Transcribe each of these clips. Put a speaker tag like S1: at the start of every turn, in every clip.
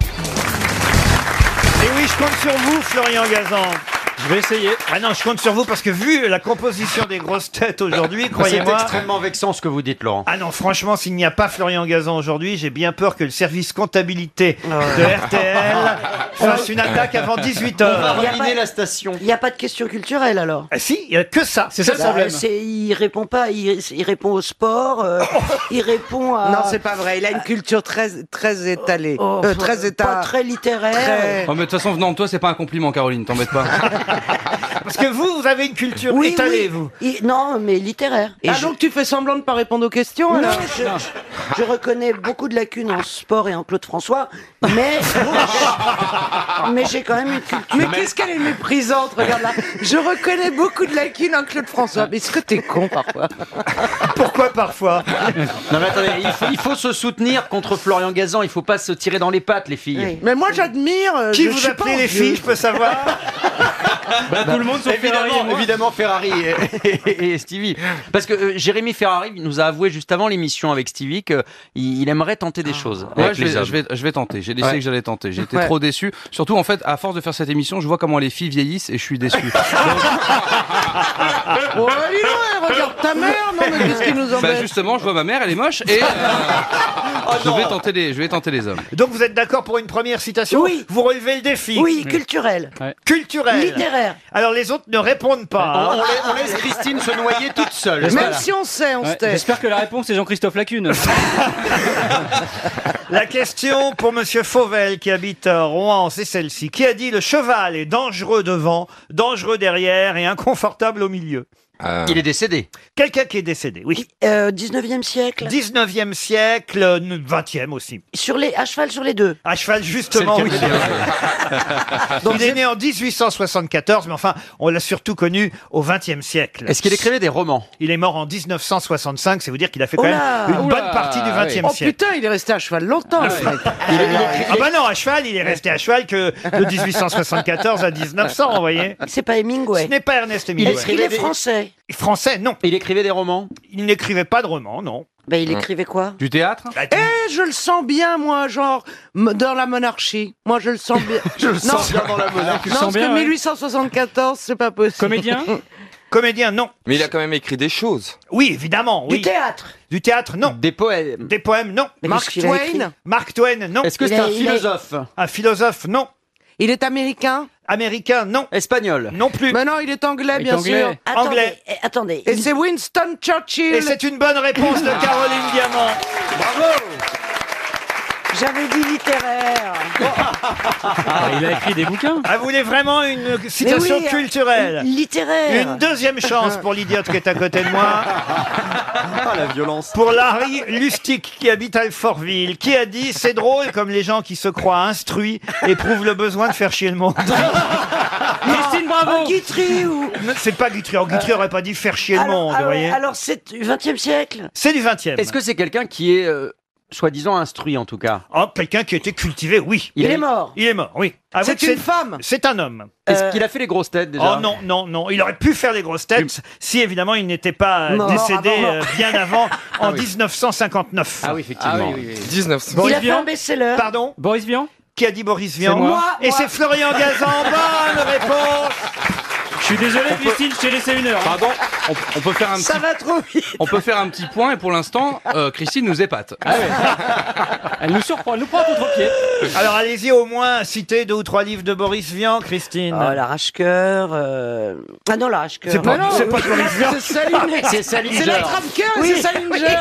S1: Eh oui, je compte sur vous, Florian Gazan. Je vais essayer. Ah non, je compte sur vous parce que vu la composition des grosses têtes aujourd'hui,
S2: C'est
S1: croyez-moi.
S2: extrêmement vexant ce que vous dites, Laurent.
S1: Ah non, franchement, s'il n'y a pas Florian Gazan aujourd'hui, j'ai bien peur que le service comptabilité de RTL
S3: Ah,
S1: fasse une attaque avant 18h.
S2: On va
S3: Il y a
S2: ruiner
S3: pas-
S2: la station.
S3: Il n'y a pas de question culturelle alors.
S1: Ah si, il n'y a que ça. C'est
S3: Bah, c'est- il répond pas, il, il répond au sport, euh,
S1: Oh.
S3: il répond à.
S4: Non, c'est pas vrai. Il a une culture très, très étalée.
S3: Oh,
S4: Euh, très
S3: Pas
S4: étalée.
S3: très
S1: Eh
S3: littéraire.
S4: Très-
S5: Oh, mais de toute façon, venant de toi, c'est pas un compliment, Caroline, t'embête pas.
S1: Ah, Parce que vous, vous avez une culture
S3: Oui,
S1: étalée,
S3: oui.
S1: vous.
S3: Il- non, mais littéraire. Et
S4: Ah,
S3: je-
S4: donc tu fais semblant de pas répondre aux questions
S3: Non,
S4: alors
S3: je, je- je reconnais beaucoup de lacunes en sport et en Claude François, mais, mais j'ai quand même une culture.
S1: Ah,
S4: Mais qu'est-ce qu'elle est méprisante, regarde là. Je reconnais beaucoup de lacunes en Claude François. Mais est-ce que t'es con parfois
S1: Pourquoi parfois
S2: Non, mais attendez, il faut, il faut se soutenir contre Florian Gazan. Il faut pas se tirer dans les pattes, les filles.
S3: Oui.
S4: Mais moi j'admire. euh,
S1: Qui
S4: je
S1: vous
S4: suis pas
S1: appelez les
S4: envieuse.
S1: filles, je peux savoir
S5: Bah, tout le monde sauf
S2: Évidemment, évidemment Ferrari et, et- et Stevie. Parce que euh, Jérémy Ferrari nous a avoué juste avant l'émission avec Stevie qu'il il aimerait tenter des choses.
S5: Ah. Ouais,
S2: avec
S5: je
S2: les
S5: vais,
S2: hommes.
S5: je, vais, je vais tenter. J'ai décidé
S2: Ouais.
S5: que j'allais tenter. J'étais
S4: Ouais.
S5: trop déçu. Surtout, en fait, à force de faire cette émission, je vois comment les filles vieillissent et je suis déçu. Donc,
S4: Oh, dis donc, elle
S1: eh,
S4: regarde ta mère. Non, mais qu'est-ce qui nous
S5: bah,
S4: embête
S5: justement, je vois ma mère, elle est moche et euh, je, vais tenter les, je vais tenter les hommes.
S1: Donc vous êtes d'accord pour une première citation
S3: Oui.
S1: Vous relevez le défi
S3: Oui, culturel,
S1: Culturel
S3: littéraire.
S1: Alors les autres ne répondent pas.
S2: On,
S1: hein.
S2: on la- on laisse Christine se noyer toute seule.
S4: Même si on sait, on se tait.
S6: J'espère que la réponse est Jean-Christophe Lacune.
S1: La question pour Monsieur Fauvel qui habite à Rouen, c'est celle-ci. Qui a dit le cheval est dangereux devant, dangereux derrière et inconfortable au milieu
S2: Il est décédé.
S1: Quelqu'un qui est décédé, oui.
S3: Euh, 19e siècle,
S1: 19e siècle, euh, 20e aussi.
S3: sur les, à cheval sur les deux.
S1: À cheval,
S2: Ah
S1: justement, oui. Il est né en 1874, mais enfin, on l'a surtout connu au 20e siècle.
S2: Est-ce qu'il écrivait des romans
S1: Il est mort en 1965, c'est vous dire qu'il a fait quand
S3: Oh
S1: même
S3: là
S1: une
S5: Oula,
S1: bonne partie du
S5: oui.
S1: 20e
S4: Oh
S1: siècle.
S4: putain, il est resté à cheval longtemps. le mec.
S1: Ah bah non, à cheval, il est resté à cheval que de 1874 à 1900, vous voyez.
S3: C'est pas Hemingway.
S1: Ce n'est pas Ernest Hemingway.
S3: Est-ce qu'il est français
S1: Français, non.
S2: Il écrivait des romans
S1: Il n'écrivait pas de romans, non. Bah,
S3: Ben, il écrivait quoi Bah,
S5: Du théâtre
S4: Eh, je le sens bien, moi, genre, m- dans la monarchie. Moi, je le sens bien. je le sens bien dans la monarchie. Non,
S6: sens
S4: parce
S6: bien,
S4: que
S6: ouais.
S4: 1874, c'est pas possible.
S6: Comédien
S1: Comédien, non.
S7: Mais il a quand même écrit des choses.
S1: Oui, évidemment, oui.
S3: Du théâtre.
S1: Du théâtre, non.
S2: Des poèmes
S1: Des poèmes, non.
S3: Mais
S4: Mark
S3: qu'est-ce qu'il a écrit
S4: Twain,
S1: Mark Twain, non.
S2: Est-ce que
S3: Il
S2: c'est
S3: a-
S2: un
S3: il a-
S2: philosophe
S1: Un philosophe, non.
S4: il est américain
S1: Américain, non.
S2: Espagnol
S1: Non plus.
S4: Mais non, il est anglais,
S6: est
S4: bien
S6: anglais.
S4: sûr.
S3: Ah, Attendez,
S1: Anglais.
S3: eh, attendez.
S4: Et c'est Winston
S1: Et
S4: Churchill.
S1: c'est une bonne réponse de Caroline Diamant.
S3: J'avais dit littéraire.
S6: Ah, il a écrit des bouquins.
S1: Ah, vous voulez vraiment une
S3: Mais
S1: citation
S3: oui, hein,
S1: culturelle
S3: Littéraire.
S1: Une deuxième chance pour l'idiote qui est à côté de moi.
S2: Ah la violence
S1: Pour Larry Lustig qui habite Alfortville, qui a dit c'est drôle comme les gens qui se croient instruits éprouvent le besoin de faire chier le monde.
S6: Christine Bravo
S3: Guitry ou. Euh,
S1: C'est pas Guitry. Alors, Guitry aurait pas dit faire chier le monde, vous
S3: alors,
S1: voyez.
S3: alors, c'est du 20e siècle.
S1: C'est du 20 e
S2: Est-ce que c'est quelqu'un qui est euh, soi-disant instruit en tout cas
S1: Oh, quelqu'un qui était cultivé, oui.
S3: Il,
S2: a-
S3: est mort.
S1: Il est mort, Ah oui. Avouez
S4: C'est
S1: que
S4: une femme.
S1: C'est un homme. Euh,
S2: Est-ce qu'il a fait les grosses têtes déjà Hum.
S1: Oh non, non, non. Il aurait pu faire les grosses têtes si évidemment il n'était pas euh,
S3: Mort
S1: décédé
S3: avant.
S1: euh, bien avant, en 1959.
S2: Ah oui, effectivement.
S7: 1900.
S6: Boris
S3: il a fait
S6: Vian
S3: un best-seller.
S1: Pardon
S6: Boris Vian
S1: Qui a dit Boris Vian
S6: moi.
S1: Et c'est Florian Gazan. Bonne réponse
S6: Je suis désolé, Christine, je t'ai laissé une heure. hein.
S5: Pardon on, on peut faire un petit,
S4: Ça va trop vite.
S5: on peut faire un petit point et pour l'instant, euh, Christine nous épate.
S6: Elle nous surprend, elle nous prend à contre-pied.
S1: Alors allez-y au moins citer deux ou trois livres de Boris Vian, Christine.
S3: Oh, l'arrache-coeur. euh, Ah non, l'arrache-coeur.
S1: C'est pas-
S3: non.
S1: c'est pas Boris Vian.
S4: C'est Salinger.
S2: C'est
S4: C'est la
S2: Salinger
S4: trappe-cœur
S3: Oui.
S4: et c'est Salinger.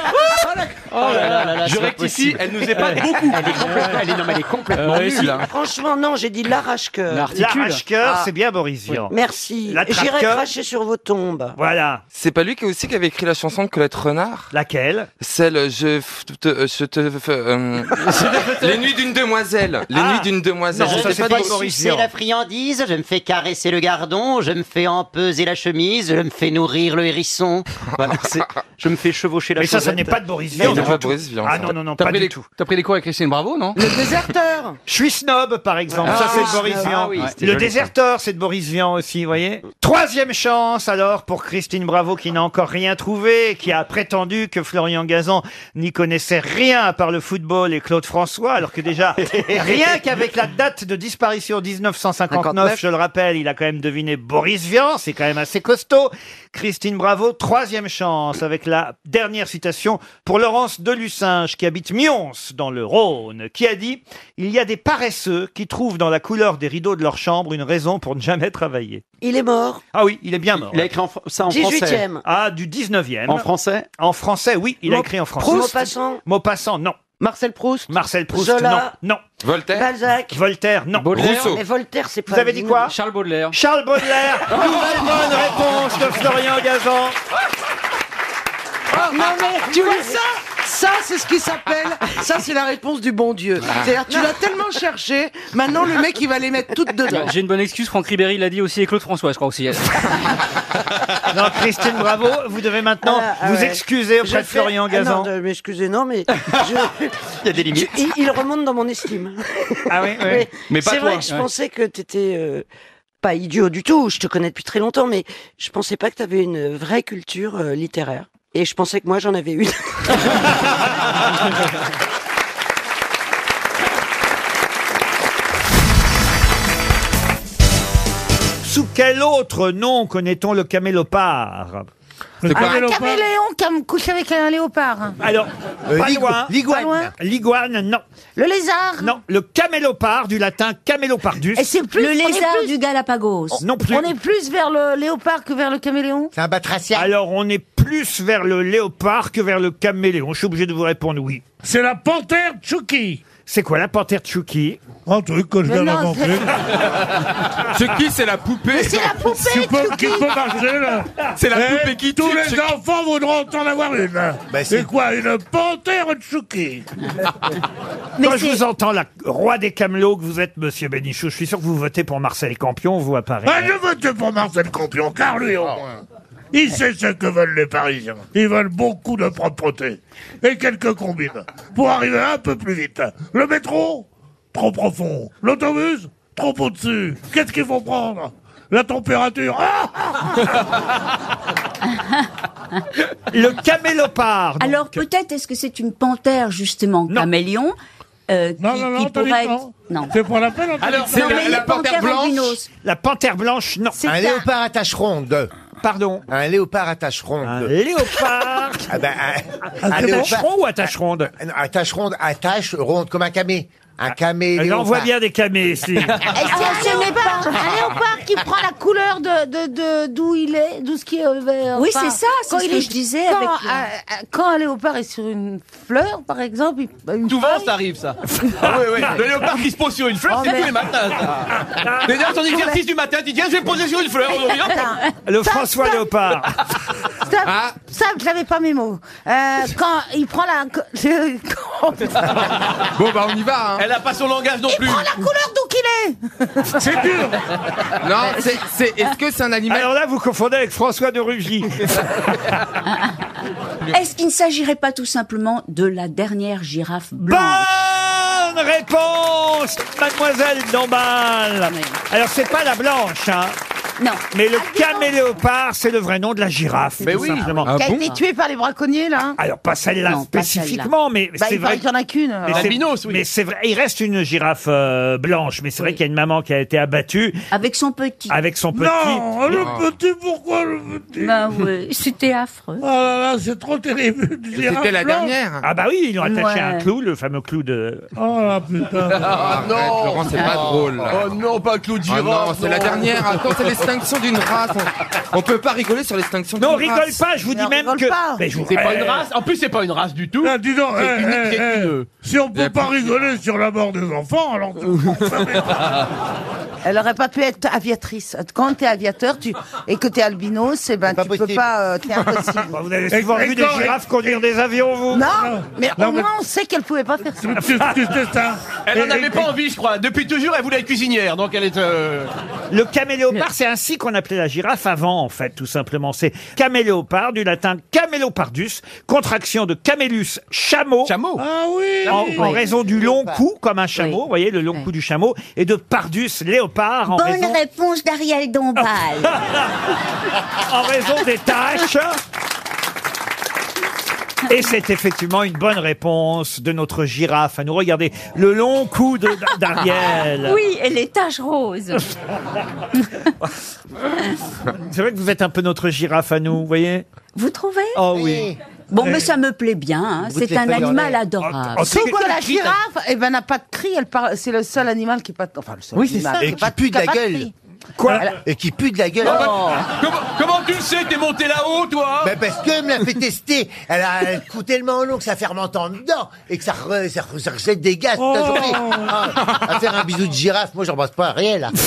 S4: Oh, la-
S5: Je rectifie, elle nous épate beaucoup.
S6: Euh, et
S2: hein.
S6: si-
S3: Franchement, non, j'ai dit l'arrache-coeur.
S6: L'articule.
S1: L'arrache-cœur,
S3: Ah.
S1: c'est bien Boris Vian.
S3: Merci.
S1: La
S3: J'irai
S1: traque-cœur.
S3: cracher sur vos tombes.
S1: Voilà.
S7: C'est pas lui qui aussi qui avait écrit la chanson de Colette Renard
S1: Laquelle
S7: Celle je f- te, euh, je te f- euh, les nuits d'une demoiselle. Les
S1: Ah.
S7: nuits d'une demoiselle.
S1: Non, ça,
S7: C'était
S1: c'est pas
S7: de-
S1: Boris. Mauricien.
S8: sucer la friandise, je me fais caresser le gardon, je me fais empeser la chemise, je me fais nourrir le hérisson.
S2: Voilà, c'est- Je me fais chevaucher la
S1: Mais ça, ça
S2: chausette.
S1: n'est pas de Boris
S7: Non,
S1: Vian.
S7: c'est
S1: du
S7: pas
S1: tout.
S7: Boris Vian.
S1: Ah
S7: ça.
S1: non, non, non,
S5: T'as
S1: pas
S5: pris,
S1: du
S5: les-
S1: tout.
S5: t'as pris les cours avec Christine Bravo, non
S4: Le déserteur.
S1: Je suis snob, par exemple. ça, c'est de Boris Vian.
S2: Ah oui, c'était
S1: Le
S2: joli, ça.
S1: déserteur, c'est de Boris Vian aussi, vous voyez. Troisième chance, alors, pour Christine Christine Bravo qui n'a encore rien trouvé, qui a prétendu que Florian Gazan n'y connaissait rien à part le football et Claude François, alors que déjà, rien qu'avec la date de disparition 1959, je le rappelle, il a quand même deviné Boris Vian, c'est quand même assez costaud. Christine Bravo, troisième chance, avec la dernière citation pour Laurence Delucinge, qui habite Mions, dans le Rhône, qui a dit « Il y a des paresseux qui trouvent dans la couleur des rideaux de leur chambre une raison pour ne jamais travailler.
S3: Il est mort. »
S1: Ah oui, il est bien mort.
S9: Il a écrit en fr- ça en français.
S3: 18e.
S1: Ah, du 19e.
S9: En français
S1: En français, oui, il a
S4: Mo-
S1: écrit en français.
S4: Proust.
S3: Maupassant.
S1: Maupassant, non.
S4: Marcel Proust.
S1: Marcel Proust,
S3: Zola.
S1: non. Non.
S2: Voltaire
S3: Balzac.
S1: Voltaire, non.
S10: Baudelaire.
S2: Rousseau.
S3: Mais Voltaire, c'est pas.
S1: Vous avez dit quoi
S10: Charles Baudelaire.
S1: Charles Baudelaire.
S2: Oh.
S1: Nouvelle bonne réponse de Florian Gazan.
S4: Oh, non mais tu vois ça ça, c'est ce qui s'appelle. Ça, c'est la réponse du bon Dieu. C'est-à-dire, tu l'as tellement cherché. Maintenant, le mec, il va les mettre toutes dedans.
S10: J'ai une bonne excuse, Franck Ribéry l'a dit aussi et Claude François, je crois aussi.
S1: Non, Christine Bravo, vous devez maintenant
S3: Ah, ah
S1: vous
S3: ouais.
S1: excuser auprès
S3: Je
S1: de Florian
S3: fais- ah
S1: Gazan.
S3: non, de- mais excusez, non, mais je-
S9: Il y a des limites.
S3: je- il, il remonte dans mon estime.
S1: Ah oui, oui.
S3: Mais,
S11: Mais pas
S3: c'est vrai
S11: toi.
S3: que je
S10: Ouais.
S3: pensais que t'étais euh, pas idiot du tout. Je te connais depuis très longtemps, mais je pensais pas que t'avais une vraie culture euh, littéraire. Et je pensais que moi j'en avais une.
S1: Sous quel autre nom connaît-on le Ah, camélopard
S11: C'est quoi
S8: Ah, Un caméléon qui a couché avec un léopard.
S1: Alors,
S8: Euh,
S12: Euh,
S1: pas loin.
S8: Pas loin.
S1: L'iguane, non.
S8: Le lézard.
S1: Non, le camélopard, du latin camélopardus.
S8: Et c'est plus,
S12: Le
S8: on est
S12: lézard
S8: plus-
S12: du Galapagos.
S1: Oh, Non plus.
S8: On est plus vers le léopard que vers le caméléon
S10: C'est un batracien.
S1: Alors, on est plus vers le léopard que vers le caméléon. Je suis obligé de vous répondre oui.
S10: C'est la panthère Chucky.
S1: C'est quoi la panthère Tchouki
S10: Un truc que je
S8: Mais non, c'est
S2: C'est qui C'est la poupée
S8: c'est la poupée Tchouki.
S10: marcher
S7: Ah,
S10: là.
S2: C'est la poupée qui Bah, tue Chucky.
S10: Eh, enfants voudront en avoir une. c'est quoi une panthère Chucky
S1: Quand je vous entends, la roi des camelots que vous êtes, monsieur Bénichou, je suis sûr que vous votez pour Marcel Campion, vous à Paris.
S10: Ah, je vote pour Marcel Campion, car lui,
S2: Ah.
S10: au moins, il sait ce que veulent les Parisiens. Ils veulent beaucoup de propreté et quelques combines pour arriver un peu plus vite. Le métro, trop profond. L'autobus, trop au-dessus. Qu'est-ce qu'il faut prendre La température. Ah
S1: Le camélopard. donc.
S12: Alors peut-être est-ce que c'est une panthère justement,
S1: Non.
S12: caméléon, euh,
S10: non,
S12: qui,
S10: non,
S12: qui
S10: non, t'as dit
S12: pourrait être...
S10: non.
S12: Non.
S10: C'est pour la peine, on t'a dit
S2: Alors,
S10: non.
S2: c'est
S12: Non, mais
S2: la, la
S12: les panthères
S2: panthère blanche
S12: albinos.
S1: La panthère blanche, non.
S12: C'est un-
S10: léopard à tache ronde.
S1: Pardon.
S10: Un léopard à tache
S1: Un
S10: ronde.
S1: léopard.
S10: Ah ben,
S1: Un tâcheron ou un tâcheronde
S13: Ah,
S10: à tache ronde, à tache ronde, comme un camé. Un camé.
S1: Elle envoie Ah, bien des camés ici.
S8: Est-ce
S12: Ah,
S8: que c'est un léopard, un léopard qui prend la couleur de de- de- d'où il est, d'où ce qui est euh,
S12: Oui,
S8: enfin,
S12: c'est ça, c'est
S8: quand
S12: ce
S8: il
S12: que
S8: est-
S12: je disais
S8: Quand,
S12: avec le-
S8: un- un- quand un léopard est sur une fleur, par exemple, il- bah, une
S11: Souvent,
S8: feuille, Ah
S11: ça arrive, ça. Le léopard qui se pose sur une fleur, c'est tous les matins, ça.
S8: Ah.
S11: D'ailleurs, ton exercice du matin, tu dis, tiens, je vais me poser sur une fleur. aujourd'hui.
S1: Le François Léopard.
S8: Stop, stop, j'avais pas mes mots. Euh, quand il prend la, je- quand- il prend
S1: Ah
S2: Bon, bah on y va. Hein.
S11: Elle a pas son langage non plus.
S8: la couleur d'où qu'il est.
S1: C'est dur.
S2: Non, c'est. c'est- Est-ce que c'est un animal
S1: Alors là, vous confondez avec François de Rugy.
S12: Est-ce qu'il ne s'agirait pas tout simplement de la dernière girafe blanche
S1: Bonne réponse, mademoiselle Dombal.
S12: Oui.
S1: Alors, c'est pas la blanche, hein,
S12: Non.
S1: mais le
S12: Albino.
S1: caméléopard, c'est le vrai nom de la girafe,
S2: Mais
S1: tout
S2: oui.
S1: simplement.
S2: Ah
S8: qui a
S2: bon
S8: été tué par les braconniers là. hein.
S1: Alors, pas celle-là
S12: Non, pas
S1: spécifiquement, mais
S8: Bah,
S1: c'est
S8: il paraît
S1: vrai.
S8: qu'il y en a qu'une. alors.
S1: Mais c'est-
S11: Albinos, oui.
S1: Mais c'est vrai, il reste une girafe euh, blanche, mais c'est vrai
S12: Oui.
S1: qu'il y a une maman qui a été abattue
S12: Avec son petit.
S1: avec son petit.
S10: Non,
S2: Ah.
S10: le petit, pourquoi le petit
S12: Bah ouais, c'était affreux.
S10: Ah là là, c'est trop terrible.
S2: C'était la dernière.
S1: Ah bah oui, ils l'ont attaché à un
S12: Ouais.
S1: clou, le fameux clou de...
S10: Oh là putain.
S2: Ah, non Laurent, c'est pas drôle. là.
S11: Oh non, pas Claude
S2: Ah non, c'est la dernière. Attends, c'est l'extinction d'une race. On on peut pas rigoler sur l'extinction d'une
S1: Non,
S2: race.
S1: rigole pas, Ah, je vous dis
S8: on
S1: même
S8: rigole
S1: que...
S8: pas.
S1: Mais je vous- Ah,
S11: C'est pas une
S1: Eh,
S11: race. En plus, c'est pas une race du tout.
S10: Là, dis donc,
S11: C'est
S10: eh,
S11: unique,
S10: eh,
S11: c'est
S10: eh,
S11: hideux.
S10: si
S2: Y
S10: on
S2: a
S10: peut pas
S2: plus-
S10: rigoler sur la mort des enfants, alors...
S8: Elle aurait pas pu être aviatrice. Quand t'es aviateur tu... et que t'es albinos, eh ben, tu peux pas. euh, t'es impossible.
S1: Bah, Vous avez souvent
S10: Et-
S1: vu
S10: et
S1: des
S10: quand-
S1: girafes conduire des avions, vous
S8: non, mais
S10: Non,
S8: au
S10: mais-
S8: moins on sait qu'elle pouvait pas faire ça.
S10: Tu- tu sais ça
S11: Elle en
S10: Et-
S11: avait pas envie, je crois. Depuis toujours, elle voulait être cuisinière, donc elle est. euh,
S1: Le caméléopard, c'est un ainsi qu'on appelait la girafe avant, en fait, tout simplement. C'est caméléopard, du latin camélopardus, contraction de camélus, chameau. Chameau. Ah oui. En,
S14: Oui.
S1: en raison du long
S14: Léopard.
S1: cou, comme un chameau, vous voyez, le long cou du chameau, et de pardus, léopard, en
S14: Bonne
S1: raison
S14: réponse d'Ariel Dombal.
S1: en raison des tâches. Et c'est effectivement une bonne réponse de notre girafe à nous regarder le long cou de- d'Ariel.
S15: Oui, et les taches roses.
S1: C'est vrai que vous êtes un peu notre girafe à nous, vous voyez
S15: Vous trouvez
S1: Oh oui.
S15: Bon, mais
S1: Eh.
S15: ça me plaît bien. hein.
S1: Vous
S15: C'est
S1: te les
S15: un
S1: faites
S15: animal
S1: hurler.
S15: adorable.
S1: Oh, oh,
S8: Sauf
S1: c'est-
S8: que la
S1: c'est-
S8: girafe, eh ben, n'a pas de cri. Elle parle. C'est le seul animal qui est pas. Enfin, le seul
S13: Oui, c'est
S8: animal
S13: ça. Et
S8: est
S13: qui
S8: pas-
S13: pue de
S8: a
S13: la
S8: pas
S13: gueule.
S8: cri.
S13: Quoi
S8: Elle a-
S13: Et qui pue de la gueule.
S12: Non, bah, comment, comment tu le sais T'es monté là-haut, toi hein
S13: Bah, parce que me l'a fait tester. Elle a un coup tellement long que ça fermente en dedans et que ça, re- ça, re- ça rejette des gaz toute la
S14: Oh.
S13: journée. Ah, à faire un bisou de girafe, moi j'embrasse pas hein. Ariel.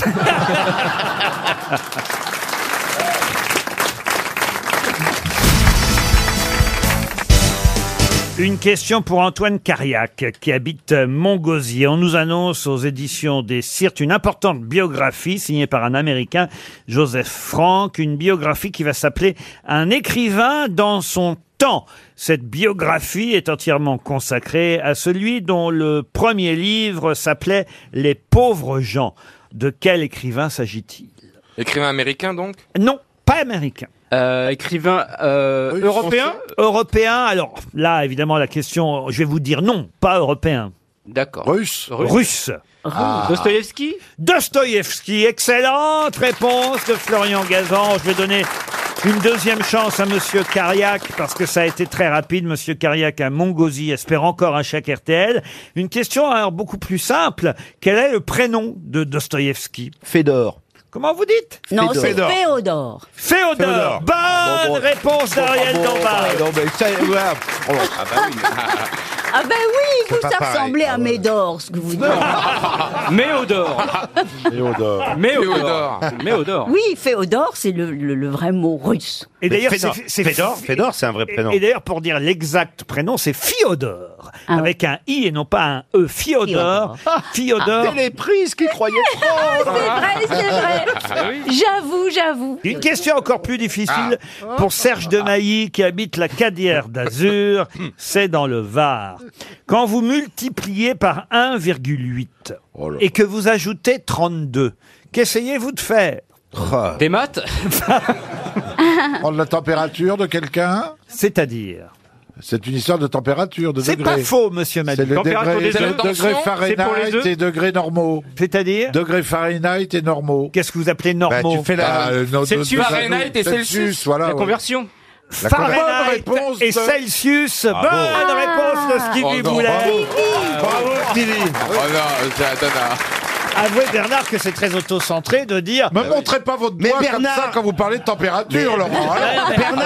S1: Une question pour Antoine Cariac, qui habite Montgausier. On nous annonce aux éditions des Cirtes une importante biographie signée par un Américain, Joseph Frank, une biographie qui va s'appeler Un écrivain dans son temps. Cette biographie est entièrement consacrée à celui dont le premier livre s'appelait Les pauvres gens. De quel écrivain s'agit-il
S7: Écrivain américain donc
S1: Non, pas américain.
S16: Euh, écrivain euh,
S1: Européen Européen, alors là évidemment la question, je vais vous dire non, pas européen.
S16: D'accord.
S1: Russe
S16: Russe.
S1: Russe.
S16: Ah. Dostoïevski
S1: Dostoïevski, excellente réponse de Florian Gazan. Je vais donner une deuxième chance à Monsieur Cariac parce que ça a été très rapide. Monsieur Cariac à Montgauzy espère encore un chèque RTL. Une question alors beaucoup plus simple. Quel est le prénom de Dostoïevski Fédor. Comment vous dites
S15: Non, c'est Féodore.
S1: Féodore.
S15: Féodore.
S1: Bonne
S15: Bon, bon.
S1: réponse d'Ariel
S15: Bon, bon,
S1: Dombal. Oh,
S15: bon,
S13: Ah bah oui.
S15: Ah ben oui,
S13: C'est
S15: vous,
S13: pas
S15: ça
S13: pareil.
S15: ressemblait à Médor, ce que vous dites.
S1: bah
S16: Méodore.
S13: Méodore.
S16: Méodore. Méodore.
S15: Oui, Féodore, c'est le, le- le vrai mot russe.
S1: Et d'ailleurs, c'est c'est-
S2: Fédor, c'est un vrai
S1: et-
S2: prénom.
S1: Et, d'ailleurs, pour dire l'exact prénom, c'est Fiodor,
S15: Ah
S1: avec un i et non pas un e. Fiodor.
S15: Ah,
S1: Fiodor.
S2: les prises qui croyaient trop.
S1: Ah,
S15: c'est vrai, c'est vrai. J'avoue,
S8: Ah,
S15: j'avoue.
S1: Une question encore plus difficile pour Serge Demailly qui habite la Cadière d'Azur, c'est dans le Var. Quand vous multipliez par 1,8
S2: Oh
S1: et que vous ajoutez 32, qu'essayez-vous de faire
S16: Des maths
S17: Prendre la température de quelqu'un
S1: C'est-à-dire
S17: C'est une histoire de température, de
S1: C'est
S17: degrés.
S1: pas faux, monsieur Mabille.
S17: C'est les
S1: Température
S17: degrés,
S1: des
S17: de-
S1: œufs. Attention,
S17: degrés
S1: c'est pour les œufs.
S17: Fahrenheit et degrés normaux.
S1: C'est-à-dire
S17: Degrés Fahrenheit et normaux.
S1: Qu'est-ce que vous appelez normaux
S17: Tu fais la...
S1: Bah,
S17: euh, no-
S1: Celsius.
S17: de- de-
S1: Fahrenheit et Celsius,
S17: voilà,
S1: la
S17: ouais.
S1: conversion.
S17: La
S1: Fahrenheit
S17: conversion. Bonne réponse
S1: et
S17: de-
S1: Celsius.
S17: Ah
S1: Bonne
S17: bon.
S1: réponse de Stevie
S15: Ah.
S7: non,
S1: Boulet.
S7: Bravo, Stevie Oh non, c'est un dada.
S1: Avouez Bernard que c'est très autocentré de dire.
S17: Me montrez pas votre doigt comme ça quand vous parlez de température, Laurent. hein. alors.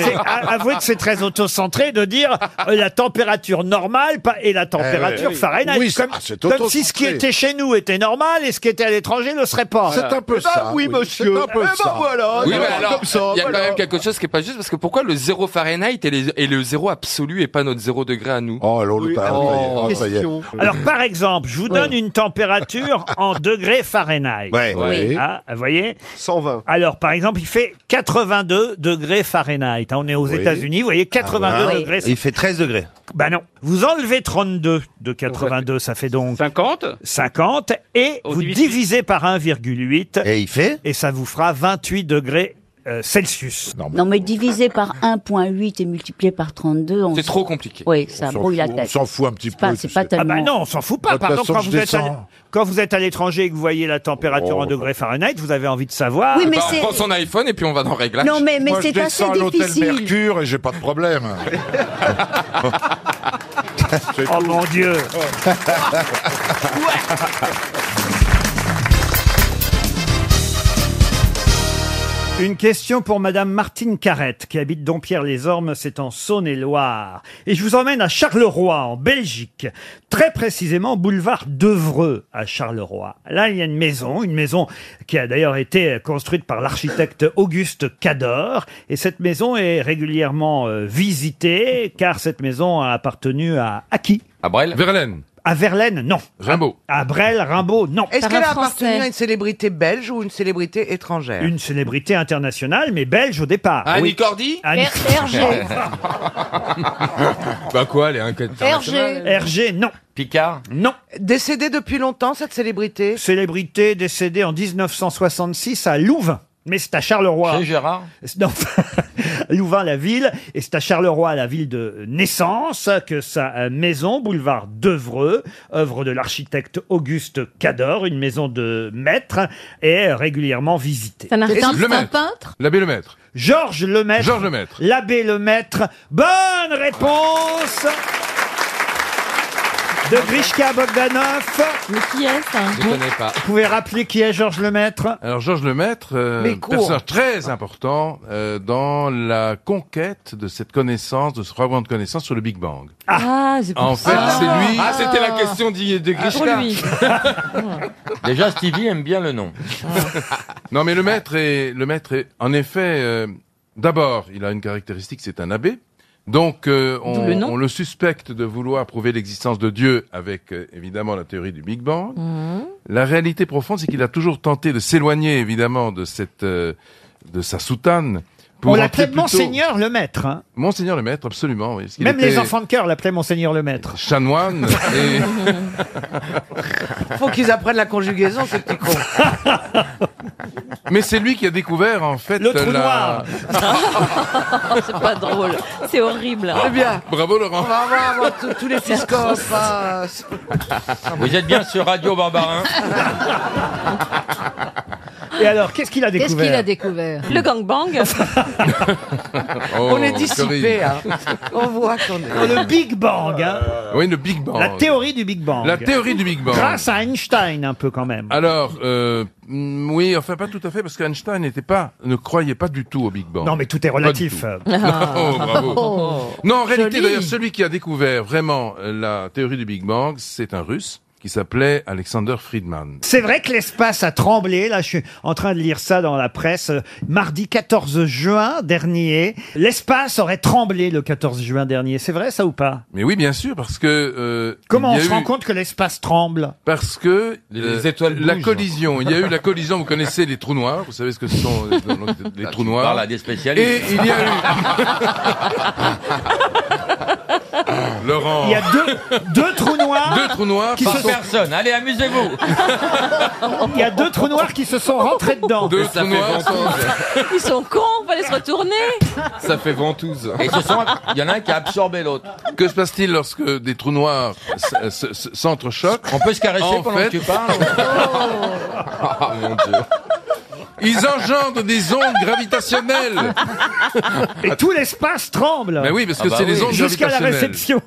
S1: C'est- a- Avouez que c'est très autocentré de dire euh, la température normale pas- et la température
S17: Eh oui.
S1: Fahrenheit.
S17: Oui,
S1: comme,
S17: ah, c'est
S1: comme
S17: autocentré.
S1: si ce qui était chez nous était normal et ce qui était à l'étranger ne le serait pas.
S17: C'est un peu
S1: Eh ben
S17: ça,
S1: oui,
S17: oui.
S1: monsieur.
S17: C'est un peu
S1: Eh ben
S17: ça.
S1: voilà.
S7: Oui, mais
S1: voilà.
S7: alors,
S1: Comme ça,
S7: il y a
S1: voilà.
S7: quand même quelque chose qui est pas juste, parce que pourquoi le zéro Fahrenheit et, les- et le zéro absolu et pas notre zéro degré à nous
S17: Oh, l'autre,
S1: ah,
S17: oh, ça y est. question.
S1: Alors, par exemple, je vous donne une température en degrés Fahrenheit.
S17: Ouais. Oui.
S1: Ah, vous voyez 120. Alors, par exemple, il fait 82 degrés Fahrenheit. hein. On est aux
S2: Oui. Ah,
S1: États-Unis, vous voyez, 82 degrés.
S2: Il fait 13 degrés.
S1: Bah non. Vous enlevez 32 de 82, ça fait donc 50. 50 et vous divisez par 1,8.
S2: Et il fait
S1: Et ça vous fera 28 degrés euh, Celsius.
S15: Non, mais divisé par 1,8 et multiplié par 32, on
S1: C'est
S15: s-
S1: trop compliqué.
S15: Oui, ça
S1: On s'en
S15: brouille la
S1: fout-
S15: tête.
S1: on s'en fout
S17: un petit
S15: C'est pas- C'est pas
S1: Ah
S15: tellement.
S1: bah non, on s'en fout
S17: De
S1: pas.
S17: toute
S1: Par
S17: façon,
S1: quand
S17: je
S1: vous, êtes à,
S17: descends.
S1: quand vous êtes à l'étranger et que vous voyez la température en degrés Fahrenheit, vous avez envie de savoir.
S15: Oui, mais
S7: Bah, On prend son iPhone et puis on va dans réglage.
S15: Non, mais- mais Moi, je c'est
S17: descends assez à l'hôtel difficile. Mercure et j'ai pas de problème.
S1: oh mon Dieu Une question pour Madame Martine Carrette, qui habite Dompierre-les-Ormes, c'est en Saône-et-Loire. Et je vous emmène à Charleroi, en Belgique. Très précisément, boulevard Devreux, à Charleroi. Là, il y a une maison, une maison qui a d'ailleurs été construite par l'architecte Auguste Cador. Et cette maison est régulièrement euh, visitée, car cette maison a appartenu à, à qui
S7: À Brel Verlaine.
S1: À Verlaine, non. Rimbaud. À Brel, Rimbaud, non.
S4: Est-ce qu'elle a appartenu à une célébrité belge ou une célébrité étrangère
S1: Une célébrité internationale, mais belge au départ.
S4: Ah, Annie
S1: Oui.
S4: Cordy
S1: Annie-
S4: Hergé.
S12: Bah quoi, les inquiétants
S1: Hergé, non. Picard Non.
S4: Décédée depuis longtemps, cette célébrité
S1: Célébrité décédée en 1966 à Louvain. Mais c'est à Charleroi. Chez Gérard Non, Louvain, la ville. Et c'est à Charleroi, la ville de naissance, que sa euh, maison, boulevard Devreux, œuvre de l'architecte Auguste Cador, une maison de maître, est régulièrement visitée.
S18: Ça n'a rien à voir, c'est un peintre
S1: L'abbé Lemaître. Georges Lemaître. Georges Lemaître. L'abbé Lemaître. Bonne réponse de Grishka Bogdanov. Mais qui hein est ça
S7: Je connais pas.
S1: Vous pouvez rappeler qui est Georges Lemaître
S17: Alors Georges Lemaître, euh,
S1: Mais cours.
S17: personnage très important euh, dans la conquête de cette connaissance, de ce fragment de connaissance sur le Big Bang.
S18: Ah,
S17: En fait, c'est lui.
S12: Ah, c'était la question d'hi- de
S17: Ah, pour
S12: Grishka.
S17: lui.
S7: Déjà, Stevie aime bien le nom.
S17: Non, mais le maître est, le maître est, en effet, euh, d'abord, il a une caractéristique, c'est un abbé. Donc, euh, on,
S18: D'où le nom.
S17: on le suspecte de vouloir prouver l'existence de Dieu avec, euh, évidemment, la théorie du Big Bang.
S1: Mhm.
S17: La réalité profonde, c'est qu'il a toujours tenté de s'éloigner, évidemment, de cette, euh, de sa soutane.
S1: On l'appelait
S17: entrer plutôt-
S1: Monseigneur Lemaître. hein.
S17: Monseigneur le maître, absolument. oui, parce qu'il
S1: Même
S17: était
S1: les enfants de cœur l'appelaient Monseigneur Lemaître.
S17: Chanoine. et...
S4: Faut qu'ils apprennent la conjugaison, ces petits cons.
S17: Mais c'est lui qui a découvert, en fait, le
S4: trou noir.
S18: c'est pas drôle. C'est horrible.
S2: Eh
S4: C'est bien.
S17: Bravo, Laurent.
S4: On va avoir avoir tous- tous les fiscaux.
S7: Vous êtes bien sur Radio Barbarin.
S1: Et alors, qu'est-ce qu'il a
S18: Qu'est-ce
S1: découvert
S18: qu'il a découvert Le gangbang
S17: Oh,
S1: On est dissipé, hein.
S4: On voit qu'on est.
S1: Oh, Le Big Bang. hein.
S17: Oui, le Big Bang.
S1: La théorie du Big Bang.
S17: La théorie du Big Bang.
S1: Grâce à Einstein, un peu quand même.
S17: Alors, euh, mm, oui, enfin pas tout à fait, parce qu'Einstein n'était pas, ne croyait pas du tout au Big Bang.
S1: Non, mais tout est relatif.
S17: Pas du tout.
S1: Ah.
S17: Non, bravo.
S1: Oh.
S17: non, en réalité,
S1: Joli.
S17: d'ailleurs, celui qui a découvert vraiment euh, la théorie du Big Bang, c'est un Russe qui s'appelait Alexander Friedman.
S1: C'est vrai que l'espace a tremblé. Là, je suis en train de lire ça dans la presse. Euh, Mardi 14 juin dernier, l'espace aurait tremblé le 14 juin dernier. C'est vrai ça ou pas
S17: Mais oui, bien sûr, parce que euh, il y
S1: Comment on
S17: a
S1: se
S17: eu-
S1: rend compte que l'espace tremble
S17: Parce que
S7: Les
S17: euh,
S7: étoiles
S17: la
S7: bougent.
S17: collision, il y a eu la collision. Vous connaissez les trous noirs. Vous savez ce que ce sont euh, dans- dans- les trous noirs.
S7: Bah, parles à des spécialistes.
S17: Et il y a eu. Laurent.
S1: Il y a deux, deux trous noirs.
S17: Deux trous noirs
S1: qui
S7: Par
S1: se sont-
S7: personne. Allez, amusez-vous.
S1: Il y a deux trous noirs qui se sont rentrés dedans.
S7: Deux Ça trous fait noirs ventouse.
S18: Ils sont cons, on va les se retourner.
S17: Ça fait ventouse.
S7: Et ce sont- il y en a un qui a absorbé l'autre.
S17: Que se passe-t-il lorsque des trous noirs s- s- s- s'entrechoquent
S7: On peut se caresser
S17: En
S7: pendant que
S17: fait-
S7: tu parles.
S17: Ah, mon Dieu. Ils engendrent des ondes gravitationnelles.
S1: Et tout l'espace tremble.
S17: Mais oui, parce que
S7: Ah bah
S17: c'est les ondes
S1: Jusqu'à la
S17: gravitationnelles.
S1: réception.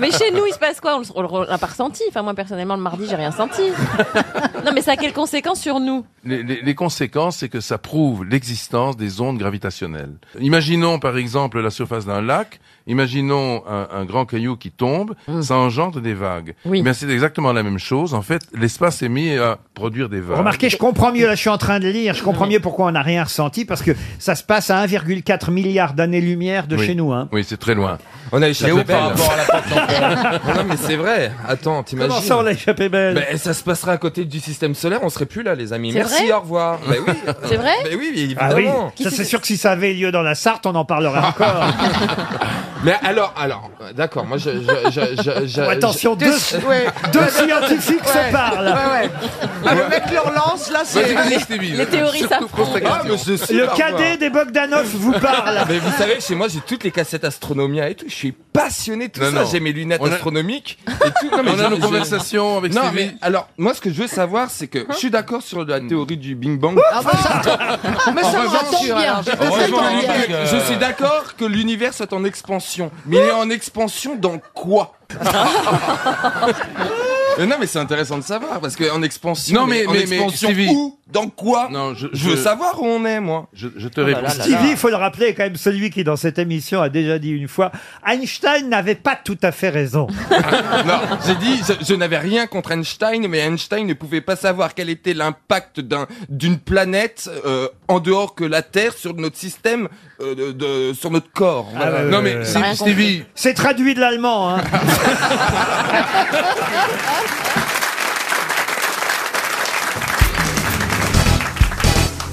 S18: Mais chez nous, il se passe quoi On le- On le- on l'a pas ressenti. Enfin, moi, personnellement, le mardi, j'ai rien senti. Non, mais ça a quelles conséquences sur nous
S17: Les, les- les conséquences, c'est que ça prouve l'existence des ondes gravitationnelles. Imaginons par exemple la surface d'un lac, imaginons un, un grand caillou qui tombe,
S1: Mmh.
S17: ça engendre des vagues.
S18: Oui.
S17: Mais c'est exactement la même chose. En fait, l'espace est mis à produire des vagues.
S1: Remarquez, je comprends mieux, là je suis en train de lire, je comprends mieux pourquoi on n'a rien ressenti, parce que ça se passe à 1,4 milliard d'années-lumière de
S17: Oui.
S1: chez nous. Hein.
S17: Oui, c'est très loin.
S12: On a
S1: Mais
S12: échappé
S1: où par
S12: belle.
S1: rapport à la
S12: non, non, mais c'est vrai. Attends, t'imagines.
S1: Comment ça, on l'a échappé belle
S12: Ben, ça se passerait à côté du système solaire, on serait plus là, les amis.
S1: C'est
S12: Merci,
S1: vrai
S12: au revoir. Ben oui.
S18: C'est vrai
S12: Ben oui,
S1: Ah oui,
S12: évidemment.
S1: ça c'est sûr que si ça avait lieu dans la Sarthe, on en parlera encore.
S12: Mais alors, alors, d'accord, moi je. je, je, je, je-
S1: Bon, Oh, attention,
S12: je-
S1: deux- deux scientifiques se parlent.
S4: Ouais, ouais. Ah, le mec
S1: euh,
S4: leur lance, là, c'est.
S12: Vas-y, vas-y, Stevie, vas-y. Surtout pose ta question. Ah, mais c'est super,
S1: Le cadet
S12: moi.
S1: des Bogdanov vous parle.
S12: Mais vous savez, chez moi, j'ai toutes les cassettes Astronomia et tout. Je suis passionné de tout
S17: Non,
S12: ça.
S17: non.
S12: J'ai mes lunettes
S17: On a-
S12: astronomiques et tout. Non, mais
S17: On a
S12: j'ai-
S17: nos
S12: j'ai-
S17: conversations avec
S12: Non,
S17: Stevie.
S12: mais alors, moi, ce que je veux savoir, c'est que je suis d'accord sur la théorie du Bing Bang.
S4: Ah, bah, Mais
S12: En
S4: ça me
S12: revanche,
S4: rassure, alors. Je
S12: Heureusement,
S4: déteste
S12: je
S4: les
S12: dis
S4: gags.
S12: que Je suis d'accord que l'univers soit en expansion. Mais il est en expansion dans quoi
S7: Mais non, mais c'est intéressant de savoir parce qu'en expansion.
S17: Non, mais-
S7: en
S17: mais- mais,
S7: expansion
S17: Stevie.
S7: où Dans quoi
S17: Non, je, Oh
S7: Je veux savoir
S17: où on est, moi. Je, je te réponds.
S1: Stevie, il faut le rappeler, est quand même celui qui, dans cette émission, a déjà dit une fois Einstein n'avait pas tout à fait raison.
S7: non, j'ai dit, je, je n'avais rien contre Einstein, mais Einstein ne pouvait pas savoir quel était l'impact d'un- d'une planète euh, en dehors que la Terre sur notre système, euh, de, de- sur notre corps. Voilà.
S1: Ah, ouais,
S7: non
S1: ouais,
S7: mais
S19: Euh,
S1: ouais,
S7: c'est-
S1: ouais.
S7: Stevie,
S1: C'est traduit de l'allemand. hein.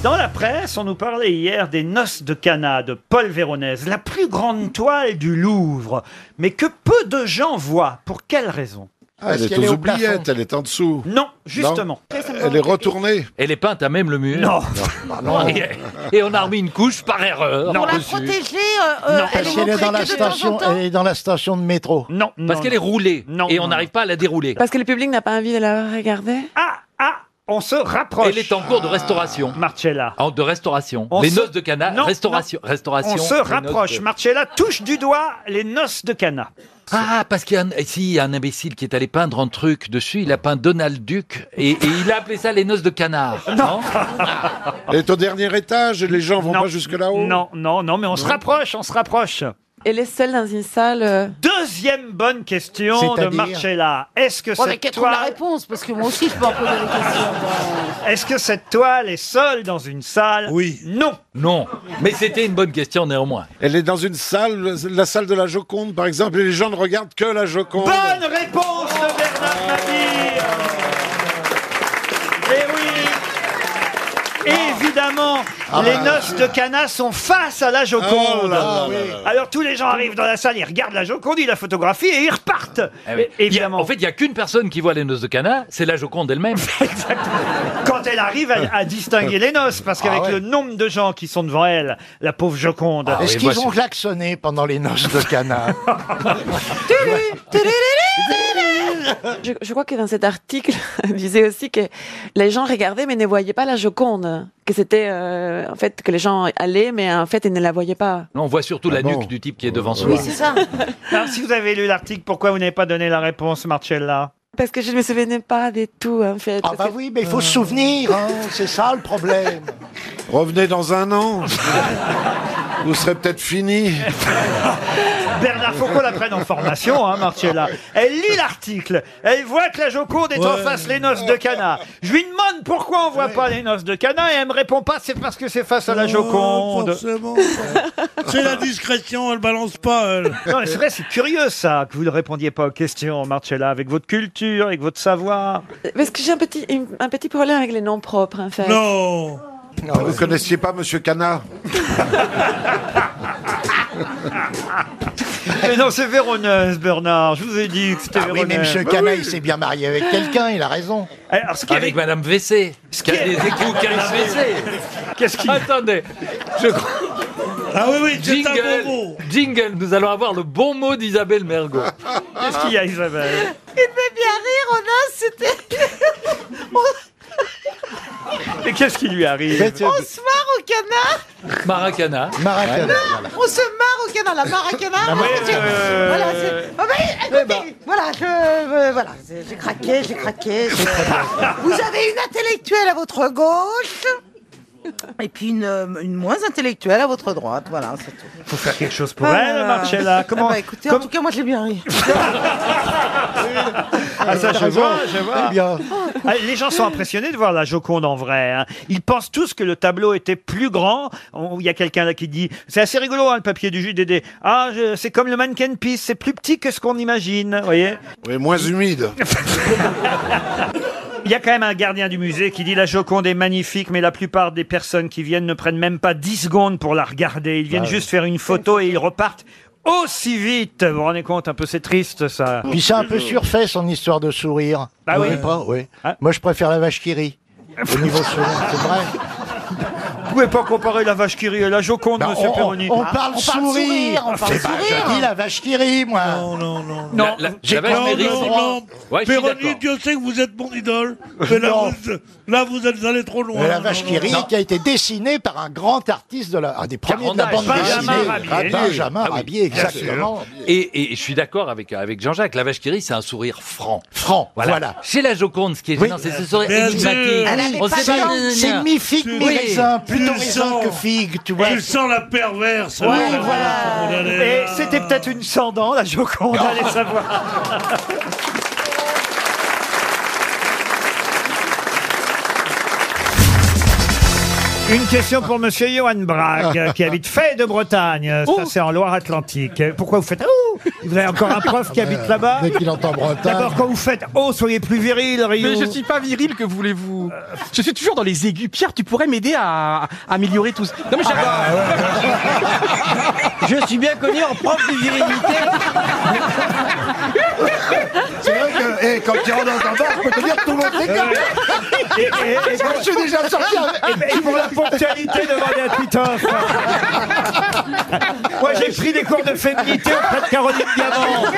S1: Dans la presse, on nous parlait hier des Noces de Cana de Paul Véronèse, la plus grande toile du Louvre, mais que peu de gens voient. Pour quelle raison
S19: Ah, elle est aux oubliettes, elle est en dessous.
S1: Non, justement.
S19: Elle est retournée.
S16: Elle est peinte à même le mur.
S1: Non.
S19: non.
S16: Et, et on a remis une couche par erreur.
S8: Pour la
S16: dessus.
S8: protéger, euh, euh, elle
S20: qu'elle est
S8: montrait
S20: dans
S8: que
S20: la
S8: de temps en
S20: station,
S8: temps.
S20: elle est dans la station de métro.
S1: Non,
S16: Parce qu'elle est roulée. et on n'arrive pas à la dérouler.
S21: Parce que le public n'a pas envie de la regarder
S1: Ah, ah, on se rapproche.
S16: Elle est en cours de restauration.
S1: Marcella.
S16: de restauration.
S1: On
S16: les
S1: se-
S16: noces de Cana,
S1: Non,
S16: restauration. restauration.
S1: On se
S16: les noces de-
S1: rapproche. Marcella touche du doigt les Noces de Cana.
S16: Ah, parce qu'il y a un, si, il y a un imbécile qui est allé peindre un truc dessus, il a peint Donald Duck et, et il a appelé ça les noces de canard. Non,
S19: Elle est au dernier étage, les gens vont
S1: Non.
S19: pas jusque là-haut.
S1: Non, non, non, mais on se rapproche, on se rapproche.
S21: Elle est seule dans une salle. euh,
S1: Deuxième bonne question de
S21: C'est-à-dire
S1: Marcella. Est-ce que
S21: Ouais, mais
S1: cette
S21: qu'elle trouve la
S1: toile...
S8: réponse, parce que moi aussi je peux en poser des questions.
S1: Est-ce que cette toile est seule dans une salle Oui. Non.
S16: Non. Mais c'était une bonne question néanmoins.
S19: Elle est dans une salle, la salle de la Joconde par exemple, et les gens ne regardent que la Joconde.
S1: Bonne réponse de Bernard Mabille Eh oui Évidemment,
S19: Ah
S1: les
S19: bah,
S1: noces de Cana sont face à la Joconde.
S19: Oh là là là là là.
S1: Alors tous les gens arrivent dans la salle, ils regardent la Joconde, ils la photographient et ils repartent.
S16: Ah oui. Il y a- en fait, il n'y a qu'une personne qui voit les noces de Cana, c'est la Joconde elle-même.
S1: Quand elle arrive à, à distinguer les noces, parce qu'avec
S20: Ah ouais.
S1: le nombre de gens qui sont devant elle, la pauvre Joconde.
S20: Est-ce qu'ils ont klaxonné pendant les noces de Cana
S21: Je, je crois que dans cet article, elle disait aussi que les gens regardaient mais ne voyaient pas la Joconde. Que c'était euh, en fait que les gens allaient mais en fait ils ne la voyaient pas.
S16: Non, on voit surtout la nuque du type qui est devant soi.
S21: ça.
S1: Alors, si vous avez lu l'article, pourquoi vous n'avez pas donné la réponse, Marcella
S21: Parce que je ne me souvenais pas de tout en fait.
S20: Ah bah oui, mais il faut se souvenir, hein, c'est ça le problème.
S19: Revenez dans un an. Vous serez peut-être fini.
S1: Bernard, faut qu'on la prenne en formation, hein, Marcella. Elle lit l'article, elle voit que la Joconde est en
S19: Ouais.
S1: face les noces de Cana. Je lui demande pourquoi on voit pas les noces de Cana et elle me répond pas, c'est parce que c'est face à la
S19: Oh,
S1: Joconde.
S2: C'est la discrétion, elle balance pas, elle.
S1: Non, mais c'est vrai, c'est curieux ça, que vous ne répondiez pas aux questions, Marcella, avec votre culture, avec votre savoir.
S21: Parce que j'ai un petit, une- un petit problème avec les noms propres en fait.
S2: Non
S19: Vous connaissiez pas Monsieur Canard
S1: Mais non, c'est Véronaise, Bernard. Je vous ai dit que c'était
S20: Ah oui,
S1: Véronaise.
S20: mais Monsieur Cana, il s'est bien marié avec quelqu'un, il a raison.
S1: Eh, Alors, ce qui est-
S16: Avec Madame WC. qui a
S1: qui est-
S16: des, des coups qu'elle a WC.
S1: Qu'est-ce qu'il
S16: Attendez. Je...
S2: Ah oui, oui, c'est un
S16: Jingle,
S2: bon mot.
S16: Jingle, nous allons avoir le bon mot d'Isabelle Mergo.
S1: Qu'est-ce qu'il y a, Isabelle
S21: Il fait bien rire, on a, c'était.
S1: Mais qu'est-ce qui lui arrive
S21: on se marre au canard
S16: Maracana.
S20: Maracana.
S21: Non, on se marre au canard, la maracana.
S16: Ah,
S21: on
S16: ouais,
S21: se dit-
S16: euh,
S21: Voilà, c'est. Ah, bah, écoutez, voilà, je, euh, voilà, c'est- j'ai craqué, j'ai craqué. j'ai- euh,
S8: Vous avez une intellectuelle à votre gauche et puis une, euh, une moins intellectuelle à votre droite, voilà, c'est tout.
S1: Faut faire quelque chose pour
S8: Ah là
S1: elle,
S8: là.
S1: Marcella. Comment
S8: Ah bah écoutez, en tout cas, moi j'ai bien ri.
S1: Ah, ça,
S8: T'as
S1: je
S8: raison.
S1: vois, je vois.
S8: Eh bien.
S1: Ah, Les gens sont impressionnés de voir la Joconde en vrai. hein. Ils pensent tous que le tableau était plus grand. On- Il y a quelqu'un là qui dit C'est assez rigolo, hein, le papier du JDD. Ah, je- c'est comme le mannequin piece, c'est plus petit que ce qu'on imagine. Vous voyez
S19: Oui, moins humide.
S1: Il y a quand même un gardien du musée qui dit la Joconde est magnifique, mais la plupart des personnes qui viennent ne prennent même pas 10 secondes pour la regarder. Ils viennent
S20: Ah oui.
S1: juste faire une photo et ils repartent aussi vite. Vous vous rendez compte, un peu c'est triste ça.
S20: Puis c'est un peu surfait son histoire de sourire.
S1: Ah
S20: Vous
S1: oui. Ah.
S20: voyez pas Oui. Moi je préfère la vache qui rit. Au niveau sourire, c'est vrai.
S1: pouvez pas comparer la vache qui rit et la Joconde,
S19: Bah,
S1: monsieur
S19: on-
S1: Perroni. Ah,
S19: on- on parle On parle sourire, sourire, on parle
S1: Eh ben,
S19: sourire.
S1: je dis la-
S19: vache qui rit, moi. Non,
S10: non, non.
S1: Non, la- la
S10: j'ai
S1: vache
S10: non,
S1: mérite.
S10: non, non.
S2: Ouais, je suis
S10: Véronique,
S2: d'accord.
S10: Dieu sait que vous êtes mon idole. Mais là,
S19: Non.
S10: vous, là, vous êtes allé trop loin.
S19: Mais la vache
S10: Non,
S19: qui
S10: non,
S19: rit,
S10: non.
S19: qui a été dessinée par un grand artiste de la, un des
S2: Ah,
S19: premiers de la bande
S16: Carandage.
S19: dessinée, Benjamin
S16: Ah oui,
S19: Rabier,
S16: bien sûr.
S19: exactement.
S16: Et, et je suis d'accord avec, avec Jean-Jacques. La vache qui rit, c'est un sourire franc.
S19: Franc,
S16: voilà. Chez la Joconde, ce qui est gênant, c'est ce sourire
S19: Bien
S16: énigmatique.
S19: sûr. Elle avait pas de dents. C'est mi figue,
S10: Tu-
S19: mi
S10: oui.
S19: raisin, plutôt
S10: Tu
S19: raisin
S10: sens-
S19: que figue, tu vois.
S10: Tu sens la perverse.
S19: Ouais,
S10: alors,
S19: voilà.
S10: on en est
S1: Et
S10: là.
S1: c'était peut-être une sans dents, la Joconde, allez savoir. Une question pour Monsieur Johan Braque, qui habite Fay de Bretagne. Ça, c'est en Loire-Atlantique. Pourquoi vous faites Oh Vous avez encore un prof qui habite là-bas Euh, Dès qu'il entend Bretagne. D'abord, quand vous faites Oh, soyez plus viril, Rio.
S5: Mais je suis pas viril, que voulez-vous Je suis toujours dans les aigus. Pierre, tu pourrais m'aider à, à améliorer tout ça. Non mais
S2: Ah,
S5: j'adore. je suis bien connu en prof de virilité.
S1: Ah
S19: C'est vrai que eh, quand tu rentres dans un bar, je peux te dire que tout le monde s'écarte.
S1: Et- et- et-
S19: Moi, je suis déjà sorti avec...
S1: Et eh, pour la ponctualité, demandez à Titoff. Moi, j'ai pris des cours de féminité auprès de Caroline Diamant.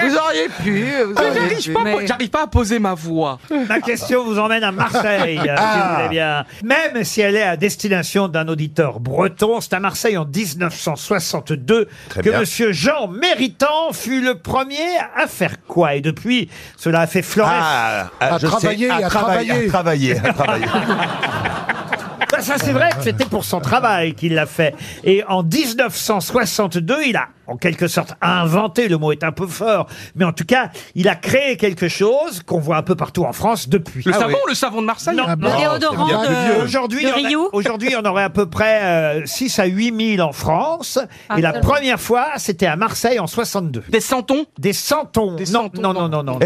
S5: Vous auriez pu.
S1: Ah,
S5: J'arrive pas, à po- j'arrive pas à poser ma voix.
S1: Ma question vous emmène à Marseille, euh, si
S5: Ah.
S1: vous voulez bien. Même si elle est à destination d'un auditeur breton, c'est à Marseille en 1962
S2: Très
S1: que
S2: bien.
S1: Monsieur Jean Méritant fut le premier à faire quoi Et depuis, cela a fait florès.
S2: Ah, ah, je sais, à travailler, à travailler, à travailler.
S1: Ça, Bah, ça, c'est vrai que c'était pour son travail qu'il l'a fait. Et en 1962, il a, en quelque sorte, inventé, le mot est un peu fort, mais en tout cas, il a créé quelque chose qu'on voit un peu partout en France depuis. Ah
S2: Ah
S5: Le savon, le savon de Marseille. hein.
S1: Non, non. Ah,
S5: euh,
S1: Aujourd'hui, il y en a- aujourd'hui, on aurait à peu près 6 à 8 000 en France.
S5: Ah,
S1: et la
S5: seulement.
S1: première fois, c'était à Marseille en 62.
S5: Des centons
S1: Des centons. non, non, non, non, non.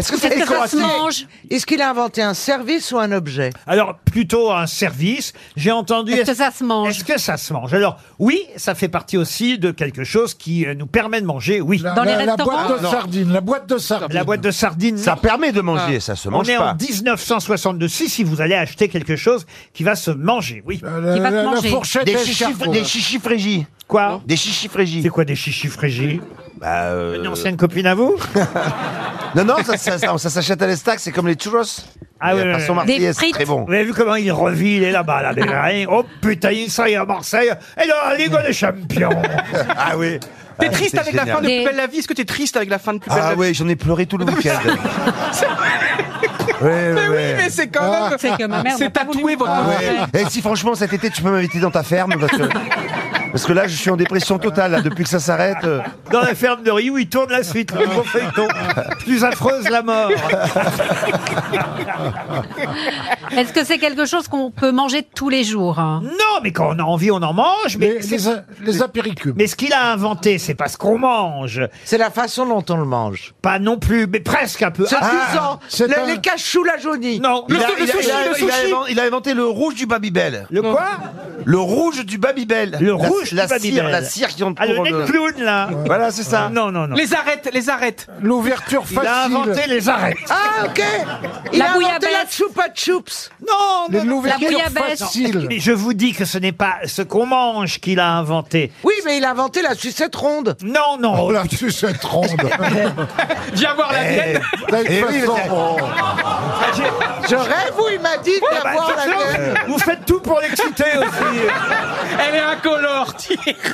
S4: Est-ce qu'il a inventé un service ou un objet
S1: Alors, plutôt un service. J'ai entendu. Est-ce que ça se mange Est-ce que ça se mange Alors, oui, ça fait partie aussi de quelque chose qui euh, nous permet de manger, oui.
S19: Dans les la- la restaurants boîte de
S1: sardines, la boîte de sardines. La boîte de sardines.
S2: Ça permet de manger, ça se mange
S1: On est
S2: pas.
S1: en 1962. Si, si vous allez acheter quelque chose qui va se manger, oui.
S19: Qui va se
S1: Euh,
S19: la- la manger. fourchette
S2: Des
S19: et le
S2: chichif-
S19: charcot.
S2: des chichifrégis.
S1: Quoi
S2: Des chichifrégis.
S1: C'est quoi des chichifrégis
S2: bah, euh,
S1: Une ancienne copine à vous
S2: Non, non, ça, ça- ça- ça s'achète à l'estac, c'est comme les churros.
S1: Ah
S2: Et
S1: ouais,
S2: la
S1: ouais,
S2: façon
S1: ouais.
S2: marseillaise, c'est très bon.
S1: Vous avez vu comment il revit, il est là-bas, là, des reins. Oh putain, il ça y est à Marseille. Et dans la Ligue des Champions.
S2: ah oui.
S5: T'es
S2: Ah,
S5: triste
S2: c'est
S5: avec la fin de
S2: génial.
S5: Plus belle la vie Est-ce que t'es triste avec la fin de Plus belle la
S2: Ah
S5: vie
S2: ouais, j'en ai pleuré tout le week-end. Ouais, ouais,
S5: Oui,
S2: ouais.
S5: mais Ah, c'est quand même.
S12: C'est que ma mère n'a
S5: C'est
S12: pas
S5: tatoué votre.
S2: Ah ouais. Et si franchement cet été tu peux m'inviter dans ta ferme parce que, parce que là je suis en dépression totale là, depuis que ça s'arrête. euh.
S1: Dans la ferme de Rio, il tourne la suite, le gros feuilleton. Plus affreuse la mort.
S12: Est-ce que c'est quelque chose qu'on peut manger tous les jours hein
S1: Non, mais quand on a envie, on en mange. Mais les, Mais ce qu'il a inventé, c'est pas ce qu'on mange.
S4: C'est la façon dont on le mange.
S1: Pas non plus, mais presque un peu.
S4: C'est
S1: Ah,
S4: ah,
S1: c'est
S4: les,
S1: un-
S4: les cachous la jaunie.
S1: Non,
S2: Il a- il a- il a- il a inventé- Il a inventé le rouge du Babybel.
S1: Le quoi
S2: Le rouge du Babybel.
S1: Le
S2: La-
S1: rouge
S2: la
S1: du Babybel.
S2: cire, la cire qui entoure
S1: Ah, le nez de clown, là.
S2: Voilà, c'est ça.
S1: Non, non, non.
S5: Les arêtes, les arêtes.
S19: L'ouverture
S1: Il a inventé les arêtes.
S4: Ah, ok. Il
S5: La
S4: a inventé
S5: bouillabaisse.
S4: la choupa choups.
S1: Non,
S19: Les nouvelles
S4: La
S19: cultures
S4: bouillabaisse.
S19: faciles.
S1: Mais je vous dis que ce n'est pas ce qu'on mange qu'il a inventé.
S4: Oui, mais il a inventé la sucette ronde.
S1: Non, non.
S19: Oh là, tu sais, ronde.
S5: Viens voir la mienne.
S19: Eh oui, mais-
S4: Je rêve où il m'a dit
S1: Ah bah,
S4: d'avoir la
S1: attention,
S13: Euh,
S4: gueule.
S1: vous faites tout pour l'exciter aussi.
S5: Elle est incolore.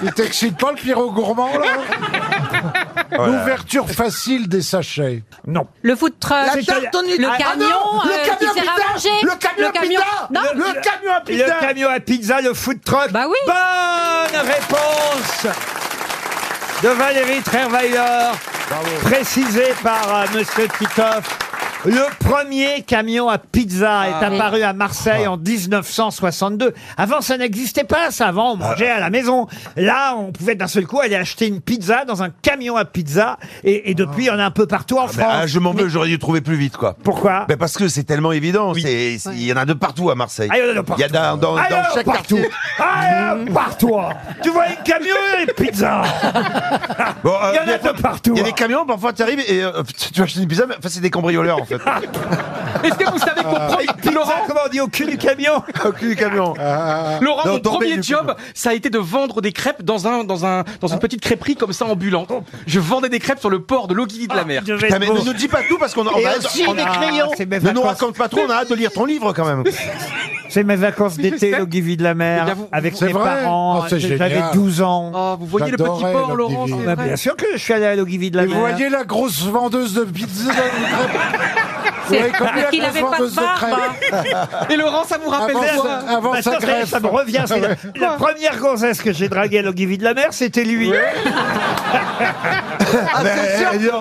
S19: Il t'excite pas le pyro gourmand, là L'ouverture facile des sachets.
S1: Non.
S12: Le food truck,
S19: La
S1: tarte au
S12: le
S1: Nutella.
S19: Ah
S12: camion,
S19: non, le
S12: euh, qui
S19: camion à
S12: sert
S19: pizza,
S12: à manger,
S19: le camion à pizza,
S12: non
S19: le- le camion à pizza.
S1: Le camion à pizza, le food truck. Bah oui. Bonne réponse de Valérie Trerweiler, précisé par euh, Monsieur Titoff. Le premier camion à pizza
S19: Ah.
S2: Ah.
S1: est apparu à Marseille en 1962. Avant, ça n'existait pas, ça. Avant, on
S19: Ah.
S1: mangeait à la maison. Là, on pouvait d'un seul coup aller acheter une pizza dans un camion à pizza. Et, et depuis, il
S19: Ah.
S1: y en a un peu partout en
S2: Mais,
S1: France.
S2: ah, je m'en veux, j'aurais dû trouver plus vite quoi.
S1: Pourquoi
S2: Mais Parce que c'est tellement évident. c'est- c'est- Il y en a de partout à Marseille.
S1: Ah, il y en a de partout.
S2: Il y a dans, dans-
S1: Ah, il y en a
S2: dans chaque
S1: partout.
S2: quartier.
S1: Ah, euh, partout. hein. Tu vois un camion et des pizzas.
S2: Bon, euh,
S1: Il y en a
S2: des fois-
S1: de partout,
S2: Il y a
S1: hein.
S2: euh, des camions, parfois tu arrives et euh, tu vas acheter une pizza, mais enfin, c'est des cambrioleurs en
S7: fait.
S22: Est-ce que vous savez
S7: Ah.
S22: pour
S7: Pizza,
S22: Laurent
S1: comment on dit au cul du camion
S22: Au cul du camion.
S2: Ah.
S22: Laurent,
S7: Non,
S22: mon
S7: dormez
S22: premier
S7: du
S22: job, ça a été de vendre des crêpes dans un dans un dans une petite crêperie comme ça ambulante. Je vendais des crêpes sur le port de l'Ogivie
S1: Ah,
S22: de la mer.
S2: Putain, mais ne nous dis pas tout parce qu'on on va- on- Ne nous raconte pas trop, on a hâte de lire ton livre quand même.
S1: C'est mes vacances d'été, l'Ogivie de la
S2: Eh bien,
S1: mer,
S2: vous-
S1: avec
S2: c'est
S1: mes
S2: vrai
S1: parents.
S2: Oh, c'est
S1: J'avais
S2: génial.
S1: 12 ans.
S22: Oh, vous voyez le petit J'adorais port, Laurent, l'Ogivie. c'est
S1: Bah,
S22: vrai.
S1: Bien sûr que je suis allé à l'Ogivie de la
S5: Et
S1: mer.
S5: vous voyez la grosse vendeuse de pizza
S1: C'est
S5: voyez comme
S1: parce
S5: la
S1: qu'il
S5: grosse
S1: avait pas de
S5: vendeuse
S1: barbe,
S5: crêpes.
S1: hein.
S22: Et Laurent, ça vous rappelle
S5: Avant
S1: Mais
S5: sa-
S1: ça-
S5: avant
S1: bah,
S5: sa
S1: ça, ça-
S5: greffe.
S1: ça me revient. c'est la, la première gonzesse que j'ai draguée à l'Ogivie de la mer, c'était lui. eh,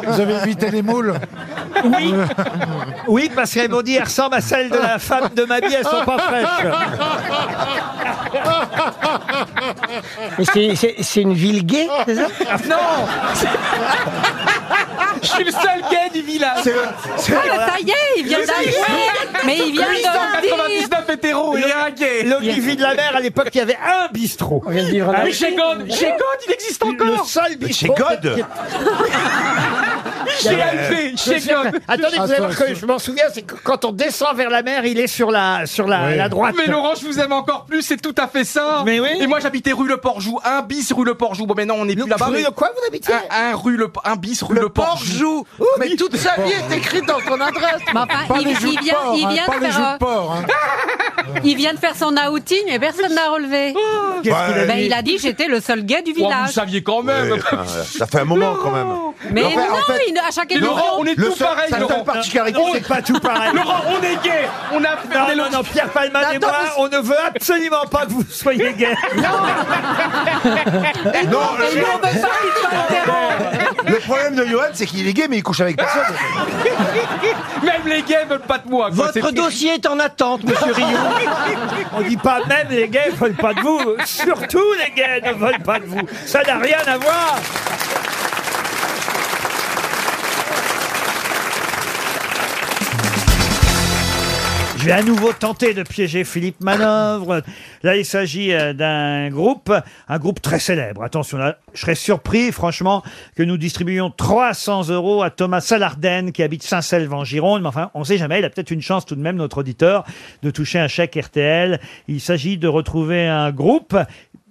S5: Vous avez évité les moules
S1: Oui. Oui, parce qu'elle m'a dit, elle ressemble à celle de la femme de ma vie, elles sont pas fraîches.
S3: C'est une ville gay, c'est ça
S22: Non Je suis le seul gay du village.
S3: c'est- Ah, bah, ça y est, il vient
S22: Mais
S3: d'avouer.
S22: oui.
S3: Mais il vient de le dire.
S22: 899 hétéros, il est un gay.
S1: L'Ogivie de la mer, à l'époque, il y avait un bistrot.
S22: Ah, mais chez God, chez God, il existe encore.
S1: Le seul bistrot.
S22: Chez God Chez Alphée, chez God.
S1: Attendez, vous allez voir que je m'en souviens, c'est que quand on descend vers la mer, il est sur la, sur la, la droite.
S22: Mais Laurent, je vous aime encore plus, c'est tout à fait ça. Mais oui. Et moi, j'habitais rue Le Porjou, un bis rue Le Porjou. Bon, maintenant, on n'est plus là-bas.
S4: rue
S22: mais-
S4: de quoi vous habitiez
S22: un, un rue Le, un bis rue Le, Porjou. Oh,
S4: Mais toute sa vie est écrite dans ton adresse.
S23: Mais enfin, Pas il- les il joues de vient- porc, il hein, vient
S22: Ah,
S23: pas de les faire, joues de euh,
S5: porc.
S23: Il vient de faire son outing et personne n'a relevé.
S2: Oh, Qu'est-ce qu'il a
S23: Ben,
S2: dit
S23: il a dit j'étais le seul gay du
S2: Oh,
S23: village.
S2: vous saviez quand même. ça fait un moment quand même.
S23: Mais
S2: En fait- en
S23: non,
S2: fait-
S23: il- à chaque
S2: Mais
S23: émission.
S2: Laurent, on est
S1: Le
S2: tous
S1: seul-
S2: pareils,
S1: sa
S2: Laurent.
S1: seule particularité,
S2: On-
S1: c'est pas tout pareil.
S2: Laurent,
S22: on est gay. On a fait
S1: non, non, non, Pierre Palman et moi, on ne veut absolument pas que vous soyez gay.
S2: Non,
S1: Ah,
S2: le-
S22: Le
S2: problème de Johan, c'est qu'il est gay, mais il couche avec personne.
S22: Même les gays veulent pas de moi. quoi,
S3: Votre
S22: c'est-
S3: dossier est en attente, monsieur Rio.
S1: On dit pas même les gays veulent pas de vous. Surtout les gays ne veulent pas de vous. Ça n'a rien à voir. Je vais à nouveau tenter de piéger Philippe Manœuvre. Là, il s'agit euh, d'un groupe, un groupe très célèbre. Attention, là, je serais surpris, franchement, que nous distribuions 300 euros à Thomas Salarden, qui habite Saint-Selve en Gironde. Mais enfin, on sait jamais, il a peut-être une chance tout de même, notre auditeur, de toucher un chèque RTL. Il s'agit de retrouver un groupe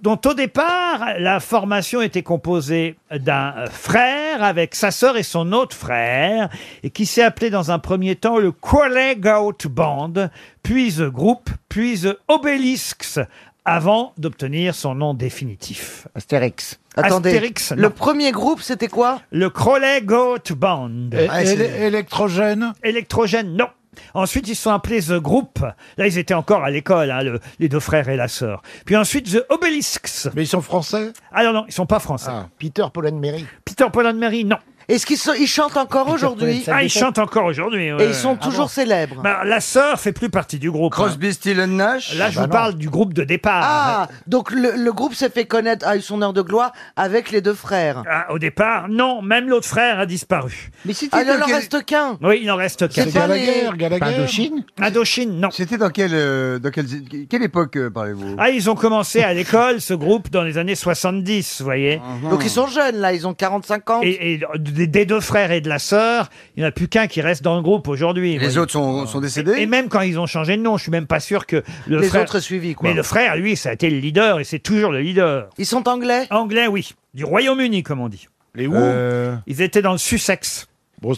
S1: dont au départ, la formation était composée d'un euh, frère avec sa sœur et son autre frère, et qui s'est appelé dans un premier temps le Colleg Out Band, puis The Group, puis The Obélisks, avant d'obtenir son nom définitif. Astérix.
S4: Attendez,
S1: Astérix,
S4: le
S1: non.
S4: premier groupe, c'était quoi
S1: Le Crowley Goat Band.
S4: É- Ouais, Ah, c'est- é-
S1: électrogène Électrogène, non. Ensuite, ils sont appelés The Group. Là, ils étaient encore à l'école, hein, le- les deux frères et la sœur. Puis ensuite, The Obelisks. Mais ils sont français Ah non, non, ils sont pas français.
S4: Ah.
S1: Peter Polanmeri Peter Polanmeri, non.
S4: Est-ce qu'ils sont- ils chantent encore aujourd'hui
S1: Ah, ils chantent encore aujourd'hui. ouais. Ah
S4: Et ils sont toujours célèbres.
S1: Bah, la sœur fait plus partie du groupe. Crosby, Still Nash Là,
S19: Ah, bah
S1: je vous parle du groupe de départ.
S4: Ah, donc le, le groupe s'est fait connaître à son heure de gloire avec les deux frères.
S1: Ah, au départ, non, même l'autre frère a disparu. Mais
S4: Ah, il en quel- reste qu'un.
S1: Oui, il en reste qu'un.
S4: C'est pas Gallagher, les- Gallagher. Pas Indochine
S1: Indochine, non.
S20: C'était dans quelle, euh, dans quelle, quelle époque, euh, parlez-vous
S1: Ah, ils ont commencé à l'école, ce groupe, dans les années 70, vous voyez.
S4: Uh-huh. Donc ils sont jeunes là, ils ont 45 ans.
S1: Et, et des, des deux frères et de la sœur, il n'y en a plus qu'un qui reste dans le groupe aujourd'hui. vous voyez.
S20: autres sont- sont décédés
S1: et, et même quand ils ont changé de nom, je suis même pas sûr que le
S4: Les
S1: frère...
S4: autres suivis, quoi.
S1: Mais le frère, lui, ça a été le leader, et c'est toujours le leader.
S4: Ils sont anglais
S1: Anglais, oui. Du Royaume-Uni, comme on dit. Les où Ils étaient dans le Sussex.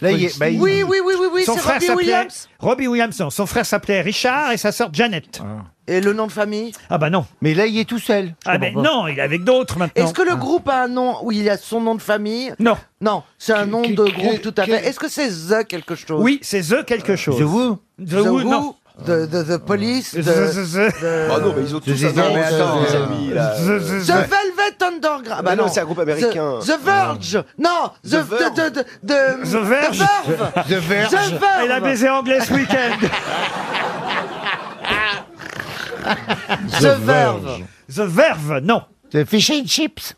S2: Là, il est- bah, il-
S4: Oui, oui, oui, oui, oui,
S1: Son
S4: c'est
S1: frère
S4: Robbie
S1: s'appelait-
S4: Williams.
S1: Robbie Williams, non. Son frère s'appelait Richard et sa sœur Janet.
S4: Et le nom de famille
S1: Ah bah non.
S20: Mais là, il est tout seul.
S1: Ah mais non, il est avec d'autres maintenant.
S4: Est-ce que le groupe a un nom où il a son nom de famille
S1: Ah. Non.
S4: Non, c'est un nom
S1: qui-
S4: de
S1: qui-
S4: groupe tout à
S1: qui-
S4: fait. Est-ce que c'est The quelque chose
S1: Ah. Oui, c'est The quelque chose.
S20: The Who
S1: The,
S4: The
S1: Who,
S4: Who,
S1: non.
S4: The, the, the Police
S1: The-
S4: The,
S1: The-
S20: Ah non, mais ils ont tous un nom, euh, les amis, là.
S4: The,
S20: The-
S4: The Velvet Underground. Bah
S20: Mais non,
S4: non,
S20: c'est un groupe américain. Ah,
S4: The, The Verge. Non, The, the, the, the, the,
S1: The Verge.
S4: Verve.
S1: The Verge.
S4: The Verve.
S1: Elle a baisé anglais ce week-end.
S4: The The Verve. Verge.
S1: The Verve, non.
S20: The Fish and Chips.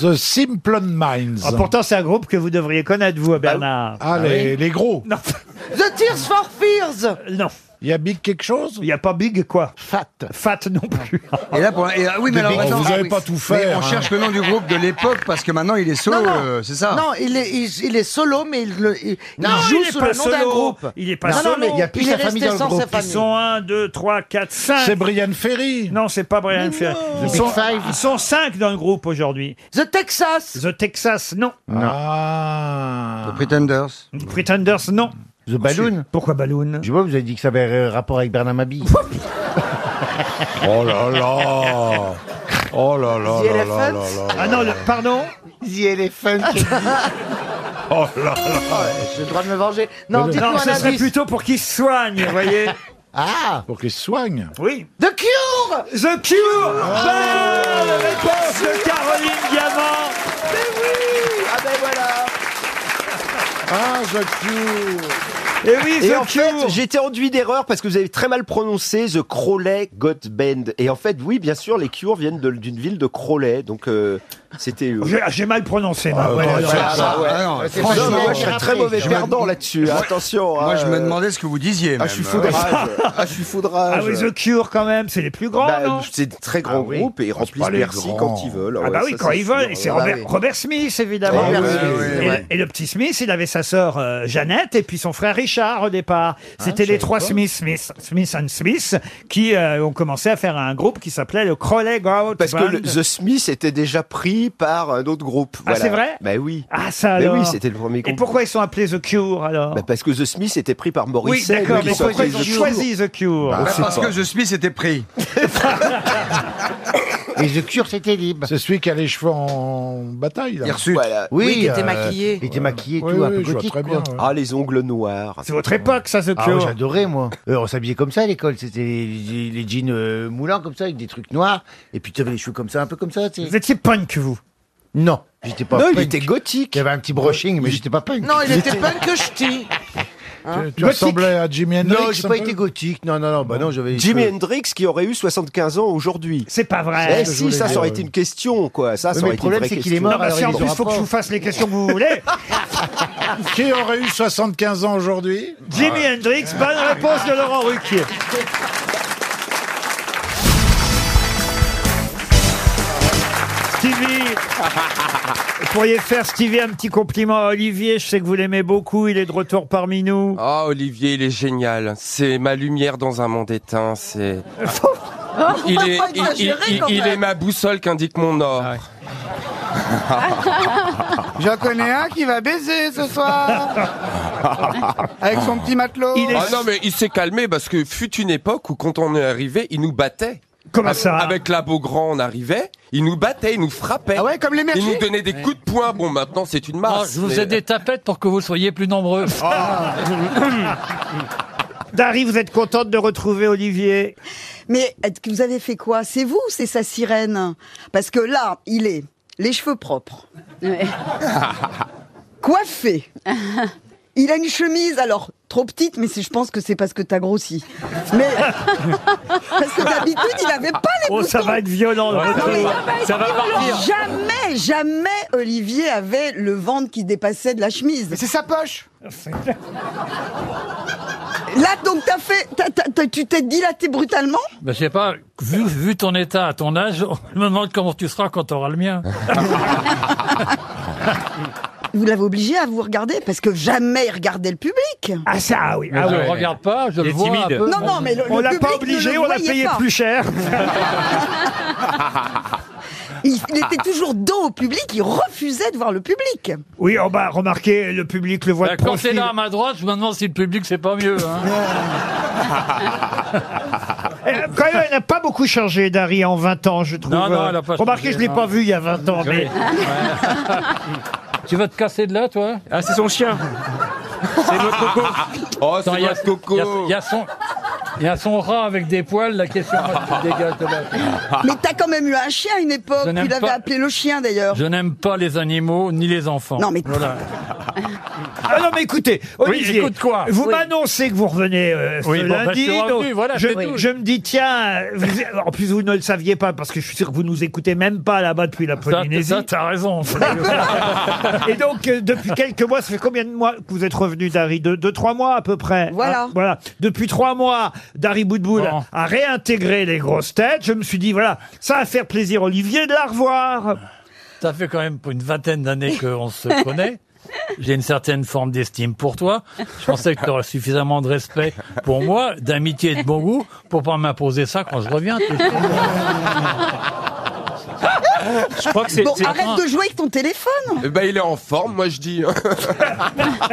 S1: The Simple Ah, Minds. pourtant, c'est un groupe que vous devriez connaître, vous, Bernard.
S20: Ah, les-
S1: Ah, gros.
S4: The Tears for Fears
S1: Non. Il y a big quelque chose Il n'y a pas big quoi Fat. Fat non plus.
S19: Et là, pour- et, ah oui, mais alors, attends, ah oui. Mais
S1: hein.
S19: on cherche le nom du groupe de l'époque parce que maintenant il est solo, euh, c'est ça
S4: Non, il est, il, il est solo, mais il, le- il- il
S1: Non,
S4: joue
S1: il est
S4: sous
S1: pas
S4: le nom d'un
S1: solo.
S4: groupe.
S1: Il est pas
S4: non,
S1: solo.
S4: Non, mais il est resté sans sa
S1: Ils
S4: famille.
S1: sont 1, 2, 3, 4, 5.
S24: C'est
S1: Brian Ferry. Non, c'est pas Brian Ferry.
S24: The
S1: Ils
S24: Big
S1: sont,
S24: Five.
S1: ils sont 5 dans le groupe aujourd'hui.
S4: The Texas.
S1: The Texas, non.
S19: The Pretenders.
S1: Pretenders, non.
S20: Ah. The Balloon
S1: Pourquoi Balloon
S20: Je vois, vous avez dit que ça avait euh, rapport avec Bernard Mabille.
S19: Oh là là
S20: Oh là là
S19: là là là là
S1: Ah non, le- pardon
S4: The Elephant.
S19: Oh là
S2: Ah
S4: J'ai le droit de me venger. Non, dites-moi un
S1: ce serait
S4: indice.
S1: plutôt pour qu'ils se soignent, vous voyez.
S4: Ah
S1: Pour qu'ils se soignent Oui.
S4: The Cure
S1: The Cure Bonne réponse de Caroline Diamant
S25: Mais oui Ah ben voilà
S2: Ah, The Cure
S1: Et oui,
S2: en fait, j'étais enduit d'erreur parce que vous avez très mal prononcé The Crowley Got Band. Et en fait, oui, bien sûr, les Cures viennent de- d'une ville de Crowley, donc euh, c'était... euh,
S1: J'ai- J'ai mal prononcé. ma- ouais, ouais,
S2: Ah,
S1: ouais.
S2: bah ouais.
S19: Ah, non, c'est
S2: Franchement,
S19: pas
S2: moi,
S19: grave.
S2: je suis un très mauvais
S19: Je me-
S2: perdant là-dessus.
S19: Moi-
S2: Attention.
S19: moi,
S1: hein.
S19: je me
S2: demandais
S19: ce que vous disiez.
S2: Ah,
S19: même.
S2: je suis fou de rage. Ah, je suis fou de
S1: Ah
S2: rage.
S1: oui, The Cure quand même, c'est les plus grands.
S2: Bah,
S1: non Ah
S2: c'est des très grands groupes et ils remplissent
S1: pas Bah, les
S2: Bercy
S1: grands.
S2: quand ils veulent.
S1: Ah bah
S2: Ouais,
S1: oui,
S2: ça,
S1: quand
S2: c'est
S1: ils veulent.
S2: sûr.
S1: Et c'est
S2: Ah bah
S1: Robert,
S2: oui.
S1: Robert Smith, évidemment.
S2: Robert
S1: Et-
S2: Smith,
S1: et,
S2: oui, ouais.
S1: et le petit Smith, il avait sa sœur euh, Jeannette et puis son frère Richard au départ.
S2: Ah,
S1: C'était les trois Smith, Smith, Smith and Smith, qui euh, ont commencé à faire un groupe qui s'appelait le Crowley Grout
S2: Parce que
S1: Band.
S2: le- The Smith était déjà pris par un autre groupe.
S1: Ah,
S2: Voilà.
S1: c'est vrai
S2: Bah oui.
S1: Ah, ça
S2: Bah
S1: alors.
S2: oui, c'était le premier
S1: Et
S2: groupe.
S1: pourquoi ils sont appelés The Cure alors
S2: Bah, Parce que The Smith était pris par
S1: Oui,
S2: Morrissey.
S1: d'accord,
S2: donc
S1: mais
S2: sont
S1: pourquoi ils ont
S2: appelés The
S1: choisi The Cure
S19: Bah,
S2: Aussi
S19: parce
S2: pas.
S19: que The Smith était pris.
S20: Et The Cure, c'était libre.
S2: C'est
S20: celui qui a les cheveux en bataille,
S19: là. Hirsute.
S20: Oui,
S19: Oui, qui était
S20: euh,
S19: maquillé.
S20: Il était maquillé,
S19: Oui,
S20: tout, un
S19: oui,
S20: peu
S19: je vois
S20: gothique,
S19: très
S20: quoi.
S19: bien,
S2: Ah, les ongles noirs.
S1: C'est votre époque, ça, The
S20: Ah
S2: Cure.
S20: ouais, j'adorais, moi. Euh, on s'habillait comme ça à l'école. C'était les, les- les jeans euh, moulants, comme ça, avec des trucs noirs. Et puis, tu avais les cheveux comme ça, un peu comme ça.
S1: Vous étiez punk, vous
S20: Non, j'étais pas
S2: Non,
S20: punk.
S2: il était gothique.
S20: Il y avait un petit brushing, mais j'étais pas punk.
S4: Non, il était punk Hein que je dis.
S20: Tu- tu Gothique. ressemblais à Jimi Hendrix, Non, j'ai un pas peu été gothique. Non, non, non, bah non, j'avais.
S2: Jimi Hendrix qui aurait eu 75 ans aujourd'hui.
S1: C'est pas
S2: Eh si, ça, ça aurait été une question, quoi. Ça, ça
S20: Oui, mais
S2: aurait été
S20: le
S2: une
S20: problème,
S2: vraie
S20: c'est qu'il
S2: question.
S20: est mort.
S1: Non, bah,
S20: alors
S1: si, en
S20: ils ont
S1: plus, faut que je
S20: rapport.
S1: vous fasse les questions que vous voulez.
S24: Qui aurait eu 75 ans aujourd'hui
S1: Jimi Hendrix, bonne réponse de Laurent Ruquier. Stevie, vous pourriez faire, Stevie, un petit compliment à Olivier. Je sais que vous l'aimez beaucoup. Il est de retour parmi nous.
S7: Ah, Olivier, il est génial. C'est ma lumière dans un monde éteint. C'est. Il est, il, il- il- il est ma boussole qu'indique mon nord.
S1: Ah
S14: Ah, J'en connais un qui va baiser ce soir. Avec son petit matelot. Il est-
S7: Ah non, mais il s'est calmé parce que fut une époque où quand on est arrivé, il nous battait.
S1: Comment ça
S7: Avec la Beaugrand, on arrivait, il nous battait, il nous frappait. Ah ouais, comme les Il nous donnait des coups de poing. Bon, maintenant, c'est une masse.
S26: je vous
S7: mais-
S26: ai des tapettes pour que vous soyez plus nombreux.
S1: Dari, vous êtes contente de retrouver Olivier
S27: Mais euh, vous avez fait quoi C'est vous ou c'est sa sirène Parce que là, il est les cheveux propres, coiffé. Il a une chemise, alors trop petite, mais c'est- je pense que c'est parce que t'as grossi. Mais parce que d'habitude, il n'avait pas les
S1: Oh,
S27: boutons.
S1: ça va être violent. le
S27: Ah non,
S1: retour.
S27: mais Jamais, jamais Olivier avait le ventre qui dépassait de la chemise. c'est sa poche. Là, donc, t'as fait, t'as- t'as- t'as- tu t'es dilaté brutalement
S26: Ben, je sais pas, vu, vu ton état à ton âge, je me demande comment tu seras quand tu auras le mien.
S27: Ah Vous l'avez obligé à vous regarder parce que jamais il regardait le public.
S1: Ah ça, oui.
S26: Mais je le regarde pas, je le vois un peu.
S27: Non, non, mais le,
S1: On
S27: le
S1: l'a pas
S27: public ne
S1: obligé,
S27: le
S1: on l'a
S27: voyait
S1: payé
S27: pas.
S1: plus cher.
S27: Il, il était toujours dos au public, il refusait de voir le public.
S1: Oui, on va remarquer, le public le voit
S26: Ben,
S1: de
S26: quand c'est
S1: profil.
S26: là à ma droite, je me demande si le public c'est pas mieux. hein.
S1: Eh, Quand même, elle n'a pas beaucoup changé, Dari, en 20 ans, je trouve.
S26: Non, non, elle a pas
S1: Remarquez,
S26: changé,
S1: je ne l'ai
S26: non.
S1: pas vu il y a 20 ans. Mais...
S26: tu vas te casser de là, toi Ah, c'est son chien. C'est
S7: notre coco. Oh, c'est
S26: il y a-
S7: notre coco.
S26: il y a- Il y a son. Il y a son rat avec des poils, la question qui dégage de là.
S27: Mais t'as quand même eu un chien à une époque,
S26: Ah. Je n'aime
S27: tu l'avais
S26: pas-
S27: appelé le chien d'ailleurs.
S26: Je n'aime pas les animaux ni les enfants.
S27: Non, mais-
S26: Voilà.
S1: Ah non, mais écoutez,
S26: Oui,
S1: Olivier,
S26: écoute quoi
S1: vous
S26: Oui.
S1: m'annoncez que vous revenez euh, ce
S26: Oui, bon, bah,
S1: lundi.
S26: je suis revenu,
S1: donc
S26: voilà,
S1: je,
S26: c'est tout.
S1: je me dis, tiens, euh, vous- en plus vous ne le saviez pas, parce que je suis sûr que vous nous écoutez même pas là-bas depuis la Polynésie.
S26: ça, t'as raison.
S1: Et donc, euh, depuis quelques mois, ça fait combien de mois que vous êtes revenu, Dari deux, deux, trois mois à peu près.
S26: Voilà.
S1: hein, voilà. Depuis trois mois, Dari Boudboul
S26: Bon.
S1: a réintégré les grosses têtes. Je me suis dit, voilà, ça va faire plaisir Olivier de la revoir.
S26: Ça fait quand même pour une vingtaine d'années qu'on se connaît. J'ai une certaine forme d'estime pour toi. Je pensais que tu aurais suffisamment de respect pour moi, d'amitié et de bon goût pour pas m'imposer ça quand je reviens. Je crois que c'est-
S27: Bon,
S26: c'est-
S27: arrête de jouer avec ton téléphone.
S7: Eh ben, il est en forme, moi je dis. hein.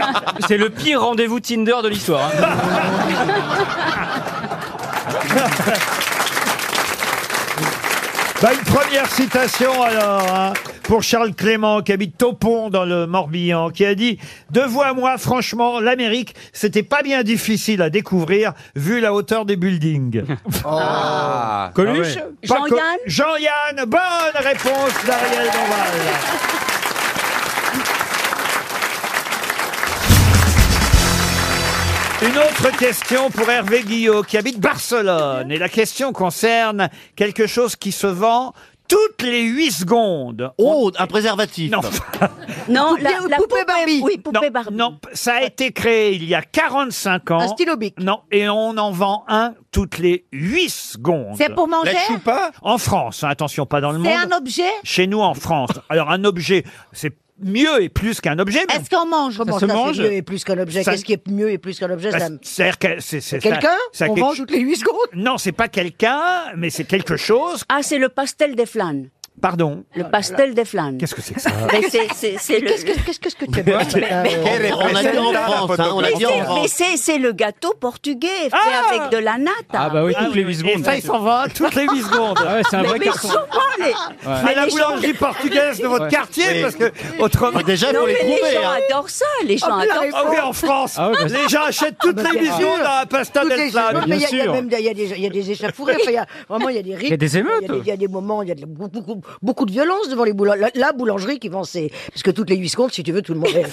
S16: C'est le pire rendez-vous Tinder de l'histoire.
S1: Bah, une première citation alors hein, pour Charles Clément qui habite Topon dans le Morbihan qui a dit Devant à moi franchement l'Amérique c'était pas bien difficile à découvrir vu la hauteur des buildings.
S3: Ah.
S1: Coluche
S3: Ah ouais.
S1: Pas Co-
S3: Jean-Yann
S1: Jean-Yann bonne réponse d'Ariel Dombal. Une autre question pour Hervé Guillot qui habite Barcelone. Et la question concerne quelque chose qui se vend toutes les 8 secondes. Oh, un préservatif. Non.
S12: Non, la, la poupée Barbie. Oui,
S1: Non,
S12: poupée Barbie.
S1: non, ça a été créé il y a 45 ans.
S12: Un stylo bic.
S1: Non, et on en vend un toutes les 8 secondes.
S12: C'est pour manger La
S1: choupa En France, hein, attention, pas dans le monde.
S12: C'est un objet
S1: Chez nous, en France. Alors, un objet, c'est mieux et plus qu'un objet. mais-
S12: Est-ce qu'on mange
S1: Comment Ça se ça, c'est mange mieux et
S12: plus qu'un objet
S1: Ça- Qu'est-ce qui
S12: est mieux et plus qu'un objet
S1: Bah, C'est-à-dire que c'est- c'est-
S12: Quelqu'un
S1: ça- ça
S12: On
S1: quelque-
S12: vend toutes les 8 secondes
S1: Non, c'est pas quelqu'un, mais c'est quelque chose.
S12: Ah, c'est le pastel des flanes.
S1: Pardon.
S12: Le pastel des flanes.
S1: Qu'est-ce que c'est que ça
S12: Mais c'est- c'est- c'est le-
S15: Qu'est-ce que-
S12: qu'est-ce que,
S15: tu veux
S12: Mais-
S15: On a dit en
S12: Mais-
S15: France, hein, on a
S12: mais
S15: dit en
S12: c'est-
S15: France.
S12: Mais c'est- c'est le gâteau portugais fait avec de la nata.
S16: Ah bah oui, toutes les 8 secondes.
S1: Et ça, ils s'en vendent toutes les 8 secondes.
S16: Ah ouais, c'est un
S12: mais,
S16: vrai
S12: mais
S16: carton.
S12: souvent les.
S1: Mais
S12: mais
S1: la
S12: les gens-
S1: boulangerie portugaise de votre
S12: Ouais.
S1: quartier,
S12: Oui.
S1: parce que autrement.
S12: non, mais Les gens adorent ça. Les gens
S1: Ah,
S12: adorent
S1: oui,
S12: ça.
S1: en France,
S12: Ah ouais,
S1: les gens achètent toutes
S12: Ah bah,
S1: les
S12: bien
S1: visions
S12: sûr.
S1: là, pasta
S12: Toutes les
S1: del Sable.
S12: visions, mais il y a- il y a Bien sûr. même
S15: Il y a des, il y a des échauffourées, enfin, il y a- vraiment, il y a des rythmes. Il y a des émeutes. Il y a des, il y a des moments, il y a de la- beaucoup, beaucoup, beaucoup de violence devant les boulangeries. La, la boulangerie qui vend ses. Parce que toutes les 8 secondes, si tu veux, tout le monde est,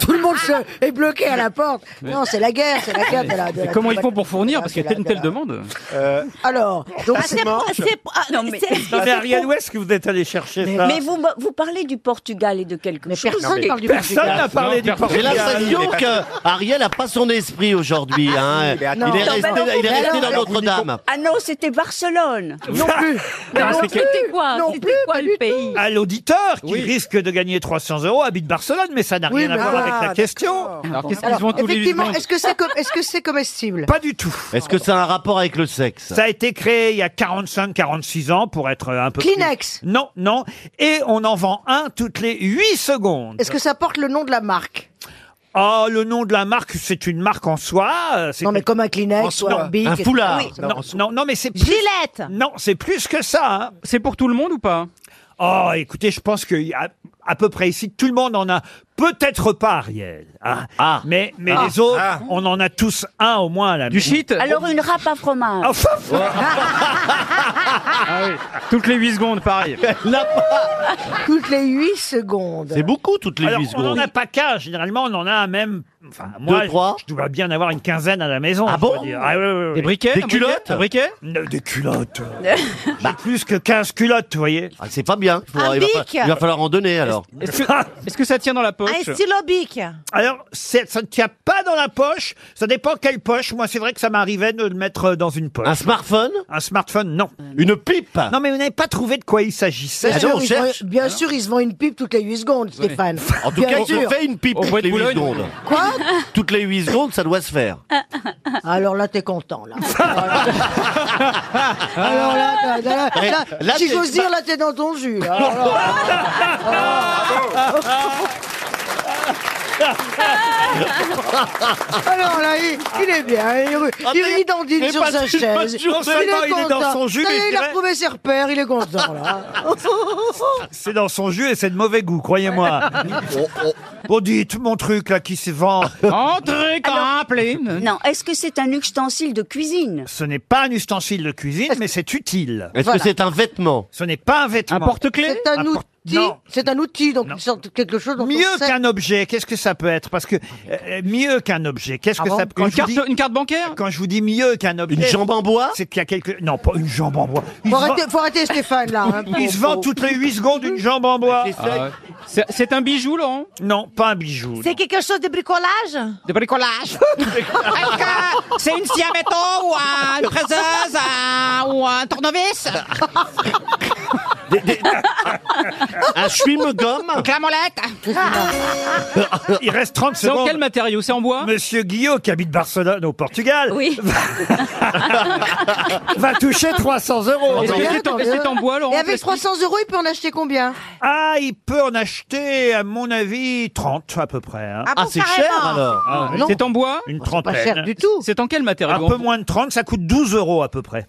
S15: tout le monde se- est bloqué à la porte. Non, c'est la guerre, c'est la guerre de la. de
S16: Et
S15: la-
S16: comment
S15: de
S16: ils
S15: la-
S16: font pour fournir Parce qu'il y a
S15: de la-
S16: une
S15: de
S16: telle
S15: la-
S16: demande.
S17: Euh,
S15: Alors, donc
S12: Ah, c'est- c'est- ah,
S15: Non, mais-
S12: c'est-
S1: Non, mais
S12: c'est
S1: Ariel,
S12: pour-
S1: où est-ce que vous êtes allé chercher ça
S12: Mais vous, vous parlez du Portugal et de quelque chose.
S1: personne Non, mais parle du personne Portugal. n'a parlé du
S15: Portugal.
S12: J'ai l'impression
S15: Mais
S12: que-
S15: parce-
S12: Ariel
S15: a pas son esprit aujourd'hui.
S20: Ah,
S15: hein. Il
S12: Non.
S15: est
S12: Non,
S15: resté,
S12: bah non,
S15: il est
S12: mais
S15: resté
S12: alors-
S15: dans Notre-Dame.
S12: Ah non, c'était Barcelone. Non plus. Mais
S1: Ah,
S12: non
S1: c'est
S12: plus.
S1: quel-
S12: C'était quoi C'était quoi le pays
S1: À l'auditeur qui risque de gagner 300 euros habite Barcelone, mais ça n'a
S4: Oui,
S1: rien à
S4: mais
S1: voir
S4: voilà,
S1: avec la
S4: d'accord.
S1: question.
S4: Alors, effectivement, est-ce que c'est com- est-ce que c'est comestible
S1: Pas du tout.
S13: Est-ce que ça a un rapport avec le sexe
S1: Ça a été créé il y a 45-46 ans pour être un peu. plus-
S4: Kleenex.
S1: Non, non. Et on en vend un toutes les 8 secondes.
S4: Est-ce que ça porte le nom de la marque
S1: Ah, le nom de la marque, c'est une marque en soi. euh, c'est-
S15: Non, mais comme un Kleenex
S1: soi.
S15: ou un Bic.
S1: Non.
S15: etc. Oui.
S1: Non, non, non, mais c'est plus... Gillette. Non, c'est plus que ça. C'est pour tout le monde ou pas Oh, écoutez, je pense qu'il y a à peu près ici, tout le monde en a peut-être pas, Ariel. hein. Mais, mais
S12: Ah.
S1: les autres,
S12: Ah.
S1: on en a tous un au moins à la Du shit
S12: Alors une râpe à fromage.
S1: Ah, fouf Ah
S16: Toutes les 8 secondes, pareil.
S15: Toutes les 8 secondes.
S1: beaucoup toutes
S15: les
S1: Alors,
S15: huit
S1: On n'en a
S15: secondes.
S1: pas qu'un, généralement on en a même. Enfin, moi,
S15: Deux, trois.
S1: je dois bien avoir une quinzaine à la maison. Ah
S15: bon
S1: Des
S16: briquets, Des un briquet, culottes un briquet
S1: Non, Des culottes. J'ai plus que 15 culottes, vous voyez.
S13: Bah. Ah, c'est pas bien. Il,
S1: Un
S13: il, va fa-
S1: bic
S13: il va falloir en donner alors.
S16: Est-ce que, est-ce que ça tient dans la poche
S23: Ah,
S12: stylobique.
S1: Alors, c'est- ça ne tient pas dans la poche. Ça dépend quelle poche. Moi, c'est vrai que ça m'arrivait de le mettre euh, dans une poche. Un
S13: smartphone
S1: Un smartphone, non.
S13: Une pipe
S1: Non, mais vous n'avez pas trouvé de quoi il s'agissait.
S15: Bien,
S13: Bah,
S15: sûr, ils vendent- bien sûr, ils se vendent une pipe toutes les 8 secondes, Stéphane.
S13: Hein En tout
S15: Bien
S13: cas, il se
S15: sûr.
S13: fait une pipe
S16: Au bois
S13: toutes
S16: de
S13: les 8
S16: Boulogne.
S13: secondes.
S15: Quoi
S13: Toutes les 8 secondes, ça doit se faire.
S15: Alors là, t'es content, là. Alors là, t'as- t'as- là,
S13: Mais
S15: là,
S13: là,
S15: si
S13: t'es-
S15: j'ose dire, là, t'es dans ton jus. là. Alors là. Alors là, il, il est bien, il, ru-
S3: Ah,
S15: il
S3: mais-
S15: ridandine
S3: mais
S15: sur
S3: pas
S15: sa
S3: une bonne
S15: chaise.
S3: journée. Non seulement il est dans
S15: content.
S1: son jus,
S15: Ça y
S1: mais
S15: est,
S1: je
S15: il a
S1: dirais-
S15: retrouvé ses repères, il est content là.
S1: C'est dans son jus et c'est de mauvais goût, croyez-moi. Bon, dites mon truc là qui se vend.
S12: Entrez quand
S15: hein,
S12: Non, est-ce que c'est un ustensile de cuisine
S1: Ce n'est pas un ustensile de cuisine, mais c'est utile.
S13: Est-ce que c'est un vêtement
S1: Ce n'est pas un vêtement.
S13: Un porte-clés
S1: Un por- outil
S15: C'est un outil, donc une sorte de quelque chose dont
S1: Mieux
S15: on sait.
S1: qu'un objet, qu'est-ce que ça peut être Parce que euh, mieux qu'un objet, qu'est-ce
S15: Ah
S1: que
S15: bon
S1: ça peut
S15: Une carte-
S1: bancaire Quand je vous dis mieux qu'un objet.
S15: Une jambe
S1: en bois C'est qu'il y a quelque. Non, pas une jambe en bois. Il
S15: Faut
S1: se vend-
S15: arrêter, faut arrêter Stéphane, là. hein,
S1: il se
S15: pauvre.
S1: vend toutes les 8 secondes une jambe en bois.
S15: Ah ouais.
S1: C'est un bijou, Laurent Non, pas un bijou.
S8: C'est quelque chose de bricolage
S1: De bricolage
S8: Est-ce que C'est une scie à métaux ou un- une fraiseuse un- ou un tournevis
S13: Un chewing-gum
S8: Clamolette Ah,
S1: Il reste 30
S16: C'est en
S1: secondes.
S16: quel
S1: matériau C'est en bois Monsieur Guillot, qui habite Barcelone, au Portugal, va toucher 300 euros.
S15: Attends, attends, attends. Et avec 300 euros, il peut en acheter combien
S1: Ah, il peut en acheter, à mon avis, 30 à peu près. hein.
S15: Ah bon, Ah, c'est carrément. cher, alors.
S1: Ah,
S15: Non. Oh,
S1: C'est en bois Une trentaine.
S15: pas cher
S1: du tout. C'est en quel matériau Un peu moins de 30, ça coûte 12 euros à peu près.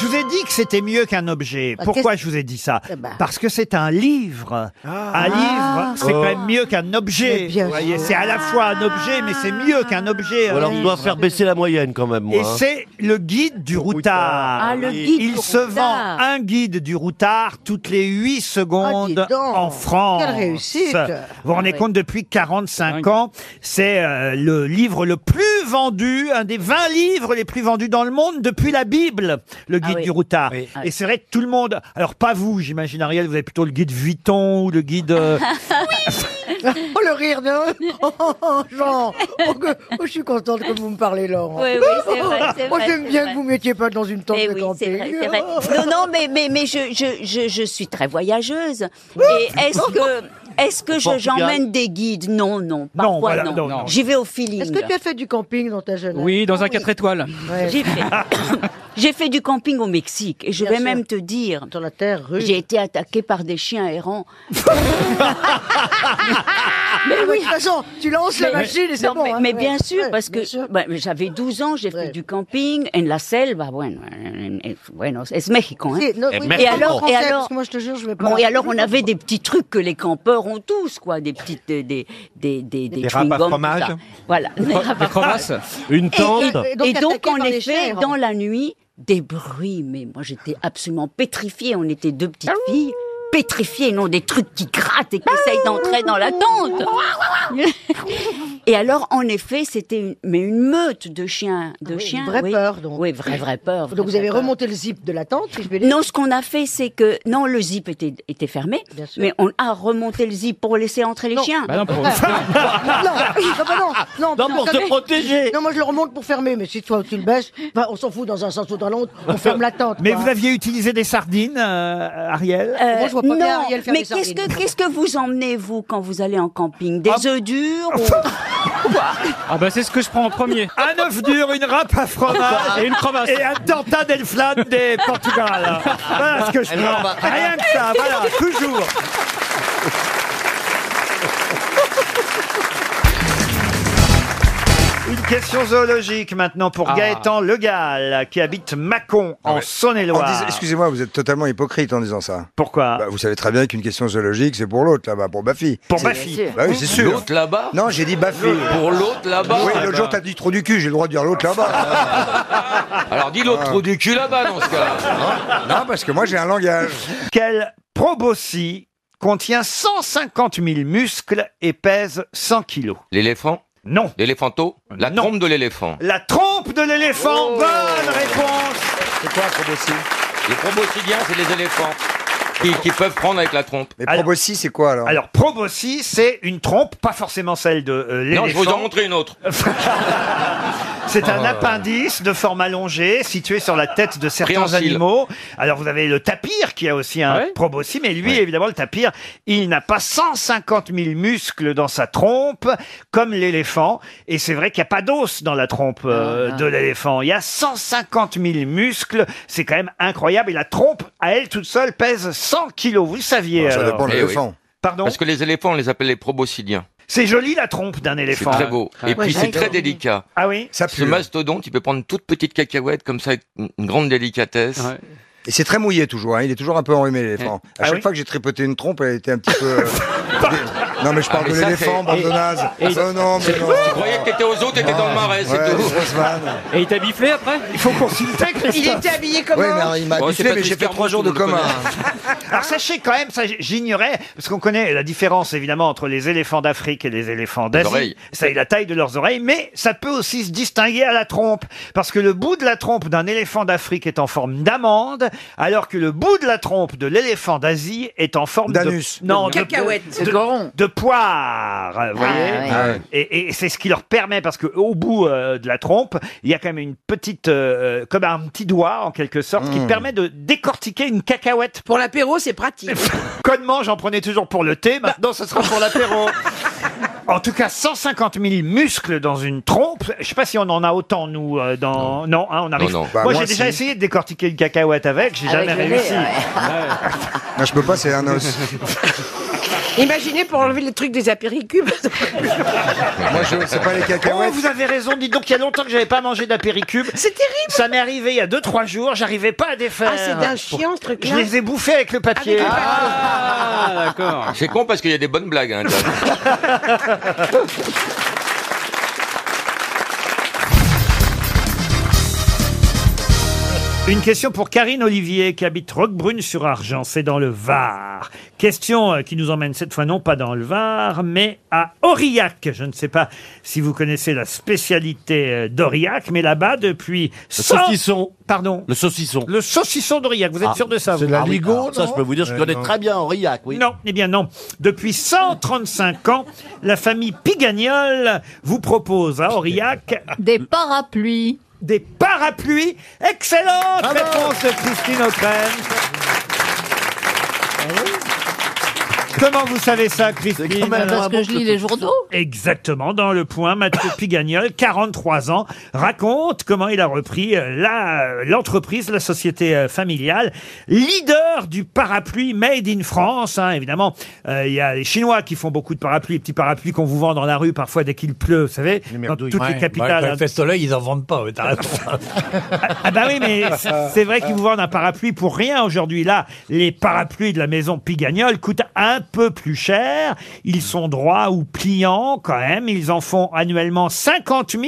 S1: Je vous ai dit que c'était mieux qu'un objet.
S15: Bah,
S1: Pourquoi
S15: qu'est-ce-
S1: je vous ai dit ça
S15: Eh ben.
S1: Parce que bah. c'est un livre.
S16: Ah.
S15: Ah.
S1: Un livre, c'est quand
S2: Oh.
S1: même mieux qu'un objet. Vous voyez, c'est à la fois un objet, mais c'est mieux qu'un objet.
S13: Ou alors
S1: un
S13: je dois
S1: livre.
S13: faire baisser la moyenne quand même. moi,
S1: Et
S13: hein.
S1: c'est le guide du routard.
S13: Ah, le guide
S1: Il
S13: du
S1: se
S13: routard.
S1: vend un guide du routard toutes les 8 secondes en France.
S15: Ah, Quelle réussite.
S1: Vous vous rendez
S15: Ah oui.
S1: compte, depuis 45 ans, c'est euh, le livre le plus vendu, un des 20 livres les plus vendus dans le monde depuis la Bible, le
S15: Ah
S1: guide du routard. Et c'est vrai que tout le monde, alors pas vous, j'imagine Ariel, vous avez plutôt le guide Vuitton ou le guide... euh,
S15: Oh le rire de oh, oh, oh, Jean oh, que- oh, je suis contente que vous me parlez Laurent.
S12: Oui, oui, c'est vrai, c'est
S15: Oh,
S12: vrai,
S15: j'aime
S12: c'est
S15: bien
S12: vrai.
S15: que vous mettiez pas dans une tente
S12: Eh
S15: de
S12: oui, c'est
S15: camping.
S12: vrai, c'est vrai. Non, non, mais, mais, mais je, je, je, je suis très voyageuse. Et est-ce que, est-ce que je-
S15: Ah, Portugal.
S12: j'emmène des guides Non, non. Parfois, non.
S16: voilà, non, non.
S12: J'y vais au feeling.
S15: Est-ce que tu as fait du camping dans ta jeunesse
S16: Oui, dans un 4 étoiles.
S12: J'ai fait, j'ai fait du camping au Mexique et je
S15: Bien
S12: vais
S15: sûr.
S12: même te dire.
S15: Sur la terre rude.
S12: J'ai été attaqué par des chiens errants.
S15: Mais oui, de toute façon, tu lances la
S12: Mais-
S15: machine et c'est
S12: non,
S15: bon.
S12: Mais,
S15: hein,
S12: mais
S15: ouais.
S12: bien sûr,
S15: Ouais,
S12: parce
S15: bien
S12: que
S15: sûr.
S12: bah, mais j'avais 12 ans, j'ai fait du camping en la selva. Bueno, en- en- bueno, es México. hein.
S15: Si, non, oui,
S12: Et
S15: parle
S12: alors,
S15: français,
S12: et
S15: parce
S12: alors,
S15: que moi je te jure, je vais pas.
S12: Bon, et alors, on avait des petits trucs que les campeurs ont tous, quoi. Des petites. Des, des, des, des,
S15: Des râpes à
S12: chewing-gums, tout
S15: fromage.
S12: ça. Voilà.
S15: Des cro- des crevasses.
S13: Une
S15: tente.
S12: Et,
S15: Et donc
S12: et donc,
S15: attaqué
S12: en
S15: par des chiens
S12: effet,
S15: errants.
S12: dans la nuit, des bruits. Mais moi, j'étais absolument pétrifiée. On était deux petites filles. Pétrifiées, non, des trucs qui grattent et qui essayent d'entrer dans la tente. Et alors, en effet, c'était une, mais une meute de chiens, de chiens.
S15: Ah vraie
S12: oui.
S15: peur, donc.
S12: Oui, vraie vraie peur.
S15: Donc vous
S12: vraie
S15: avez
S12: peur.
S15: remonté le zip de la tente. si je vais dire.
S12: Non, ce qu'on a fait, c'est que non, le zip était, était fermé,
S15: Bien sûr.
S12: mais on a remonté le zip pour laisser entrer les chiens.
S15: Bah non, pour- non, non, bah non, non,
S12: Non, pour
S15: ça
S12: te
S15: fait-
S12: protéger.
S15: Non, moi je le remonte pour fermer, mais si toi tu le baisses, bah, on s'en fout dans un sens ou dans l'autre, on ferme la tente.
S1: Mais
S15: quoi.
S1: vous aviez utilisé des sardines, euh, Ariel
S12: Euh,
S15: Moi, je vois pas
S12: non,
S15: bien Ariel faire
S12: mais
S15: des
S12: qu'est-ce que
S15: sardines.
S12: qu'est-ce que vous emmenez vous quand vous allez en camping Des œufs durs ou-
S16: Ah bah c'est ce que je prends en premier.
S1: Un œuf dur, une râpe à fromage
S16: Et une crevasse.
S1: Et un torta del flan des Portugal. Voilà ce que je
S16: Elle
S1: prends.
S16: va-
S1: Rien que ça, voilà, toujours. Une question zoologique maintenant pour
S2: Ah.
S1: Gaëtan Legal, qui habite Mâcon, en
S2: En
S1: Saône-et-Loire.
S2: dis- Excusez-moi, vous êtes totalement hypocrite en disant ça. Bah,
S1: Pourquoi
S2: Vous savez très bien qu'une question zoologique, c'est pour l'autre là-bas, pour ma fille.
S1: Pour
S2: C'est-
S1: ma fille.
S2: Bah oui, c'est sûr.
S1: L'autre
S2: là-bas Non, j'ai dit ma fille.
S1: Pour l'autre là-bas.
S2: Oui, l'autre jour, t'as dit trop du cul, j'ai le droit de dire l'autre là-bas.
S7: Alors dis
S19: Ah.
S7: l'autre trou du cul là-bas dans ce cas-là.
S2: non, parce que moi, j'ai un langage.
S1: Quel proboscis contient 150 000 muscles et pèse 100 kilos
S17: L'éléphant
S1: Non.
S17: L'éléphanto La trompe de l'éléphant.
S1: La trompe de
S7: Oh.
S1: l'éléphant, bonne réponse
S17: C'est quoi un proboscis Les proboscidiens, c'est les éléphants qui, qui peuvent prendre avec la trompe.
S2: Mais proboscis, c'est quoi alors
S1: Alors, proboscis, c'est une trompe, pas forcément celle de euh, l'éléphant.
S17: Non, je vais vous en montrer une autre.
S1: C'est un
S17: Ah.
S1: appendice de forme allongée situé sur la tête de certains
S17: Préhensile. Ah
S1: animaux. Alors vous avez le tapir qui a aussi un proboscis, mais lui évidemment le tapir, il n'a pas 150 000 muscles dans sa trompe comme l'éléphant. Et c'est vrai qu'il n'y a pas d'os dans la trompe
S17: Ah,
S1: euh, de l'éléphant. Il y a 150 000 muscles, c'est quand même incroyable. Et la trompe à elle toute seule pèse 100 kilos. Vous le saviez alors.
S17: Eh oui.
S1: Pardon
S17: Parce que les éléphants, on les appelle les proboscidiens.
S1: C'est joli la trompe d'un
S17: C'est
S1: éléphant.
S17: très beau. Et puis c'est très délicat.
S1: Ah oui
S17: Ce mastodonte, il peut prendre une toute petite cacahuète comme ça avec une une grande délicatesse.
S2: Et c'est
S1: Mmh.
S2: très mouillé toujours, hein, il est toujours un peu enrhumé l'éléphant.
S17: Eh.
S2: À
S17: Ah
S2: chaque
S17: oui
S2: fois que j'ai tripoté une trompe, elle était un petit peu. euh, dé- Non, mais je parle
S17: Ah, mais
S2: de
S17: ça,
S2: l'éléphant,
S17: c'est-
S2: Bardonnaz.
S17: Et-
S5: Ah
S17: et-
S2: Non, non, mais
S17: c'est-
S2: non.
S17: Tu croyais que t'étais aux autres, t'étais dans le marais, c'est
S2: Ouais,
S17: tout.
S2: Haussmann.
S16: Et il t'a biflé après
S1: Il faut consulter Christophe.
S4: Il était habillé comment
S2: Ouais, mais alors, il m'a
S1: Bon, c'est
S2: biflé,
S1: pas
S2: mais j'ai fait
S1: Christophe
S2: trois jours de
S1: Roux, tout le hein.
S2: coma.
S1: monde Alors sachez quand même, ça j- j'ignorais, parce qu'on connaît la différence évidemment entre les éléphants d'Afrique et les éléphants d'Asie.
S17: oreilles.
S1: C'est la taille de leurs oreilles, mais ça peut aussi se distinguer à la trompe, parce que le bout de la trompe d'un éléphant d'Afrique est en forme d'amande, alors que le bout de la trompe de l'éléphant d'Asie est en forme
S2: D'anus.
S1: de non,
S2: De
S1: de-
S2: cacahuète.
S1: de,
S2: De
S1: de, poire. vous voyez
S2: ouais. Ah ouais.
S1: Et, et c'est ce qui leur permet, parce que au bout euh, de la trompe, il y a quand même une petite, euh, comme un petit doigt en quelque sorte, qui
S2: Mm.
S1: permet de décortiquer une cacahuète. Pour l'apéro, c'est pratique. Connement, j'en prenais toujours pour le thé.
S2: Bah,
S1: Maintenant, ce sera pour l'apéro. En tout cas, 150 000 muscles dans une trompe. Je sais pas si on en a autant, nous, euh, dans... Non, hein, on arrive...
S2: Non, non. Bah,
S1: moi,
S2: moi,
S1: j'ai déjà
S2: si. Ah,
S1: essayé de décortiquer une cacahuète avec, j'ai
S4: Avec
S1: jamais
S4: le nez,
S1: réussi.
S2: Non, Ah, je peux pas, c'est un os.
S4: Imaginez pour enlever les trucs des apéricubes.
S2: Moi, je, c'est pas les cacahuètes.
S1: Oh, vous avez raison, dis donc, il y a longtemps que j'avais pas mangé d'apéricube. C'est terrible. Ça m'est arrivé il y a 2-3 jours, j'arrivais pas à défaire.
S4: Ah, c'est d'un chien, ce truc-là.
S1: Je les ai bouffés avec le papier.
S17: Ah, d'accord. C'est con parce qu'il y a des bonnes blagues. Hein, John.
S1: Une question pour Karine Olivier qui habite Roquebrune-sur-Argent, c'est dans le Var. Question euh, qui nous emmène cette fois non pas dans le Var, mais à Aurillac. Je ne sais pas si vous connaissez la spécialité euh, d'Aurillac, mais là-bas depuis...
S13: Le
S1: 100
S13: saucisson.
S1: Pardon.
S13: Le saucisson.
S1: Le saucisson d'Aurillac, vous êtes
S13: Ah,
S1: sûr de ça
S13: c'est
S1: vous Ah,
S13: la Ligo, non
S1: Ça, je peux vous dire, je
S13: Euh,
S1: connais
S13: non.
S1: très bien Aurillac, oui. Non, eh bien non. Depuis 135 ans, la famille Pigagnol vous propose à Aurillac...
S18: Des parapluies.
S1: Des parapluies Excellente réponse de Christine O'Krent. Ah Comment vous savez ça, Christine
S18: quand même Parce un que bon je lis les journaux.
S1: Exactement, dans le point, Mathieu Pigagnol, 43 ans, raconte comment il a repris euh, la- l'entreprise, la société euh, familiale, leader du parapluie made in France. hein, évidemment, euh, il y a les Chinois qui font beaucoup de parapluies, les petits parapluies qu'on vous vend dans la rue parfois dès qu'il pleut, vous savez, dans toutes les capitales. hein,
S26: Bah, quand il fait soleil, ils en vendent pas. ouais, t'as raison.
S1: Ah bah oui, mais c'est- c'est vrai qu'ils vous vendent un parapluie pour rien aujourd'hui. Là, les parapluies de la maison Pigagnol coûtent un peu plus cher. Ils sont droits ou pliants quand même. Ils en font annuellement 50 000.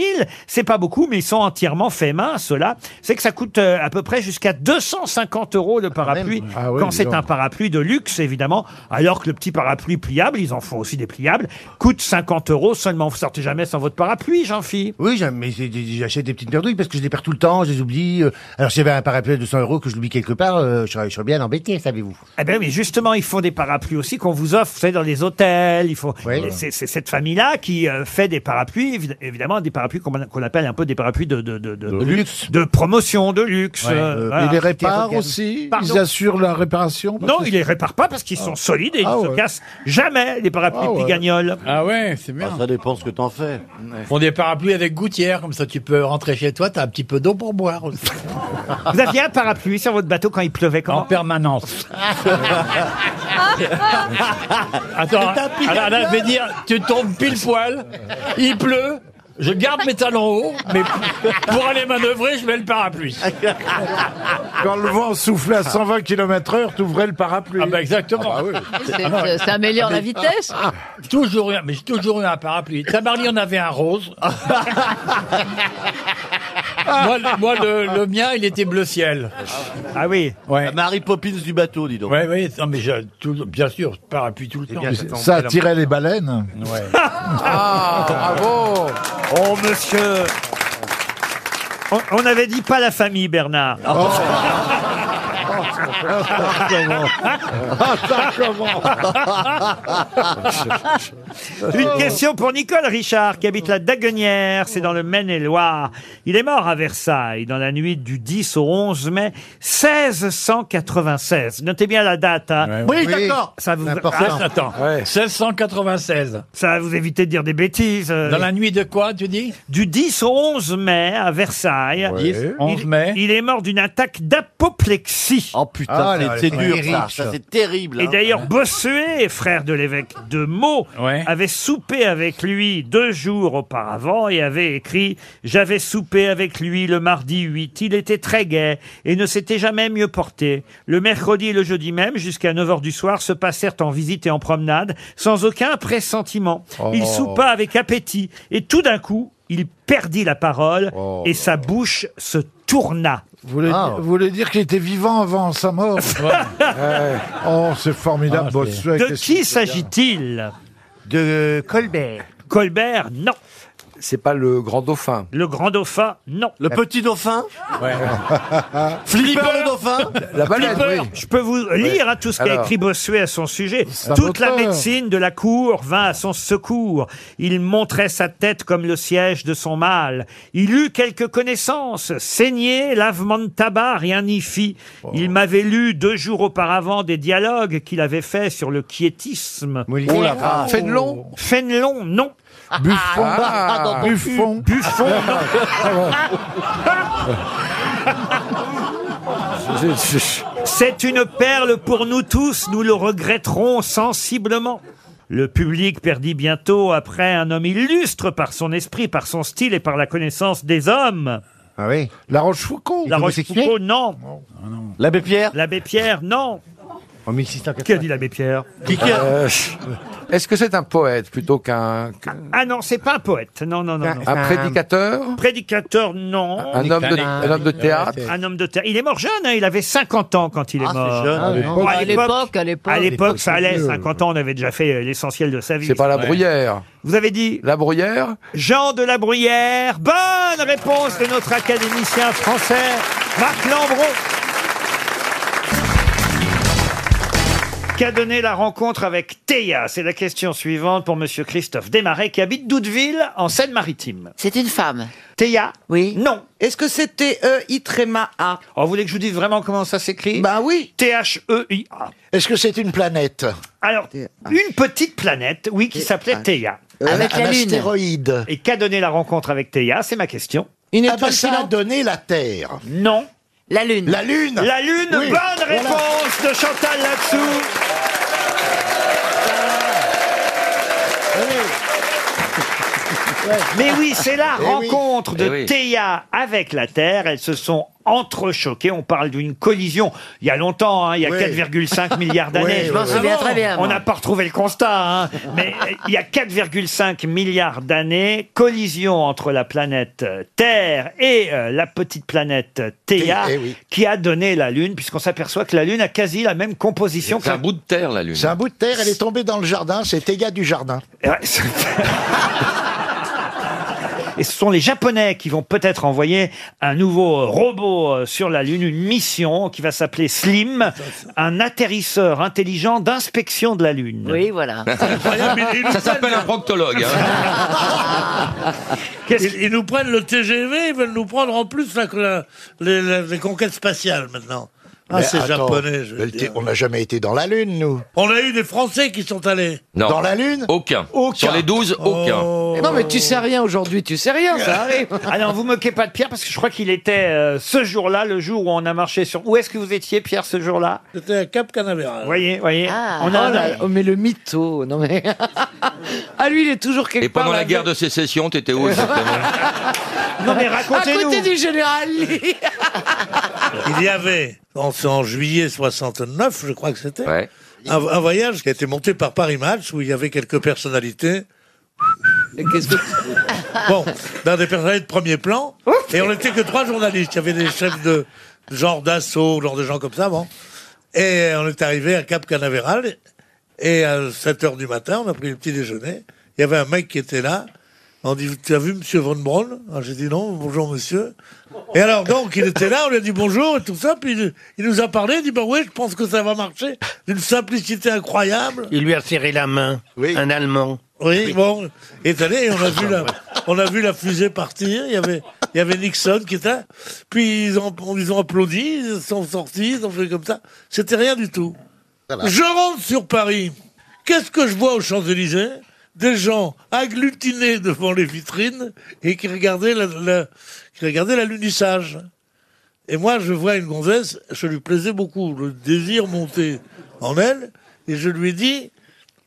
S1: C'est pas beaucoup, mais ils sont entièrement faits main, ceux-là. C'est que ça coûte euh, à peu près jusqu'à 250 euros
S2: Ah,
S1: le parapluie
S2: ouais,
S1: quand
S2: dis
S1: c'est
S2: donc.
S1: un parapluie de luxe, évidemment. Alors que le petit parapluie pliable, ils en font aussi des pliables, coûte 50 euros seulement. Vous sortez jamais sans votre parapluie, jean philippe
S20: Oui, j'aime- mais c'est- j'achète des petites merdouilles parce que je les perds tout le temps, je les oublie. euh, Alors, si j'avais un parapluie de 100 euros que je l'oublie quelque part, euh, je, serais, je serais bien embêté, savez-vous.
S1: Eh bien, mais justement, ils font des parapluies aussi qu'on vous offre, vous savez, dans les hôtels. Ils font... Et C'est c'est cette famille-là qui euh, fait des parapluies, évi- évidemment, des parapluies qu'on qu'on appelle un peu des parapluies de, de, de, de-
S19: luxe.
S1: de promotion, de luxe.
S19: Ouais.
S1: euh,
S19: Euh,
S1: voilà.
S19: ils les réparent aussi
S1: Pardon
S19: Ils assurent la réparation
S1: Non, ils les réparent pas parce qu'ils sont
S19: Ah.
S1: solides et ils
S19: Ah
S1: ne se
S19: ouais.
S1: cassent jamais, les parapluies
S26: Ah ouais.
S1: Pigagnol.
S26: Ah ouais, c'est bien.
S13: ça dépend ce que t'en fais.
S26: Font des parapluies avec gouttière, comme ça tu peux rentrer chez toi, t'as un petit peu d'eau pour boire aussi.
S1: Vous aviez un parapluie sur votre bateau quand il pleuvait comment En
S26: permanence. Attends,
S8: Mais t'as pris
S26: alors
S8: la
S26: là, je vais dire, tu tombes pile poil, il pleut, je garde mes talons hauts, mais pour aller manœuvrer, je mets le parapluie.
S19: Quand le vent soufflait à 120 km/h, t'ouvrais le parapluie. Ah
S26: bah exactement. Ah,
S18: C'est- c'est- ça améliore la vitesse.
S26: Toujours eu, un- mais j'ai toujours eu un parapluie. Tabarly en avait un rose. moi, le- moi, le, le mien, il était bleu ciel.
S1: Ah oui.
S26: Ouais. Mary Poppins du bateau, dis donc. Oui, oui. Non, mais j'ai tout- bien sûr, parapluie tout le
S20: Eh
S26: temps.
S19: Ça attirait les baleines.
S26: Ah, bravo.
S1: Oh, monsieur On- On n'avait dit pas la famille, Bernard.
S19: Oh,
S21: Oh,
S1: Ah.
S19: Ah,
S4: Ah.
S1: Une question pour Nicole Richard, qui habite la Daguenière, c'est dans le Maine-et-Loire. Il est mort à Versailles dans la nuit du 10 au 11 mai 1696. Notez bien la date. hein.
S26: Oui, d'accord.
S1: Ça vous...
S26: Important. Attends, 1696.
S1: Ça va vous éviter de dire des bêtises. euh.
S26: Dans la nuit de quoi, tu dis
S1: Du 10 au 11 mai à Versailles.
S26: Ouais. 10, 11 mai.
S1: Il, il est mort d'une attaque d'apoplexie.
S13: Oh
S26: Ah,
S13: putain, c'est- c'est dur ça, ça c'est terrible.
S1: Et
S13: hein.
S1: d'ailleurs, Bossuet, frère de l'évêque de Meaux, avait soupé avec lui deux jours auparavant et avait écrit « J'avais soupé avec lui le mardi 8, il était très gai et ne s'était jamais mieux porté. Le mercredi et le jeudi même, jusqu'à 9h du soir, se passèrent en visite et en promenade, sans aucun pressentiment. Il
S21: Oh.
S1: soupa avec appétit et tout d'un coup, il perdit la parole et sa bouche se tourna.
S21: Vous voulez,
S1: Oh. Ah.
S21: dire- vous voulez dire qu'il était vivant avant sa mort Ouais. Oh, c'est formidable,
S1: Ah,
S21: Bossuet.
S1: De qui s'agit-il De Colbert. Colbert, non.
S5: C'est pas le grand dauphin.
S1: Le grand dauphin, non.
S5: Le petit dauphin Ouais. Flipper le dauphin La baleine,
S1: Flipper,
S5: oui.
S1: Je peux vous lire hein, tout ce qu'a
S5: Alors.
S1: écrit Bossuet à son sujet.
S5: C'est un
S1: Toute la
S5: auteur.
S1: médecine de la cour vint à son secours. Il montrait sa tête comme le siège de son mâle. Il eut quelques connaissances, saignées, lavement de tabac, rien n'y fit.
S5: Oh.
S1: Il m'avait lu deux jours auparavant des dialogues qu'il avait faits sur le quiétisme.
S21: Oh la vache. Fénelon
S1: Fénelon, non.
S21: Buffon. Ah, dans ton cul. Buffon.
S1: Buffon,
S5: Ah,
S1: non. C'est une perle pour nous tous, nous le regretterons sensiblement. Le public perdit bientôt après un homme illustre par son esprit, par son style et par la connaissance des hommes. Ah oui La Rochefoucauld La Rochefoucauld, non. L'abbé Pierre L'abbé Pierre, non.
S20: En 1680.
S1: Qui a dit l'abbé Pierre
S5: Euh, Est-ce que c'est un poète plutôt qu'un que-
S1: Ah non, c'est pas un poète. Non, non, non. non.
S5: un prédicateur
S1: Prédicateur, non.
S5: Un homme de- un homme de théâtre
S1: Un homme de théâtre. Il est mort jeune, hein, il avait 50 ans quand il est
S5: Ah, c'est
S1: mort.
S5: jeune, Ah, oui.
S1: Bon,
S5: À l'époque,
S1: à l'époque. À l'époque, ça allait,
S5: c'est mieux.
S1: 50 ans, on avait déjà fait euh, l'essentiel de sa vie.
S5: C'est pas la bruyère.
S1: Vous avez dit
S5: La bruyère
S1: Jean de la Bruyère. Bonne réponse de notre académicien français, Marc Lambron. Qu'a donné la rencontre avec Théa C'est la question suivante pour Monsieur Christophe Desmarais qui habite Doudeville en Seine-Maritime. C'est une femme. Théa Oui. Non. Est-ce que E c'est T-E-I-A Oh, Vous voulez que je vous dise vraiment comment ça s'écrit Bah oui. T-H-E-I-A. Est-ce que c'est une planète Alors, une petite planète, oui, Ah, qui s'appelait Théa.
S21: Euh, Avec la un Lune. astéroïde.
S1: Et qu'a donné la rencontre avec Théa C'est ma question.
S21: Une ah ben, ça a donné la Terre.
S1: Non.
S21: La Lune. La Lune.
S1: La Lune,
S21: Oui,
S1: bonne
S21: voilà.
S1: réponse de Chantal là-dessous. Mais oui, c'est la
S21: Eh oui.
S1: rencontre de
S21: Eh oui.
S1: Théa avec la Terre. Elles se sont entrechoquées. On parle d'une collision. Il y a longtemps, hein, il y a
S21: Oui.
S1: 4,5 milliards d'années.
S21: Oui, je m'en souviens très bien,
S1: On
S21: moi.
S1: n'a pas retrouvé le constat. hein. Mais euh, il y a 4,5 milliards d'années, collision entre la planète euh, Terre et euh, la petite planète euh, Théa,
S21: Eh oui.
S1: qui a donné la Lune, puisqu'on s'aperçoit que la Lune a quasi la même composition. que
S17: C'est
S1: la-
S17: un bout de terre, la lune.
S21: C'est un bout de terre, elle est tombée dans le jardin, c'est Théa du jardin.
S1: Ouais, c'est- Et ce sont les Japonais qui vont peut-être envoyer un nouveau robot euh, sur la Lune, une mission qui va s'appeler Slim, un atterrisseur intelligent d'inspection de la Lune.
S18: Oui, voilà.
S17: Ça s'appelle un proctologue. hein.
S1: Qu'est-ce
S10: Ils, ils nous prennent le TGV, ils veulent nous prendre en plus la- la- les, les- les conquêtes spatiales maintenant. Ah,
S21: Mais
S10: c'est
S21: attends,
S10: japonais. Je
S21: mais
S10: veux
S21: le
S10: dire.
S21: thé- on n'a jamais été dans la Lune, nous.
S10: On a eu des Français qui sont allés. Oh.
S17: Non.
S21: Dans la Lune Oh.
S17: Aucun.
S21: Aucun.
S17: Sur les 12, aucun.
S1: Eh
S21: Non, mais tu sais
S1: rien ben, aujourd'hui, tu sais rien,
S21: ça
S1: arrive. Ah non, vous moquez pas de Pierre parce que je crois qu'il était euh, ce jour-là, le jour où on a marché sur. Où est-ce que vous étiez, Pierre, ce jour-là
S10: C'était à Cap Canaveral.
S1: Voyez, voyez. on a
S10: oh
S1: un
S10: là
S1: œil.
S10: là, mais le mytho, non mais.
S4: Ah, lui, il est toujours quelque
S17: Et pendant
S4: part.
S17: la guerre de sécession, t'étais où exactement
S1: Non, mais
S4: À
S1: racontez-nous.
S4: côté du général Lee.
S10: Il y avait, en, c'est en juillet 69, je crois que c'était, un, un voyage qui a été monté par Paris Match où il y avait quelques personnalités. Bon, dans des personnalités de premier plan. Et on n'était que trois journalistes. Il y avait des chefs de genre d'assaut, genre de gens comme ça, bon. Et on est arrivé à Cap Canaveral. Et à 7 heures du matin, on a pris le petit déjeuner. Il y avait un mec qui était là. On dit, tu as vu monsieur Von Braun Alors, J'ai dit non, bonjour monsieur. Et alors donc, il était là, on lui a dit bonjour et tout ça, puis il, il nous a parlé, il dit bah oui, je pense que ça va marcher, d'une simplicité incroyable. Il lui a serré la main, un Allemand. Oui, bon, il est allé, et on a vu la, on a vu la fusée partir, il y avait, il y avait Nixon qui était là, puis ils ont, ils ont applaudi, ils sont sortis, ils ont fait comme ça, c'était rien du tout. Je rentre sur Paris, qu'est-ce que je vois aux Champs-Élysées Des gens agglutinés devant les vitrines et qui regardaient la, la- qui regardaient l'alunissage. Et moi, je vois une gonzesse, je lui plaisais beaucoup, le désir montait en elle, et je lui ai dit,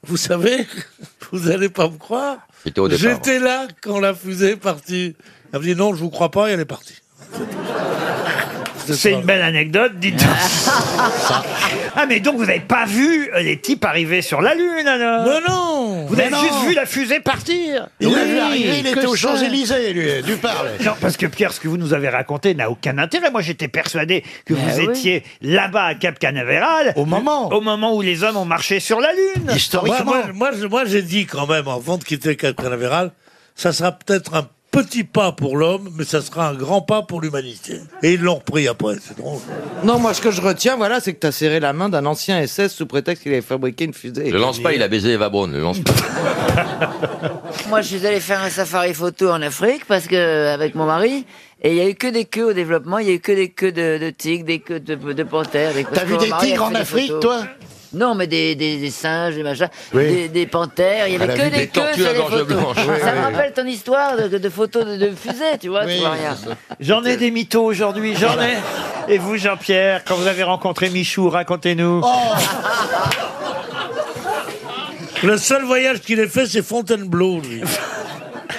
S10: vous savez, vous allez pas me croire,
S17: J'étais au départ. hein.
S10: j'étais là quand la fusée est partie. Elle me dit, non, je vous crois pas, et elle est partie.
S1: C'est une belle anecdote, dites Ah, mais donc vous n'avez pas vu euh, les types arriver sur la Lune, alors
S10: Mais non
S1: Vous
S10: Mais
S1: avez
S10: non.
S1: juste vu la fusée partir
S10: Il l'a vu arriver, il était
S1: que
S10: aux
S1: ça.
S10: Champs-Élysées, lui, du parle.
S1: Non, parce que Pierre, ce que vous nous avez raconté n'a aucun intérêt. Moi, j'étais persuadé que vous
S10: oui.
S1: étiez là-bas à Cap Canaveral. Au moment Au moment où les hommes ont marché sur la Lune
S10: Moi, moi, moi, je- moi, j'ai dit quand même, avant de quitter Cap Canaveral, ça sera peut-être un petit pas pour l'homme, mais ça sera un grand pas pour l'humanité. Et ils l'ont repris après, c'est drôle.
S11: Non, moi, ce que je retiens, voilà, c'est que t'as serré la main d'un ancien SS sous prétexte qu'il avait fabriqué une fusée.
S17: Le lance pas, il a baisé Eva Braun, le lance pas.
S14: Moi, je suis allé faire un safari photo en Afrique parce que avec mon mari. Et il y a eu que des queues au développement. Il y a eu que des queues de, de tigres, des queues de, de panthères. des-
S8: T'as
S14: parce
S8: vu
S14: que
S8: des
S14: mon mari a
S8: tigres
S14: fait
S8: en
S14: des
S8: Afrique,
S14: photos.
S8: toi
S14: Non, mais des, des, des singes, des machins,
S8: Oui.
S14: des, des panthères. Il y
S8: Elle
S14: avait
S8: a
S14: que
S8: vu
S14: des,
S8: des
S14: queues
S8: tortues
S14: sur
S8: à
S14: les
S8: gorge
S14: photos.
S8: blanche,
S14: ça
S8: oui, oui,
S14: me rappelle ton histoire de, de photos de, de fusées, tu vois, tu vois rien.
S1: J'en ai des mythos aujourd'hui, j'en ai. Et vous, Jean-Pierre, quand vous avez rencontré Michou, racontez-nous.
S10: Oh,
S8: Oh.
S10: Le seul voyage qu'il ait fait, c'est Fontainebleau, lui.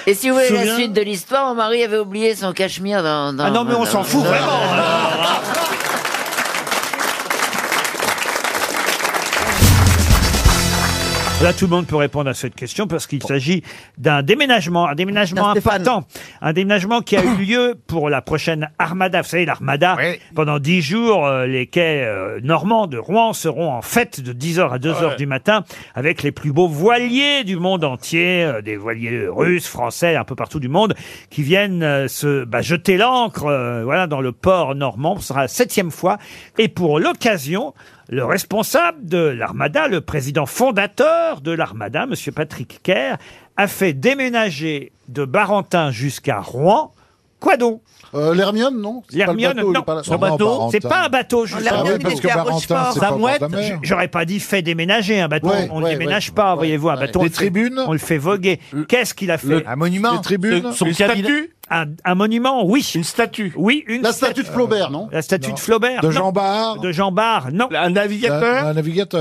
S14: Et si vous voulez la
S10: Souviens-
S14: suite de l'histoire, mon mari avait oublié son cachemire dans. dans-
S1: Ah non, mais on
S14: dans-
S1: s'en fout
S14: dans-
S1: vraiment. alors. Là, tout le monde peut répondre à cette question parce qu'il s'agit d'un déménagement, un déménagement important, un déménagement qui a eu lieu pour la prochaine Armada. Vous savez, l'Armada, pendant dix jours, euh, les quais euh, normands de Rouen seront en fête de 10h à 2h
S16: Ouais.
S1: du matin avec les plus beaux voiliers du monde entier, euh, des voiliers russes, français, un peu partout du monde, qui viennent euh, se bah, jeter l'ancre euh, voilà, dans le port normand. Ce sera la septième fois. Et pour l'occasion, le responsable de l'Armada, le président fondateur de l'Armada, M. Patrick Kerr, a fait déménager de Barentin jusqu'à Rouen. Quoi donc
S19: Euh,
S1: L'Hermione, non
S19: pas le
S1: L'Hermione,
S19: bateau, il
S1: non.
S19: est pas là.
S1: C'est
S19: Non,
S1: un bateau.
S19: Barentin.
S1: C'est pas un bateau,
S19: Ah ouais, parce que Barentin, c'est pas
S1: La
S19: au bord de la mer.
S1: J'aurais pas dit fait déménager un bateau.
S19: Ouais,
S1: on ne
S19: ouais,
S1: déménage
S19: ouais.
S1: pas, voyez-vous, un bateau. on
S19: Des
S1: le fait-
S19: tribunes
S1: On le fait voguer. Qu'est-ce qu'il a fait
S19: le- Un monument Des tribunes Son- son
S1: Une
S19: cabinet-
S1: statue un, un monument, oui. Une statue Oui, une
S19: La statue de Flaubert,
S1: non La statue de Flaubert.
S19: De
S1: non.
S19: Jean Bart
S1: De Jean Barre, non. Un
S19: Un, un navigateur.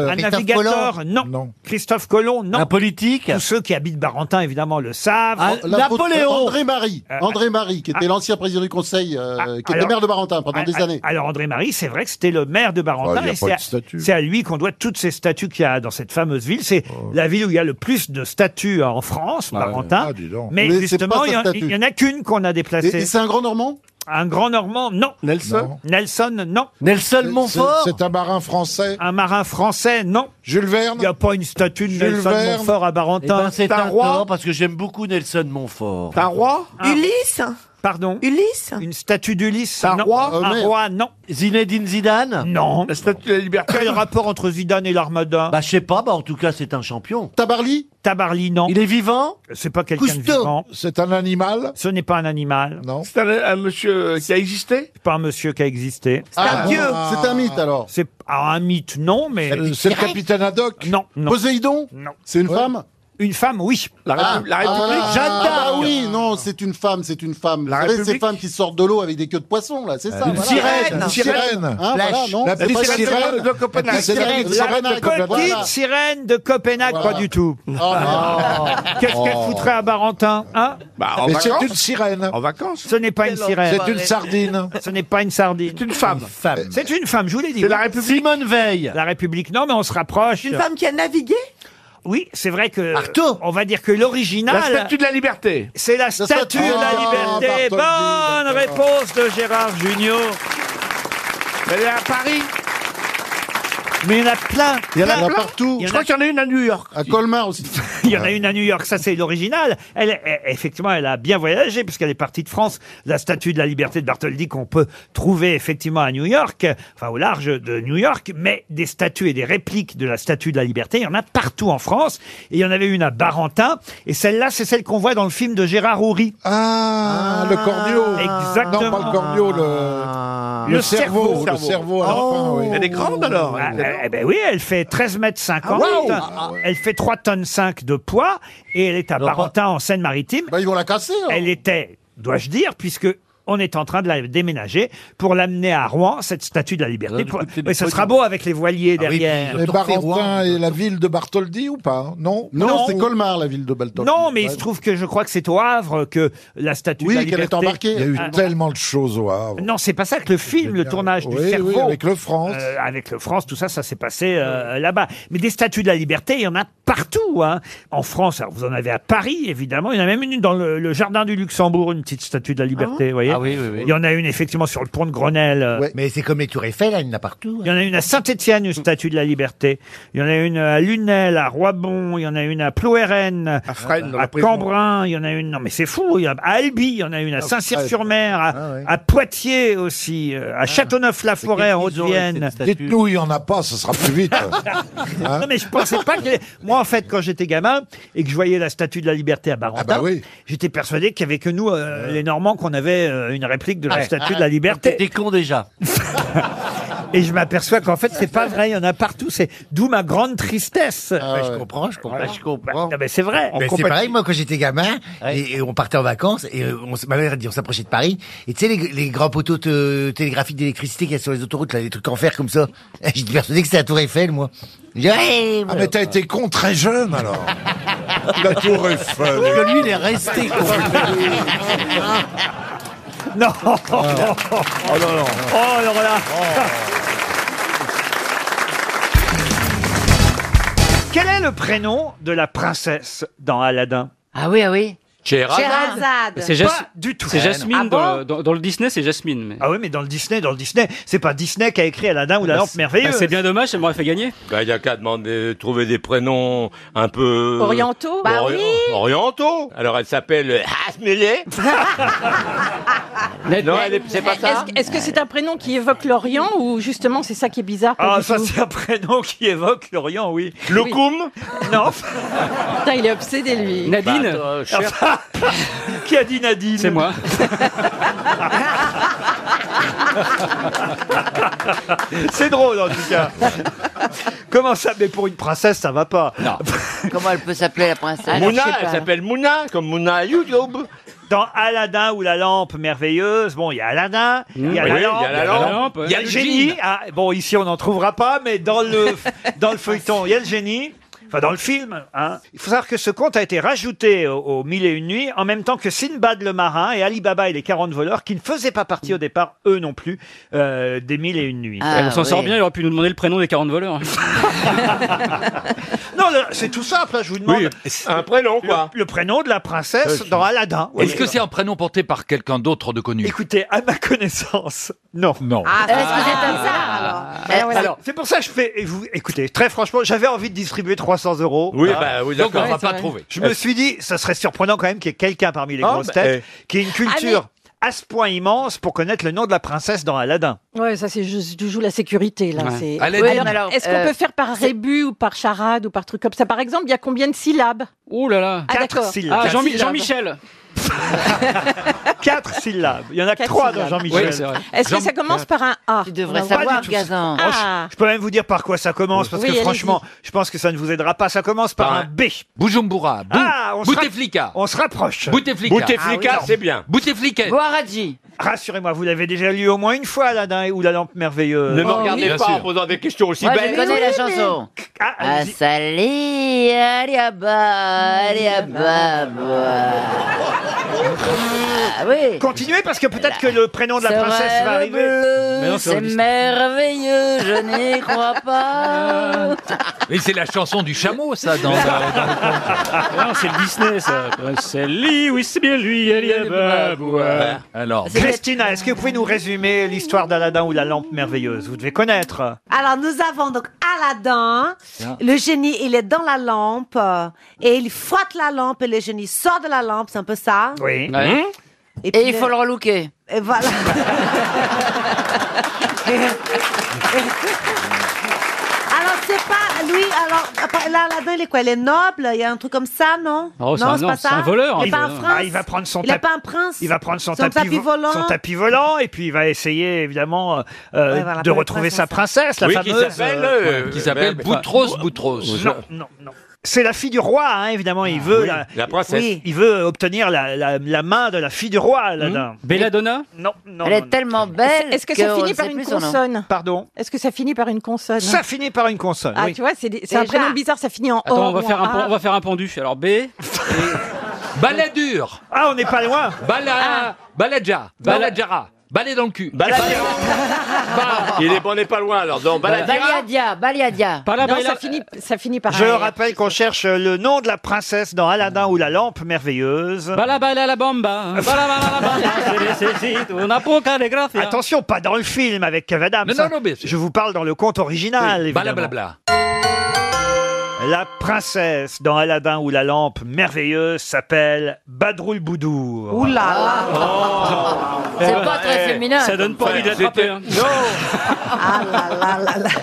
S1: un navigateur, non. Christophe Colomb, non. Un politique Ah, Tous ceux qui habitent Barentin, évidemment, le savent. Euh, ah.
S28: Oh, la faute- André Marie, André Marie, qui était l'ancien président du Conseil, euh, qui était
S1: alors-
S28: maire de Barentin pendant
S1: Ah,
S28: des
S1: ah,
S28: années.
S1: Alors André Marie, c'est vrai que c'était le maire de
S28: Oh,
S1: Barentin.
S28: il y a pas
S1: et c'est
S28: de
S1: à-
S28: statue.
S1: c'est à, lui qu'on doit toutes ces statues qu'il y a dans cette fameuse ville. C'est la ville où il y a le plus de statues en France, Barentin.
S28: Oh. Ah, dis donc.
S1: Mais,
S28: Mais c'est
S1: justement,
S28: pas sa
S1: il y en-
S28: statue.
S1: il y en a qu'une qu'on a déplacée.
S28: Et- et c'est un
S1: grand Normand Un grand Normand, non. Nelson Nelson, non. Nelson
S19: Montfort c'est- c'est
S1: un marin français Un marin français, non. Jules Verne Il n'y a pas une statue de
S19: Jules
S1: Nelson
S19: Verne
S1: Montfort à
S13: Eh
S1: Barentin.
S13: ben, c'est un, tort, parce que j'aime beaucoup Nelson Montfort.
S1: Un roi Ulysse Pardon Ulysse Une statue d'Ulysse Un roi Un Ah, roi, non. Zinedine Zidane Non. La statue de la liberté Quel rapport entre Zidane et l'Armada
S13: Bah, je sais pas, bah, en tout cas, c'est un champion.
S1: Tabarly Tabarly, non. Il est vivant C'est pas quelqu'un de
S13: Cousteau
S1: vivant. C'est un animal Ce n'est pas un animal. Non. C'est un, monsieur qui a existé Pas un monsieur qui a existé.
S28: C'est un Ah, dieu c'est un mythe,
S1: alors C'est ah, un mythe, non, mais...
S28: Euh, c'est le capitaine
S1: Haddock Non. non.
S28: Poséidon
S1: Non.
S28: C'est une femme
S1: Une femme, oui.
S28: Ah, ah,
S1: Jeanne
S28: ah,
S1: d'Arc.
S28: bah oui, non, c'est une femme, c'est une femme. La
S1: République.
S28: ces femmes qui sortent de l'eau avec des queues de poisson, là, c'est
S19: Euh,
S28: ça.
S1: Euh, Une
S28: voilà.
S1: sirène.
S28: Une sirène. Hein,
S1: Flash.
S28: voilà, non
S1: La
S28: C'est pas
S1: petite
S28: une
S1: sirène
S28: sirène.
S1: de Copenhague.
S28: La petite sirène de Copenhague,
S1: La petite
S28: voilà.
S1: sirène de Copenhague, pas du tout. Qu'est-ce qu'elle
S28: Oh. Bah,
S1: foutrait à Barentin hein
S28: en Mais c'est vacances. une
S1: sirène. En vacances Ce n'est pas une sirène.
S28: C'est une sardine.
S1: Ce n'est pas une sardine. C'est une femme. C'est une femme, je vous l'ai dit. C'est la République. Simone Veil. La République, non, mais on se rapproche.
S22: Une femme qui a navigué
S1: Oui, c'est vrai que. On va dire que l'original.
S22: La statue de la liberté.
S1: C'est la statue de la liberté. Bonne réponse de Gérard Junior.
S22: Elle est à Paris.
S1: Mais il y en a plein.
S22: Il y en a
S1: plein.
S22: partout.
S1: Il y en
S22: Je crois qu'il y en a une à New York.
S1: À Colmar aussi. Il y en a une à New York, ça c'est l'original. Elle, elle- effectivement, elle a bien voyagé puisqu'elle est partie de France. La statue de la liberté de Bartholdi qu'on peut trouver effectivement à New York, enfin au large de New York, mais des statues et des répliques de la statue de la liberté, il y en a partout en France. Et il y en avait une à Barentin. Et celle-là, c'est celle qu'on voit dans le film de Gérard Houry. Ah,
S19: le corneau.
S1: Exactement.
S19: Non, pas le corneau, le, le, cerveau, Le cerveau à la fin, oui.
S1: Elle est grande alors Oh. Eh ben oui, elle fait 13 mètres 50.
S19: Ah,
S1: Elle fait 3 tonnes 5 de
S19: Ben, hein.
S1: poids et elle est à Barentin en Seine-Maritime. ils vont la casser. Elle était, dois-je dire, puisque on est en train de la déménager pour l'amener à Rouen, cette statue de la liberté. Pour-
S19: coûter des
S1: Mais ce sera
S19: pognon.
S1: beau avec les voiliers derrière.
S19: Les Barentins et la ville de Bartholdi ou pas Non,
S1: Non.
S19: c'est Colmar la ville de Bartholdi.
S1: Non, mais il se trouve que je crois que c'est au Havre que la statue de la
S19: Oui, qu'elle
S1: liberté...
S19: est embarquée.
S21: Il y a eu
S1: Ah,
S21: tellement de choses au Havre.
S1: Non, c'est pas ça que le film, le tournage du
S21: Oui, oui,
S1: cerveau.
S21: avec le France.
S1: Euh, avec le France, tout ça, ça s'est passé euh, là-bas. Mais des statues de la liberté, il y en a partout. hein. En France, alors, vous en avez à Paris, évidemment. Il y en a même une dans le, le jardin du Luxembourg, une petite statue de la liberté, vous voyez. Il y en a une effectivement sur le pont de Grenelle. euh,
S20: Mais c'est comme les tours Eiffel, là, il y en a partout.
S1: il y en a une à Saint-Étienne, une statue de la liberté. Il y en a une à Lunel, à Roibon. Il y en a une à Plouéren, à,
S21: Fresnes, dans la prison.
S1: Cambrin. Il y en a une. Non, mais c'est fou. Il y en a à Albi, il y en a une à
S21: Ah,
S1: Saint-Cyr-sur-Mer, à, à Poitiers aussi, euh, à Châteauneuf-la-Forêt en Haute-Vienne.
S21: Ah. Dites-nous, il n'y en a pas, ce sera plus vite. Hein
S1: Non, mais je pensais pas que. Moi, en fait, quand j'étais gamin et que je voyais la statue de la liberté à Barentin,
S21: Ah bah
S1: j'étais persuadé qu'il y avait que nous, euh, les Normands, qu'on avait euh, une réplique de la
S13: Ouais.
S1: statue de la liberté.
S13: T'es con déjà.
S1: Et je m'aperçois qu'en fait, c'est pas vrai. Ah, Il y en a partout. C'est d'où ma grande tristesse.
S21: Ah.
S20: je comprends, je comprends.
S1: Ah je comprends. Non, mais c'est vrai.
S20: Mais c'est pareil, moi, quand j'étais gamin, et, et on partait en vacances, et euh, on, s- ma mère elle dit, on s'approchait de Paris, et tu sais, les, les grands poteaux te- télégraphiques d'électricité qu'il y a sur les autoroutes, là, les trucs en fer comme ça, j'étais persuadé que c'était la Tour Eiffel, moi. Je dis, ouais,
S21: Ah,
S20: voilà.
S21: mais t'as été con très jeune alors. La tour Eiffel.
S20: Parce que lui, il est resté con.
S1: Non. Ah, Oh non, non. Oh, alors là. Quel est le prénom de la princesse dans Aladdin
S14: Ah oui, ah oui.
S16: Scheherazade.
S14: Scheherazade.
S16: C'est Jas-
S1: Pas du tout.
S16: C'est Jasmine.
S1: Ah
S16: dans,
S1: bon
S16: le- dans- dans le Disney, c'est Jasmine. mais-
S1: Ah oui, mais dans le Disney, dans le Disney, c'est pas Disney qui a écrit Aladdin ou la
S16: Bah,
S1: lampe
S16: c'est-
S1: merveilleuse.
S16: bah, c'est bien dommage, elle m'aurait fait gagner.
S17: Bah, il y a qu'à demander, trouver des prénoms un
S1: Euh,
S17: peu...
S16: Euh,
S3: Orientaux Bah
S17: Ori- Orientaux Alors, elle s'appelle euh,
S8: Ah,
S17: Hasmulé. non, elle est- c'est pas ça
S3: Est-ce est-ce que c'est un prénom qui évoque l'Orient ou justement c'est ça qui est bizarre pas
S1: Ah,
S3: du
S1: ça
S3: tout
S1: c'est un prénom qui évoque l'Orient, oui.
S17: Lokoum
S1: Non. Bah,
S3: Putain, il est obsédé lui.
S1: Nadine Enfin, Qui a dit Nadine C'est moi. c'est drôle en tout cas. Comment ça Mais pour une princesse, ça va pas.
S14: Comment elle peut s'appeler la princesse
S17: Mouna, elle s'appelle
S1: Mouna, comme Mouna YouTube. Dans Aladdin ou la lampe merveilleuse, bon, il y a Aladdin, Mmh. il y a
S17: Oui,
S1: la lampe,
S17: il y a la lampe,
S1: il y
S17: ouais. Il y
S1: a le
S17: a le
S1: génie.
S17: djinn.
S1: Ah, bon, ici on n'en trouvera pas, mais dans le dans le feuilleton, il y a le génie. Enfin, dans le film, hein. il faut savoir que ce conte a été rajouté au, au Mille et une nuits en même temps que Sinbad le marin et Ali Baba et les 40 voleurs qui ne faisaient pas partie au départ, eux non plus, euh, des Mille et une nuits.
S5: Ah,
S16: on s'en sort bien, il aurait pu nous demander le prénom des 40 voleurs.
S5: hein.
S1: Non, le- c'est tout simple, hein, je vous demande.
S17: un prénom, quoi.
S1: Le, le prénom de la princesse dans Aladdin.
S15: Euh, Est-ce que c'est un prénom porté par quelqu'un d'autre de connu
S1: Écoutez, à ma connaissance, non. Ah,
S15: Non.
S16: Ah.
S1: Alors, Ah, c'est pour ça que je fais. et vous- écoutez, très franchement, j'avais envie de distribuer 300 euros.
S17: Oui,
S1: Ah.
S17: bah, oui, d'accord.
S1: Ouais, c'est vrai. Je me suis dit, ça serait surprenant quand même qu'il y ait quelqu'un parmi les
S17: Ah,
S1: grosses
S17: bah,
S1: têtes
S17: eh.
S1: qui ait une culture à ce point immense pour connaître le nom de la princesse dans Aladdin.
S3: Ouais, ça c'est juste du joue la sécurité là.
S1: Ouais.
S3: c'est-
S1: Aladdin.
S3: Ouais, alors,
S1: Alors,
S3: Est-ce
S1: euh,
S3: qu'on peut faire par
S1: c'est-
S3: rébut ou par charade ou par truc comme ça Par exemple, il y a combien de syllabes
S16: Oh là là.
S3: Ah, d'accord.
S16: Ah, Jean- Jean-Michel.
S1: Quatre syllabes. Il y en a que
S3: Quatre
S1: trois dans
S3: syllabes.
S1: Jean-Michel.
S3: Oui, c'est vrai. Est-ce que ça commence par un A Tu devrais
S1: Pas du tout. Oh, je-
S3: Ah.
S1: je, peux même vous dire par quoi ça commence, parce
S3: Oui,
S1: que
S3: allez-y.
S1: franchement, je pense que ça ne vous aidera pas. Ça commence par un B.
S15: Bujumbura.
S1: Ah, on se
S15: Bouteflika.
S1: On se rapproche.
S15: Bouteflika. Ah
S1: Bouteflika, c'est bien.
S15: Bouteflika.
S1: Boaradi. Rassurez-moi, vous l'avez déjà lu au moins une fois, Aladdin ou la lampe merveilleuse.
S17: Ne me regardez pas en posant des questions aussi
S14: Oh, Moi,
S17: belles.
S14: je connais la chanson. Ah, sali, allez à bas, allez bah, à bas, Ah oui. Bah,
S1: Continuez parce que peut-être que le prénom de la
S14: Ce
S1: princesse va
S14: rêve
S1: arriver.
S14: bleu,
S15: Mais non, c'est
S14: c'est
S15: Auguste.
S14: merveilleux, je n'y crois pas.
S15: Mais c'est la chanson du chameau, ça, dans.
S16: Ah non, c'est le Disney, ça. C'est lui, oui, c'est bien lui, elle y est, bah, bah.
S15: Alors.
S1: Euh, Christina, est-ce que vous pouvez nous résumer l'histoire d'Aladin ou la lampe merveilleuse Vous devez connaître.
S23: Alors, nous avons donc Aladdin.
S1: Bien.
S23: Le génie, il est dans la lampe. euh, Et il frotte la lampe et le génie sort de la lampe. C'est un peu ça.
S1: Oui.
S23: Hein?
S14: Ouais. Et il faut le
S23: relooker. Et voilà. alors, c'est pas lui. Alors, après, là, Aladdin, il est quoi Il est noble Il y a un truc comme ça, non
S1: Oh, c'est
S23: Non,
S1: un-
S23: c'est
S1: non,
S23: pas
S1: c'est
S23: ça.
S1: un voleur,
S23: Il
S1: un
S23: n'est pas un
S1: voleur.
S23: prince.
S1: Ah, il va prendre son
S23: Il n'est
S1: tapis-
S23: pas un prince.
S1: Il va prendre son,
S23: Son tapis
S1: vo-
S23: volant.
S1: son tapis volant, et puis il va essayer évidemment euh, euh,
S23: Ouais, voilà,
S1: de
S23: pour la
S1: retrouver sa
S23: princesse.
S1: princesse, la
S15: Oui, qui
S1: fameuse. euh,
S15: s'appelle, euh, Qui s'appelle Boutros, Boutros.
S1: Non, non, non. C'est la fille du roi, hein, évidemment. Il veut la,
S26: la princesse.
S1: Oui, Il veut obtenir la, la- la main de la fille du roi, Aladdin.
S2: Belladonna
S1: Non, non.
S14: Elle est tellement belle.
S29: Est-ce que ça
S14: qu'on
S29: finit
S14: ne
S29: par
S14: sait
S29: une
S14: plus son nom.
S29: consonne
S1: Pardon
S29: Est-ce que ça finit par une consonne
S1: Ça finit par une consonne.
S29: Ah,
S2: oui.
S29: tu vois, c'est des- c'est un
S2: Déjà.
S29: prénom bizarre, ça finit en O.
S2: Attends, on va,
S4: Oh,
S29: ou en
S2: faire un,
S4: ah.
S29: A.
S2: pon- on va faire un pendu. Alors B. et-
S16: Baladur.
S1: Ah, on n'est pas loin.
S16: Bala... Baladja. Baladjara. Ah. Balai dans le cul.
S1: Bah,
S30: Il est bon, on n'est pas loin alors. Dans Baladira.
S29: Baliadia, Baliadia.
S1: Pas là,
S29: non,
S1: Baila-
S29: ça finit, ça finit par
S1: Je
S29: un
S1: le
S29: R.
S1: rappelle qu'on cherche le nom de la princesse dans Aladdin ou la lampe merveilleuse.
S2: Bala bala la bamba. Bala bala la bamba. C'est- c'est- c'est- on a pas aucun des graphes, hein.
S1: Attention, pas dans le film avec Kev Adams.
S2: Non, non, non,
S1: bien Je vous parle dans le conte original,
S16: Oui,
S1: évidemment.
S16: blablabla.
S1: La princesse dans Aladdin ou la lampe merveilleuse s'appelle Badroul Boudour.
S10: Oula
S2: C'est pas très féminin. Oh. Ça donne pas envie de l'attraper, hein.
S4: Ah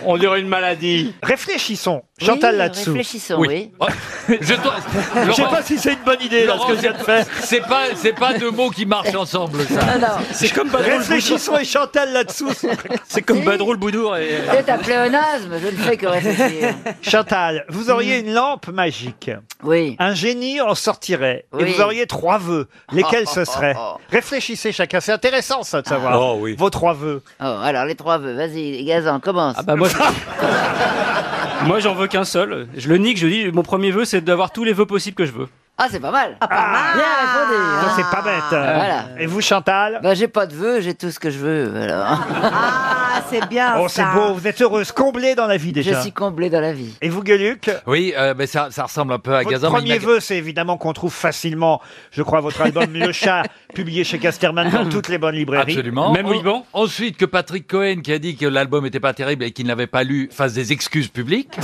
S30: On dirait une maladie.
S1: Réfléchissons. Chantal
S30: Oui,
S1: là-dessous.
S30: réfléchissons, Oui. oui.
S2: Oh,
S16: Je
S1: Je sais pas si c'est une bonne idée, là, ce que je viens de faire.
S16: C'est pas, c'est pas deux mots qui marchent ensemble,
S14: Ah
S1: Ah,
S16: ça.
S2: C'est comme Badroul
S1: Réfléchissons
S2: Boudour.
S1: et Chantal là-dessous.
S2: C'est comme Badroul Boudour et. euh,
S14: C'est un pléonasme, je ne fais que réfléchir.
S1: Chantal, vous auriez une lampe magique.
S14: Hmm. Oui.
S1: Un génie en sortirait. Et
S14: Oui. Ah,
S1: vous auriez trois vœux. Lesquels ce seraient Réfléchissez chacun. C'est intéressant, ça, de savoir.
S14: Oh,
S1: Vos trois vœux.
S14: Oh, alors les trois vœux, vas-y, Gazan, commence.
S2: Ah bah moi, je- moi j'en veux qu'un seul. Je le nique, je dis mon premier vœu c'est d'avoir tous les vœux possibles que je veux.
S14: Ah, c'est pas mal. Bien répondu.
S1: Ça,
S14: hein.
S1: c'est pas bête.
S14: Voilà.
S1: Et vous, Chantal
S14: Bah, j'ai pas de vœux, j'ai tout ce que je veux, alors.
S23: Ah, c'est bien.
S1: Oh, c'est
S23: ça.
S1: beau. Vous êtes heureuse, comblée dans la vie déjà.
S14: Je suis comblée dans la vie.
S1: Et vous, Gueluc
S16: Oui, euh, mais ça, ça ressemble un peu à
S1: Votre
S16: Gazan. mais il
S1: premier
S16: n'a-
S1: vœu, c'est évidemment qu'on trouve facilement, je crois, votre album Le Chat, publié chez Casterman dans toutes les bonnes librairies.
S16: Absolument.
S1: Même
S16: En- Ensuite, que Patrick Cohen, qui a dit que l'album n'était pas terrible et qu'il n'avait pas lu, fasse des excuses publiques.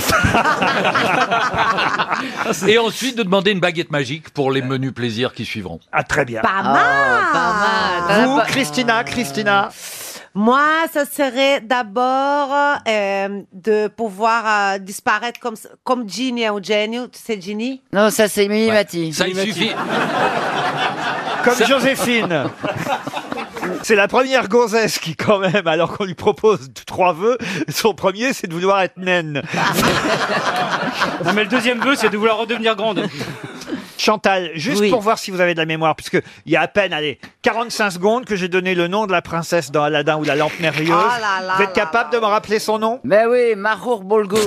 S16: et ensuite, de demander une baguette magique pour les menus plaisirs qui suivront.
S1: Ah, très bien.
S23: Pas mal.
S14: Oh,
S23: Ah,
S1: Vous, Christina, Christina.
S23: Moi, ça serait d'abord euh, de pouvoir euh, disparaître comme, comme Ginny ou Jenny. Tu sais, Ginny
S14: Non, ça c'est Minimati.
S16: Ça, il suffit.
S1: Comme Joséphine. C'est la première gonzesse qui, quand même, alors qu'on lui propose trois vœux, son premier, c'est de vouloir être naine.
S2: Non mais le deuxième vœu c'est de vouloir redevenir grande.
S1: Chantal, juste
S2: Oui.
S1: pour voir si vous avez de la mémoire, puisque il y a à peine, allez, 45 secondes que j'ai donné le nom de la princesse dans Aladdin ou la lampe merveilleuse.
S14: Ah là là
S1: vous êtes capable de me rappeler son nom
S14: Mais oui, Mahour Bolgour.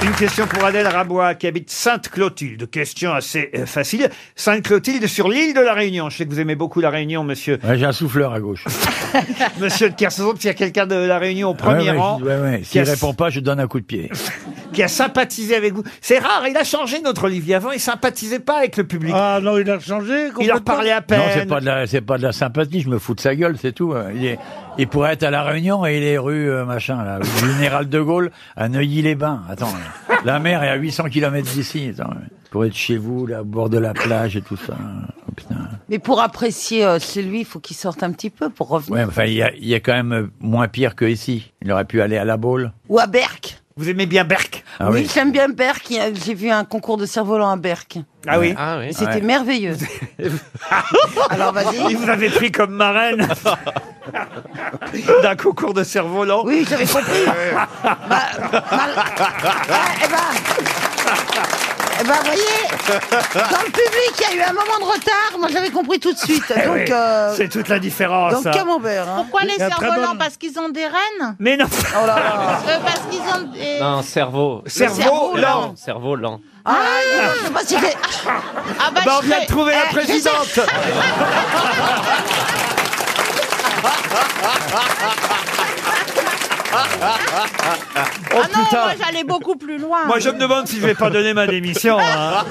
S1: Une question pour Adèle Rabois qui habite Sainte-Clotilde. Question assez euh, facile. Sainte-Clotilde sur l'île de la Réunion. Je sais que vous aimez beaucoup la Réunion, monsieur.
S22: J'ai un souffleur à gauche.
S1: Monsieur de Kersauzon, s'il y a quelqu'un de la Réunion au premier
S22: Ouais, ouais,
S1: rang
S22: je- ouais, ouais.
S1: qui
S22: S'il
S1: a-
S22: répond pas, je donne un coup de pied.
S1: qui a sympathisé avec vous, c'est rare. Il a changé notre Olivier. Avant, il sympathisait pas avec le public.
S22: Ah non, il a changé
S1: Il leur parlait à peine.
S22: Non, c'est pas de la, c'est pas de la sympathie. Je me fous de sa gueule, c'est tout. hein. Il, est, il pourrait être à la Réunion et il est rue euh, machin là, au Général de Gaulle à Neuilly-les-Bains. Attends, là. la mer est à 800 km d'ici. Attends, ouais. il pourrait être chez vous, là, au bord de la plage et tout ça. Oh, putain.
S8: Mais pour apprécier euh, chez lui, il faut qu'il sorte un petit peu pour revenir.
S22: Ouais, enfin, il y a, il y a quand même euh, moins pire que ici. Il aurait pu aller à la Baule.
S8: Ou à Berck.
S1: Vous aimez bien Berck
S22: Ah
S8: oui,
S22: oui.
S8: j'aime bien Berck. Il y a- J'ai vu un concours de cerf-volant à Berck.
S1: Ah oui.
S8: Et C'était merveilleux. Eh Alors vas-y.
S1: Il vous avait pris comme marraine d'un concours de cerf-volant.
S8: Oui, j'avais compris. Bah, Eh ben, eh ben, voyez,
S1: Ah.
S8: dans le public, il y a eu un moment de retard. Moi, j'avais compris tout de suite.
S1: Eh
S8: Donc,
S1: oui,
S8: euh,
S1: C'est toute la différence.
S8: donc
S1: hein.
S8: camembert. hein. Oh
S4: Pourquoi les
S1: Il y a très
S4: cerfs-volants
S1: bonne-
S4: Parce qu'ils ont des rennes
S1: Mais non.
S4: Euh, Parce qu'ils ont des...
S31: Non, cerveau.
S1: Cerveau
S4: cerveau lent.
S31: lent. Cerveau lent.
S8: Ah, je sais pas si j'ai-
S4: Ah bah,
S1: Bah, on
S4: je
S1: vient
S4: serais-
S1: de trouver la
S4: Eh,
S1: présidente.
S4: Ah
S1: Ah, Oh,
S4: Ah
S8: Ah
S4: non,
S1: putain.
S4: moi j'allais beaucoup plus loin.
S1: Moi, je me demande si je vais pas donner ma démission. hein.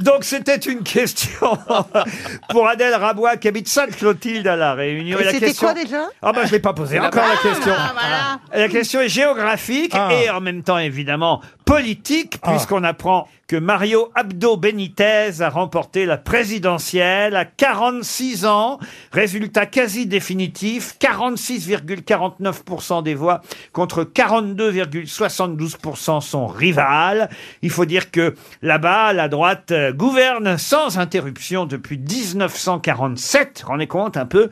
S1: Donc, c'était une question pour Adèle Rabois qui habite Sainte-Clotilde à La Réunion.
S8: Et
S1: la
S8: c'était
S1: question-
S8: quoi déjà
S1: Ah bah je l'ai pas posé
S8: Ah,
S1: encore la question.
S4: Ah, voilà.
S1: La question est géographique
S8: Ah.
S1: et en même temps évidemment politique, puisqu'on apprend que Mario Abdo Benitez a remporté la présidentielle à 46 ans. Résultat quasi définitif, 46,49% des voix contre 42,72% son rival. Il faut dire que là-bas, la droite euh, gouverne sans interruption depuis 1947. Vous vous Rendez compte un peu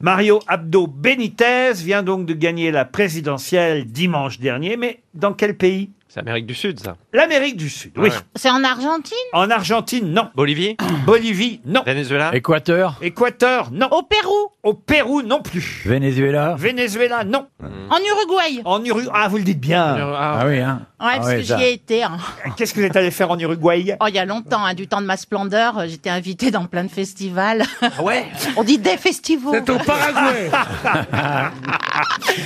S1: Mario Abdo Benitez vient donc de gagner la présidentielle dimanche dernier, mais dans quel pays
S12: C'est Amérique du Sud, ça.
S1: L'Amérique du Sud, oui.
S2: Ouais. C'est en Argentine
S1: En Argentine, non.
S12: Bolivie
S1: Bolivie, non.
S12: Venezuela
S1: Équateur Équateur, non.
S2: Au Pérou
S1: Au Pérou, non plus.
S22: Venezuela
S1: Venezuela, non.
S2: Mm. En Uruguay
S1: En Uruguay, ah, vous le dites bien.
S22: Ah oui, hein.
S2: Ouais, parce que j'y ai été. hein.
S1: Qu'est-ce que vous êtes allé faire en Uruguay
S2: Oh, il y a longtemps, hein, du temps de ma splendeur, euh, j'étais invitée dans plein de festivals.
S1: ouais
S2: On dit des festivals.
S1: C'est au Paraguay.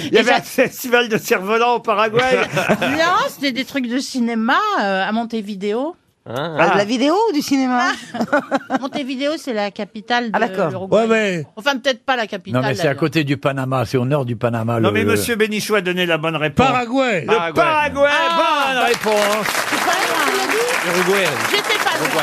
S1: Il y avait un festival de cerf-volant au Paraguay.
S2: Non, c'était des trucs de cinéma euh, à Montevideo. Ah.
S7: Ah, de la vidéo ou du cinéma
S2: Montevideo, c'est la capitale de
S22: Ah, d'accord.
S2: l'Uruguay.
S22: Ouais, mais-
S2: Enfin, peut-être pas la capitale.
S22: Non, mais c'est à
S2: d'ailleurs.
S22: côté du Panama, c'est au nord du Panama.
S1: Non
S22: le-
S1: mais
S22: le-
S1: Monsieur Bénichou a donné la bonne réponse.
S22: Paraguay.
S1: Le Ah, Paraguay,
S22: Paraguay.
S1: bonne réponse.
S12: Uruguay.
S2: J'étais pas loin.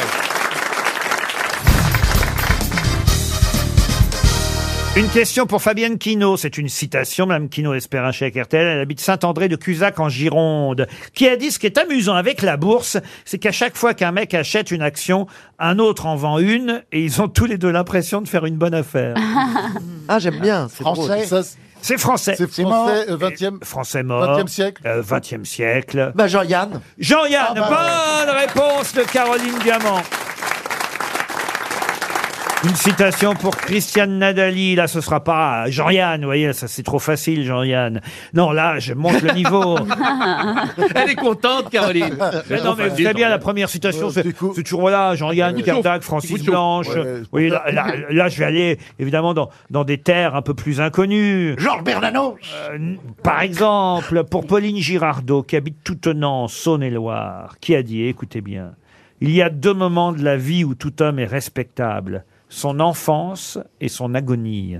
S1: Une question pour Fabienne Quino, c'est une citation, Madame Quino espère un chèque RTL, elle habite Saint-André de Cusac en Gironde, qui a dit ce qui est amusant avec la bourse, c'est qu'à chaque fois qu'un mec achète une action, un autre en vend une, et ils ont tous les deux l'impression de faire une bonne affaire.
S4: Ah, j'aime bien. c'est drôle.
S28: Français.
S4: Ça, c'est-
S1: C'est français.
S28: C'est français, euh, 20e.
S1: Français mort.
S28: 20e siècle.
S1: Euh, 20e siècle.
S4: Bah, Jean-Yann.
S1: Jean-Yann,
S2: bah,
S4: Ah,
S1: bonne réponse de Caroline Diamant. Une citation pour Christiane Nadali. Là, ce sera pas Jean-Yann. Vous voyez, ça c'est trop facile, Jean-Yann. Non, là, je monte le niveau.
S16: Elle est contente, Caroline.
S1: Mais non, mais vous savez bien, la première citation, c'est c'est toujours voilà, Jean-Yann, Cardac, Francis Blanche.
S28: Ouais, ouais.
S1: Vous voyez, là, là- là, je vais aller évidemment dans, dans des terres un peu plus inconnues.
S13: Georges Bernanos
S1: Euh, n- par exemple, pour Pauline Girardot, qui habite Toutenant, en Saône-et-Loire, qui a dit, écoutez bien, il y a deux moments de la vie où tout homme est respectable, son enfance et son agonie.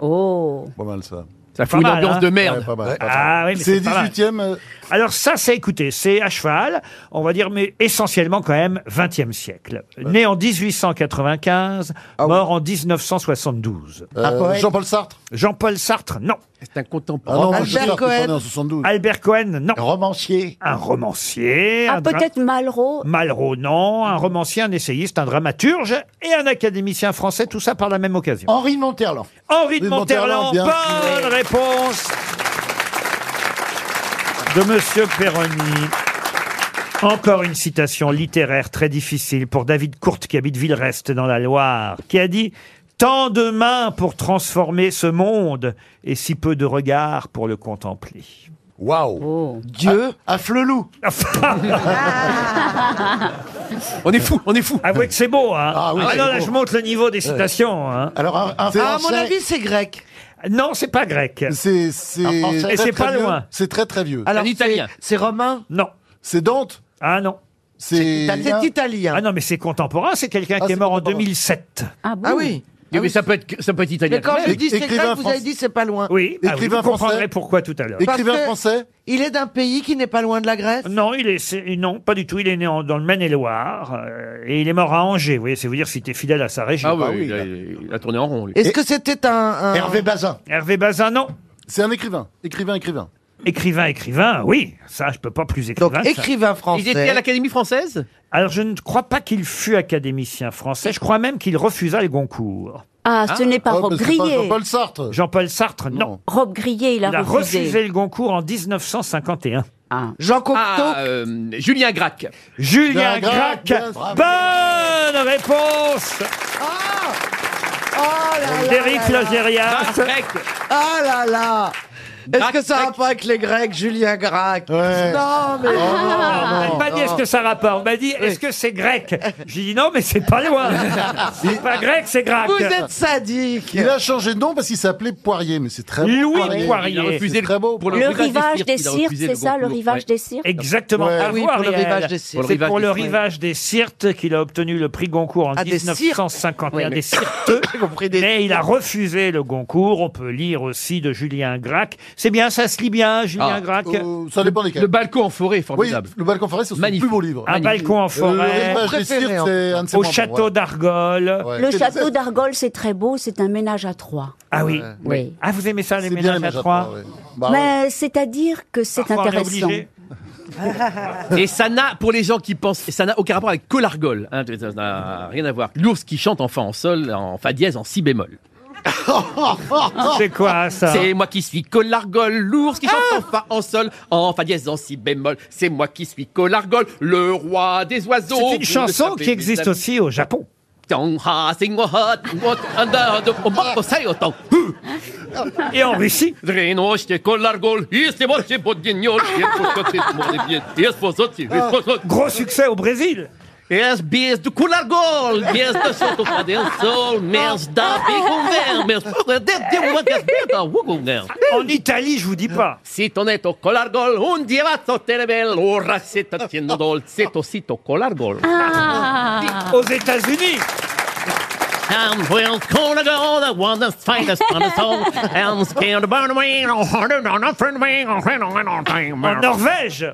S2: Oh.
S28: Pas mal, ça.
S1: Ça fout une ambiance de merde.
S28: Ouais, pas mal, pas mal.
S1: Ah oui, mais
S28: C'est
S1: pas mal.
S28: 18e. euh,
S1: Alors ça, c'est écoutez, c'est à cheval, on va dire, mais essentiellement quand même 20e siècle. Né en 1895, mort en 1972.
S28: Un poète. Ah Euh, Jean-Paul
S1: Sartre Jean-Paul Sartre, non. C'est un
S28: Ah non,
S1: contemporain.
S28: moi, je suis sûr qu'il est né en 72.
S1: Albert Cohen, non. Un romancier Un romancier.
S18: Ah,
S1: un dra-
S18: peut-être Malraux.
S1: Malraux, non. Un romancier, un essayiste, un dramaturge et un académicien français, tout ça par la même occasion.
S13: Henri de Monterland.
S1: Henri de
S13: Oui, Monterland,
S1: Monterland,
S13: bien.
S1: bonne réponse de Monsieur Perroni. Encore une citation littéraire très difficile pour David Courte qui habite Villerest dans la Loire, qui a dit Tant de mains pour transformer ce monde et si peu de regards pour le contempler. Ah.
S13: Waouh
S1: Dieu à flelou.
S12: Ah.
S16: on est fou, on est fou.
S1: Avouez que c'est beau, hein. Ah,
S13: oui, c'est
S1: non, là,
S13: beau.
S1: je monte le niveau des
S13: Ouais.
S1: citations. hein.
S13: Alors, un- un
S4: Ah, à mon avis, c'est grec.
S1: Non, c'est pas grec.
S28: C'est c'est
S1: Un Français. Et
S28: très,
S1: c'est
S28: très
S1: pas
S28: vieux.
S1: loin.
S28: C'est très très vieux.
S4: Alors, Italien.
S1: C'est romain Non.
S28: C'est Dante
S1: Ah non.
S28: C'est
S4: C'est italien.
S1: Ah non, mais c'est contemporain, c'est quelqu'un qui est mort en 2007.
S4: Ah oui.
S1: Mais ça peut être, ça peut être italien.
S4: Mais quand je dis c'est grec, vous avez dit c'est pas loin.
S1: Oui, ah, vous
S28: Écrivain français.
S1: comprendrez pourquoi tout à l'heure.
S4: Parce que Il est d'un pays qui n'est pas loin de la Grèce.
S1: Non, il est, c'est- non, pas du tout. Il est né en- dans le Maine-et-Loire euh, et il est mort à Angers. Vous voyez, c'est vous dire si t'es fidèle à sa région.
S16: Ah oui, il, a, il a tourné en rond, lui.
S4: Est-ce que c'était un, un-
S28: Bazin.
S1: Hervé Bazin, non.
S28: C'est un écrivain. Écrivain, écrivain.
S1: Écrivain, écrivain, oui. Ça, je peux pas plus écrivain. que ça.
S16: Il était à l'Académie française
S1: Alors, je ne crois pas qu'il fût académicien français. Je crois même qu'il refusa le Goncourt.
S18: Ah, ce n'est pas Rob Grillet.
S28: Sartre.
S1: Jean-Paul Sartre, non.
S18: Rob Grillet, il a, Ah.
S1: Il a refusé le Goncourt en 1951.
S4: Jean Cocteau
S11: Ah,
S16: Ah.
S11: euh,
S16: Julien Gracq.
S1: Julien Gracq. Bonne réponse
S4: Oh là là
S1: D'Éric
S4: là là.
S1: Logérias.
S4: Ah là là Est-ce que ça a pas avec les Grecs, Julien Gracq Non,
S2: Oh,
S4: mais.
S1: On
S28: Ah,
S1: m'a pas dit est-ce que ça rapporte. On m'a dit est-ce que c'est grec J'ai dit non, mais c'est pas loin. c'est pas grec, c'est grec.
S4: Vous êtes sadique
S28: Il a changé de nom parce qu'il s'appelait Poirier, mais c'est très beau.
S1: Louis Poirier. Il a refusé
S28: C'est
S1: le-
S28: très beau.
S1: pour
S18: Le rivage des cirques, c'est ça, le rivage des cirques
S1: Exactement.
S28: Ouais.
S1: À
S28: Ah oui,
S1: voir,
S28: pour le
S1: Laurel.
S28: rivage des Sirtes.
S1: C'est
S28: Pour le
S1: pour le
S28: rivage des-
S1: rivage des Sirtes qu'il a obtenu le prix Goncourt en
S4: Ah, des Sirtes.
S1: 1951.
S4: Ouais, mais-
S1: des Sirtes. mais il a refusé le Goncourt. On peut lire aussi de Julien Gracq C'est bien, ça se lit bien, Julien
S32: Ah,
S1: Gracq.
S32: euh, ça dépend lesquels.
S1: Le balcon en forêt,
S32: formidable. le balcon en forêt, c'est son plus beau livre.
S1: Un
S2: Euh,
S1: balcon en forêt.
S32: le rivage des cires, c'est un de ses
S1: Au
S32: membres,
S1: château
S32: ouais.
S1: d'Argol.
S12: Le château d'Argol, c'est très beau, c'est un ménage à trois.
S1: Ah oui.
S12: Oui.
S1: Ah, vous aimez ça, les
S32: bien, les
S1: ménages à
S32: ménages à
S1: trois
S20: Bah
S12: Mais c'est-à-dire que c'est
S1: Parfois, on est
S12: intéressant.
S1: obligé.
S11: Et ça n'a, pour les gens qui pensent, ça n'a aucun rapport avec Colargol. hein, ça n'a rien à voir. L'ours qui chante en fa en sol, en fa dièse, en si bémol.
S1: C'est quoi ça
S11: Oh.
S1: Ah.
S11: C'est moi qui suis Colargol, l'ours qui chante en fa en sol, en fa dièse, en si bémol. C'est moi qui suis Colargol, le roi des oiseaux.
S1: C'est
S11: Vous
S1: une
S11: le
S1: chanson
S11: savez,
S1: qui existe
S11: mes amis.
S1: aussi au Japon.
S11: Tong-ha, sing-wa-ha, what-under, the- Sai-o-tong.
S28: Ah.
S1: Et en Russie Gros succès au Brésil
S11: Yes, bis du colargol, yes, da soto fa del sol, mers da piconver, mers de de what is beta wugonver.
S1: En Italie, je vous dis pas.
S11: Si ton est au colargol, un diavazzo terebel, ora se t'attiendo dol, se to sito colargol.
S12: Ah
S1: Aux États-Unis
S11: And we'll call a girl that won the finest on the soul. And scared about me, no harder than a friend me, no friend on an old time.
S1: En Norvège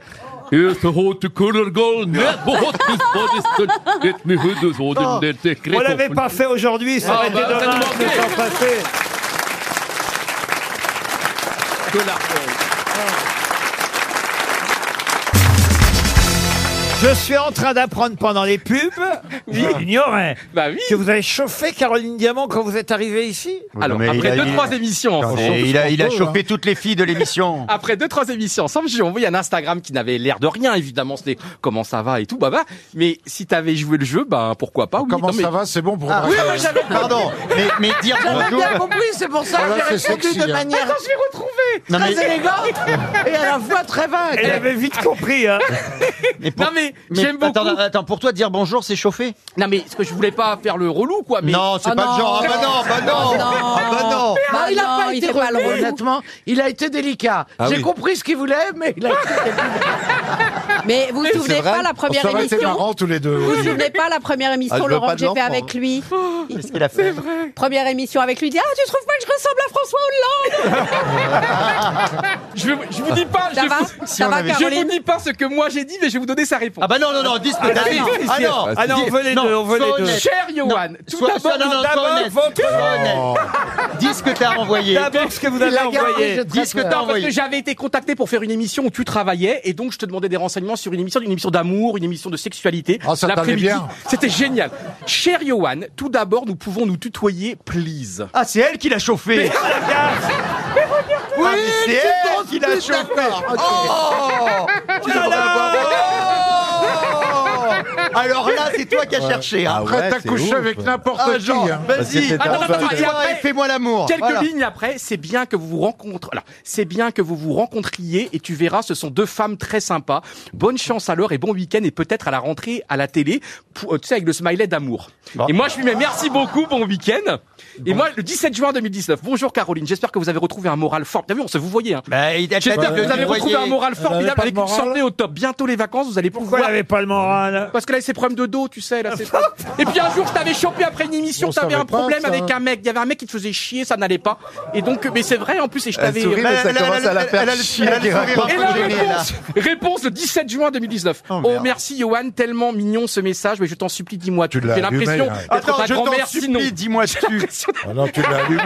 S11: Yes, the hot to color gold, net, the hot to spot is the- let me hit the sword in the- the
S1: Oh, On l'avait
S11: crate of-
S1: pas fait aujourd'hui, ça
S11: Ah,
S1: aurait
S11: bah,
S1: été
S11: ça nous
S1: dommage de
S11: manquait.
S1: s'en passer. Je suis en train d'apprendre pendant les pubs, j'ignorais,
S2: Bah
S1: que vous avez chauffé Caroline Diamant quand vous êtes arrivée ici.
S5: Alors,
S2: mais il
S5: après
S2: a-
S5: deux,
S2: il-
S5: trois émissions
S2: Et
S5: ensemble.
S2: il a, il a chopé toutes les filles de l'émission.
S5: hein. Après deux, trois émissions ensemble, j'ai envoyé un Instagram qui n'avait l'air de rien, évidemment. C'était comment ça va et tout, bah, bah. Mais si t'avais joué le jeu, bah, pourquoi pas, oui.
S19: Comment
S5: non, mais-
S19: ça va C'est bon pour.
S5: Ah, oui, moi, j'avais
S2: Pardon, mais, mais dire
S5: J'avais
S2: bonjour.
S5: bien compris,
S4: c'est pour ça que
S2: Voilà,
S4: j'ai
S2: c'est
S4: répondu
S2: sexy,
S4: de
S2: hein.
S4: manière
S5: Attends, je vais retrouver.
S2: Non,
S4: très
S2: mais-
S4: élégante et à la fois très vague.
S1: Elle avait vite compris, hein.
S5: Non, mais,
S2: mais
S5: j'aime beaucoup.
S2: Attends, attends, pour toi, dire bonjour, c'est chauffer
S5: Non, mais ce que je voulais pas faire le relou, quoi. Mais...
S2: Non, c'est pas le genre. Ah bah non, bah non. Ah bah non.
S4: Non, il n'a
S5: Ah non,
S4: pas
S5: il
S4: été
S5: fait pas le
S4: relou,
S5: relou.
S4: honnêtement. Il a été délicat.
S5: Ah
S4: J'ai
S5: oui.
S4: compris ce qu'il voulait, mais il a été
S8: Mais vous vous
S4: C'est
S8: souvenez
S4: vrai.
S8: pas la première
S4: Ça aurait été
S8: émission
S4: marrant, tous les deux.
S8: Vous vous souvenez pas la première
S2: Ah, je
S8: émission,
S2: veux
S8: Laurent,
S2: pas
S8: que
S2: de
S8: j'ai fait
S2: l'enfant.
S8: avec lui
S2: Qu'est-ce qu'il a fait
S8: Première émission avec lui, il dit Ah, tu trouves pas que je ressemble à François Hollande
S5: Je, je vous dis pas,
S8: Ça
S5: je,
S8: va
S5: vous-
S8: Si Ça on va, avait-
S5: je vous
S8: Caroline
S5: dis pas ce que moi j'ai dit, mais je vais vous donner sa réponse.
S2: Ah bah non, non, non, dis ce que
S5: Ah,
S2: t'as
S5: la
S2: dit.
S5: vérité.
S2: Ah non, ah non, on veut les deux, on veut les
S5: sois
S2: deux.
S5: honnête. Cher Johan,
S2: Non,
S5: tout
S2: sois-
S5: d'abord,
S2: sois- non, non, sois
S5: d'abord,
S2: honnête.
S5: votre-
S2: Sois honnête. Dis ce que t'as envoyé.
S5: D'abord,
S2: ce que vous avez envoyé. Dis ce que t'as
S5: Non, parce
S2: envoyé.
S5: que j'avais été contacté pour faire une émission où tu travaillais, et donc je te demandais des renseignements sur une émission, une émission d'amour, une émission de sexualité.
S2: Ah,
S19: ça t'allait
S5: L'après-midi.
S19: bien.
S5: C'était génial. Cher Johan, tout d'abord, nous pouvons nous tutoyer, please.
S2: Ah, c'est elle qui l'a chauffé. Ah, Oui, c'est elle qui l'a chauffé. Ah, Oh
S1: Ah
S2: Tu devrais l'avoir. Oh Alors là, c'est toi qui as cherché. hein.
S19: Après, t'as couché avec n'importe
S2: Ah,
S19: qui.
S2: genre,
S19: hein.
S2: Vas-y,
S5: Ah, non, non, non, non, et
S2: attends-toi
S5: après,
S2: et fais-moi l'amour.
S5: Quelques
S2: Voilà.
S5: lignes après, c'est bien que vous vous rencontrez. c'est bien que vous vous rencontriez et tu verras, ce sont deux femmes très sympas. Bonne chance alors et bon week-end et peut-être à la rentrée à la télé, pour- euh, tu sais, avec le smiley d'amour. Et moi, je lui mets merci beaucoup, bon week-end. Et moi, le 17 juin 2019. Bonjour Caroline, j'espère que vous avez retrouvé un moral fort. T'as vu, on se vous voyez. Hein.
S2: Bah, il a-
S5: j'espère
S2: elle
S5: que vous
S2: t'a
S5: avez retrouvé
S2: voyé.
S5: un moral
S2: Elle
S5: formidable
S2: avait pas
S5: avec
S2: de
S5: une
S2: moral.
S5: santé au top. Bientôt les vacances, vous allez
S1: Pourquoi
S5: pouvoir.
S1: elle n'avait pas le moral
S5: Parce que là, il s'est problèmes de dos, tu sais. Là, c'est ça. Et puis un jour, je t'avais chopé après une émission,
S19: On
S5: t'avais
S19: savait
S5: un
S19: pas,
S5: problème
S19: ça.
S5: avec un mec. Il y avait un mec qui te faisait chier, ça n'allait pas. Et donc, mais c'est vrai en plus, et je
S19: Elle
S5: t'avais.
S19: sourit, mais Elle- ça elle- commence elle- à la elle- faire elle a le- chier. elle a le sourire un peu
S5: Et la
S2: gêné, là.
S5: réponse, réponse le 17 juin 2019. Oh, merci, Johan, tellement mignon ce message, mais je t'en supplie, dis-moi. Tu
S19: l'as
S5: J'ai l'impression
S19: allumé, hein.
S5: d'être
S2: Attends,
S5: ta
S2: je t'en
S5: grand-mère, sinon.
S2: supplie, dis-moi dessus.
S19: Ah non, tu l'as allumé.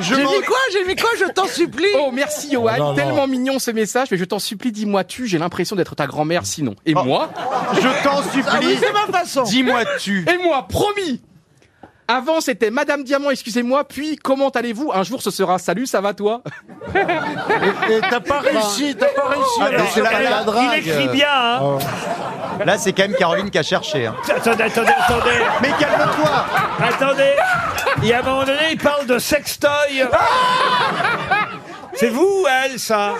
S5: J'ai mis quoi J'ai mis quoi Je t'en supplie. Oh merci Johan,
S19: Ah, non, non.
S5: tellement mignon ce message, mais je t'en supplie, dis-moi tu. J'ai l'impression d'être ta grand-mère, sinon. Et
S20: Oh.
S5: moi
S2: Je t'en
S4: Ah oui,
S2: supplie.
S4: c'est ma façon.
S2: Dis-moi tu.
S5: et moi, promis Avant, c'était Madame Diamant, excusez-moi, puis comment allez-vous Un jour, ce sera salut, ça va toi
S19: Et et t'as pas réussi, t'as pas réussi.
S2: Ah, mais c'est la- la
S1: Il
S2: drague.
S1: écrit bien, hein.
S2: Là, c'est quand même Caroline qui a cherché. hein.
S1: Attendez, attendez, attendez.
S2: Mais calme-toi.
S1: Attendez. Il y a un moment donné, il parle de sextoy. C'est vous, elle, ça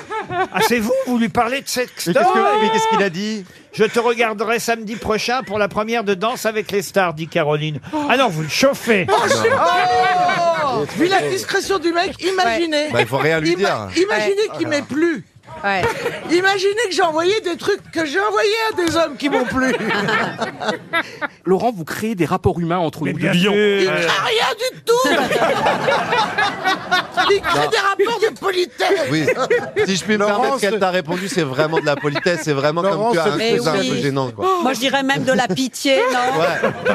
S1: Ah, c'est vous, vous lui parlez de sextoy
S2: a dit
S1: Je te regarderai samedi prochain pour la première de Danse avec les stars, dit Caroline. Ah non, vous le chauffez
S2: Oh,
S4: Oh Vu la discrétion du mec, imaginez.
S33: Bah, il faut rien lui
S4: Ima-
S33: dire.
S20: Ah. Eh, oh
S4: Imaginez qu'il m'ait plu. Imaginez que j'ai envoyé des trucs que j'ai envoyés à des hommes qui m'ont plu.
S5: Laurent, vous créez des rapports humains entre nous.
S4: bien
S5: Lions.
S4: Il ne crée Ah, rien du tout. Il crée
S20: Non.
S4: des rapports de politesse.
S20: Oui. Si je puis me
S4: Laurence-
S20: permettre, qu'elle t'a répondu, c'est vraiment de la politesse, c'est vraiment
S4: Laurence,
S20: comme tu as un
S4: Mais
S20: cousin
S4: oui.
S20: un peu gênant. Quoi.
S34: Moi, je dirais même de la pitié,
S12: Eh
S34: non
S20: Ouais.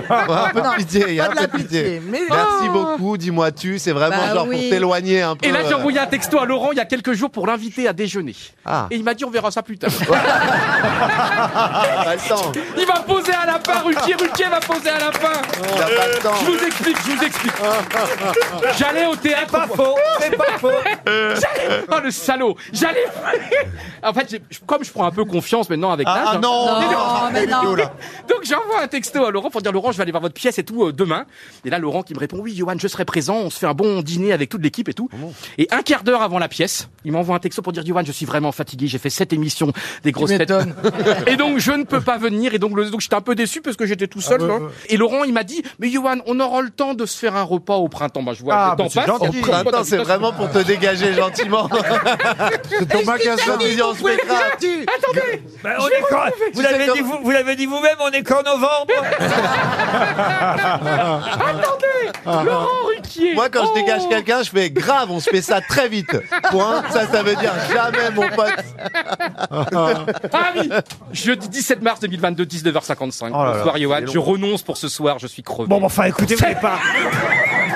S20: un peu de pitié,
S34: pas
S20: un
S34: de
S20: peu
S34: la
S20: de pitié.
S34: pitié, mais-
S20: Merci
S34: Oh.
S20: beaucoup, dis-moi tu, c'est vraiment
S5: Bah
S20: genre
S5: oui.
S20: pour t'éloigner un peu.
S5: Et là, j'ai
S20: euh,
S5: envoyé un texto à Laurent il y a quelques jours pour l'inviter à déjeuner.
S20: Ah.
S5: Et il m'a dit on verra ça plus tard.
S1: Ah,
S5: Il va poser à la fin, Ruquier, Ruquier va poser à la fin. Je vous explique, je vous explique. J'allais au théâtre. C'est pas faux, c'est pas faux. Oh le salaud, j'allais. En fait, j'ai- comme je prends un peu confiance maintenant avec
S35: Ah,
S5: l'âge.
S35: ah non,
S5: Mais
S35: non, mais non.
S5: Donc j'envoie un texto à Laurent pour dire Laurent, je vais aller voir votre pièce et tout euh, demain. Et là, Laurent qui me répond oui, Johan, je serai présent. On se fait un bon dîner avec toute l'équipe et tout.
S20: Ah
S5: Et un quart d'heure avant la pièce, il m'envoie un texto pour dire Johan, je suis vraiment fatigué. J'ai fait sept émissions des grosses têtes. et donc je ne peux pas venir. Et donc, le- donc j'étais un peu déçu parce que j'étais tout
S20: Ah
S5: seul.
S35: ouais,
S5: hein.
S35: ouais.
S5: Et Laurent, il m'a dit mais Johan, on aura le temps de se faire un repas au printemps. Bah, je vois.
S20: Ah,
S5: le temps
S20: bah, c'est
S5: passe.
S20: gentil.
S5: Au printemps,
S20: Attends, c'est vraiment pour te dégager gentiment. C'est ton magasin en spectacle.
S5: Attendez
S1: Bah, on est quand- vous l'avez dit vous- vous l'avez dit vous-même, on est qu'en novembre.
S5: Attendez
S1: ah.
S5: Laurent Ruquier
S20: Moi, quand je dégage quelqu'un, je fais grave, on se fait ça très vite. Point, ça, ça veut dire jamais, mon pote.
S5: ah oui Jeudi 17 mars 2022, 19h55.
S1: Oh là là,
S5: Bonsoir, Johan.
S1: c'est long.
S5: Je renonce pour ce soir, je suis crevé.
S1: Bon, bah, enfin, écoutez, vous n'avez pas.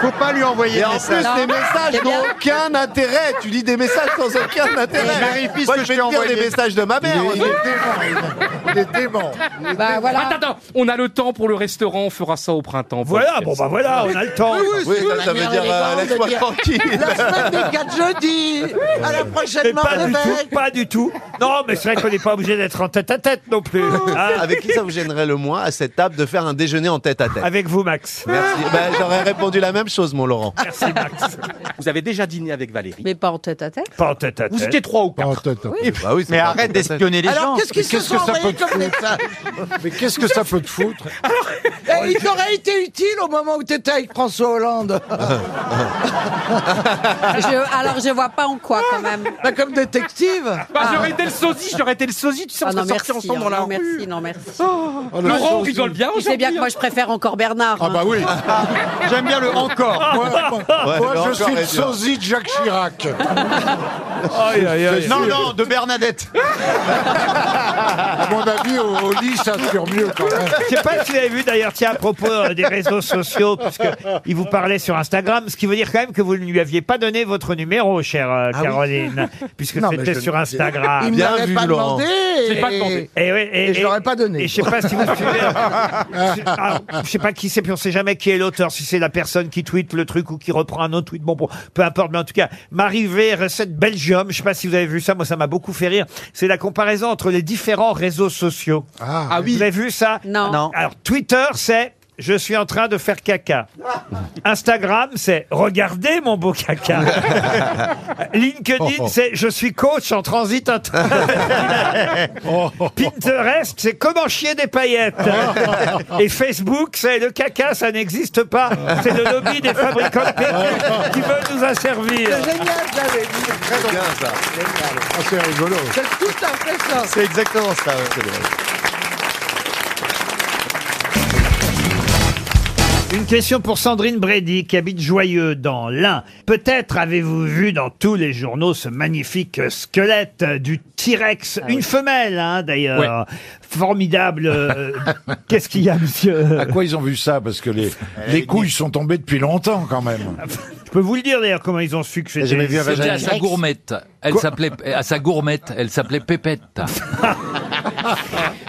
S20: Faut pas lui
S1: envoyer
S20: Et en
S1: des
S20: plus,
S1: messages.
S20: les
S1: Non,
S20: messages
S1: c'est bien.
S20: n'ont aucun intérêt. Tu lis des messages sans aucun intérêt.
S34: Je vérifie ce
S20: Moi,
S34: que
S20: je
S34: je
S20: vais
S34: t'ai
S20: te dire
S34: envoyé.
S20: des messages de ma mère.
S34: Il est- il
S15: Ah,
S20: Il est dément.
S34: Bah voilà.
S5: Attends, attends, on a le temps pour le restaurant, on fera ça au printemps.
S1: Voilà, bon, bah, voilà, on a le temps. Mais oui,
S20: Oui, ça, ça veut dire euh, laisse-moi tranquille.
S4: La semaine des 4 jeudis. À la
S1: Mais
S4: prochaine
S1: pas du
S4: Marlevêque.
S1: tout, pas du tout. Non, mais c'est vrai qu'on n'est pas obligé d'être en tête à tête non plus. Ah,
S20: Avec qui ça vous gênerait le moins à cette table de faire un déjeuner en tête à tête
S1: Avec vous, Max. Ah.
S20: Merci. Ben, J'aurais répondu la même chose, mon Laurent.
S5: Vous avez déjà dîné avec Valérie.
S34: Mais pas en tête à tête.
S1: Pas en tête à
S5: Vous étiez trois ou
S19: Oh,
S5: quatre.
S20: Eh Mais arrête
S5: d'espionner les gens.
S20: Qu'est-ce que ça peut te
S4: comme
S20: foutre
S19: Mais qu'est-ce que ça peut te foutre
S4: Eh, il t'aurait été utile au moment où t'étais avec François Hollande.
S34: Je- alors, je vois pas en quoi quand même.
S4: Bah, comme détective. Ah.
S5: Bah, j'aurais été le sosie, j'aurais été le sosie, tu sais, on
S34: Ah non,
S5: serait sortis
S34: merci,
S5: ensemble
S34: hein,
S5: dans la
S34: non,
S5: rue.
S34: merci, non, merci.
S5: Oh, le Laurent, on sosie. rigole bien
S34: Tu sais
S5: aujourd'hui,
S34: bien que
S5: hein.
S34: moi, je préfère encore Bernard.
S20: Ah,
S34: hein.
S20: bah
S19: J'aime bien le encore. Moi,
S34: Ouais,
S19: moi,
S34: le
S19: je
S34: encore
S19: suis
S34: est dur.
S19: le sosie de Jacques Chirac.
S1: Aïe, aïe, aïe.
S19: Non,
S1: non,
S19: de Bernadette. à mon avis, au, au lit, ça dure mieux quand même.
S1: Je sais pas si vous avez vu d'ailleurs, tiens, à propos euh, des réseaux sociaux, parce il vous parlait sur Instagram, ce qui veut dire quand même que vous ne lui aviez pas donné votre numéro, chère euh,
S35: Ah oui.
S1: Caroline, puisque
S35: Non, mais
S1: c'était
S35: je-
S1: sur Instagram.
S35: Il me l'avait pas demandé
S1: Je
S35: et-
S1: l'ai pas demandé. Eh Et, ouais, et-
S35: et je l'aurais
S1: pas donné. Et je sais pas si vous suivez. Alors, je sais pas qui c'est, puis on sait jamais qui est l'auteur, si c'est la personne qui tweete le truc ou qui reprend un autre tweet. Bon, bon, peu importe, mais en tout cas, Marie V, recette Belgium, je sais pas si vous avez vu ça, moi ça m'a beaucoup fait rire. C'est la comparaison entre les différents réseaux sociaux. Ah, oui. Vous avez vu ça
S34: Non. Non.
S1: Alors, Twitter, c'est je suis en train de faire caca. Instagram, c'est regardez mon beau caca. LinkedIn, c'est je suis coach en transit. inter- Pinterest, c'est comment chier des paillettes. Et Facebook, c'est le caca, ça n'existe pas. C'est le lobby des fabricants de perruques qui veut nous asservir.
S4: C'est génial, j'avais dit. C'est bien ça.
S19: c'est rigolo.
S4: C'est tout à fait ça.
S20: C'est exactement ça. ouais, c'est vrai.
S10: Ah,
S1: Une question pour Sandrine Brady qui habite Joyeux dans l'Ain. Peut-être avez-vous vu dans tous les journaux ce magnifique squelette du T-Rex, une femelle hein, d'ailleurs,
S19: Ouais.
S1: formidable. euh, Qu'est-ce qu'il y a, monsieur
S19: À quoi ils ont vu ça Parce que les, les couilles sont tombées depuis longtemps quand même.
S1: Je peux vous le dire d'ailleurs comment ils ont su que c'était.
S15: C'était à sa gourmette. Elle
S1: Quoi
S15: s'appelait à sa gourmette. Elle s'appelait Pépette.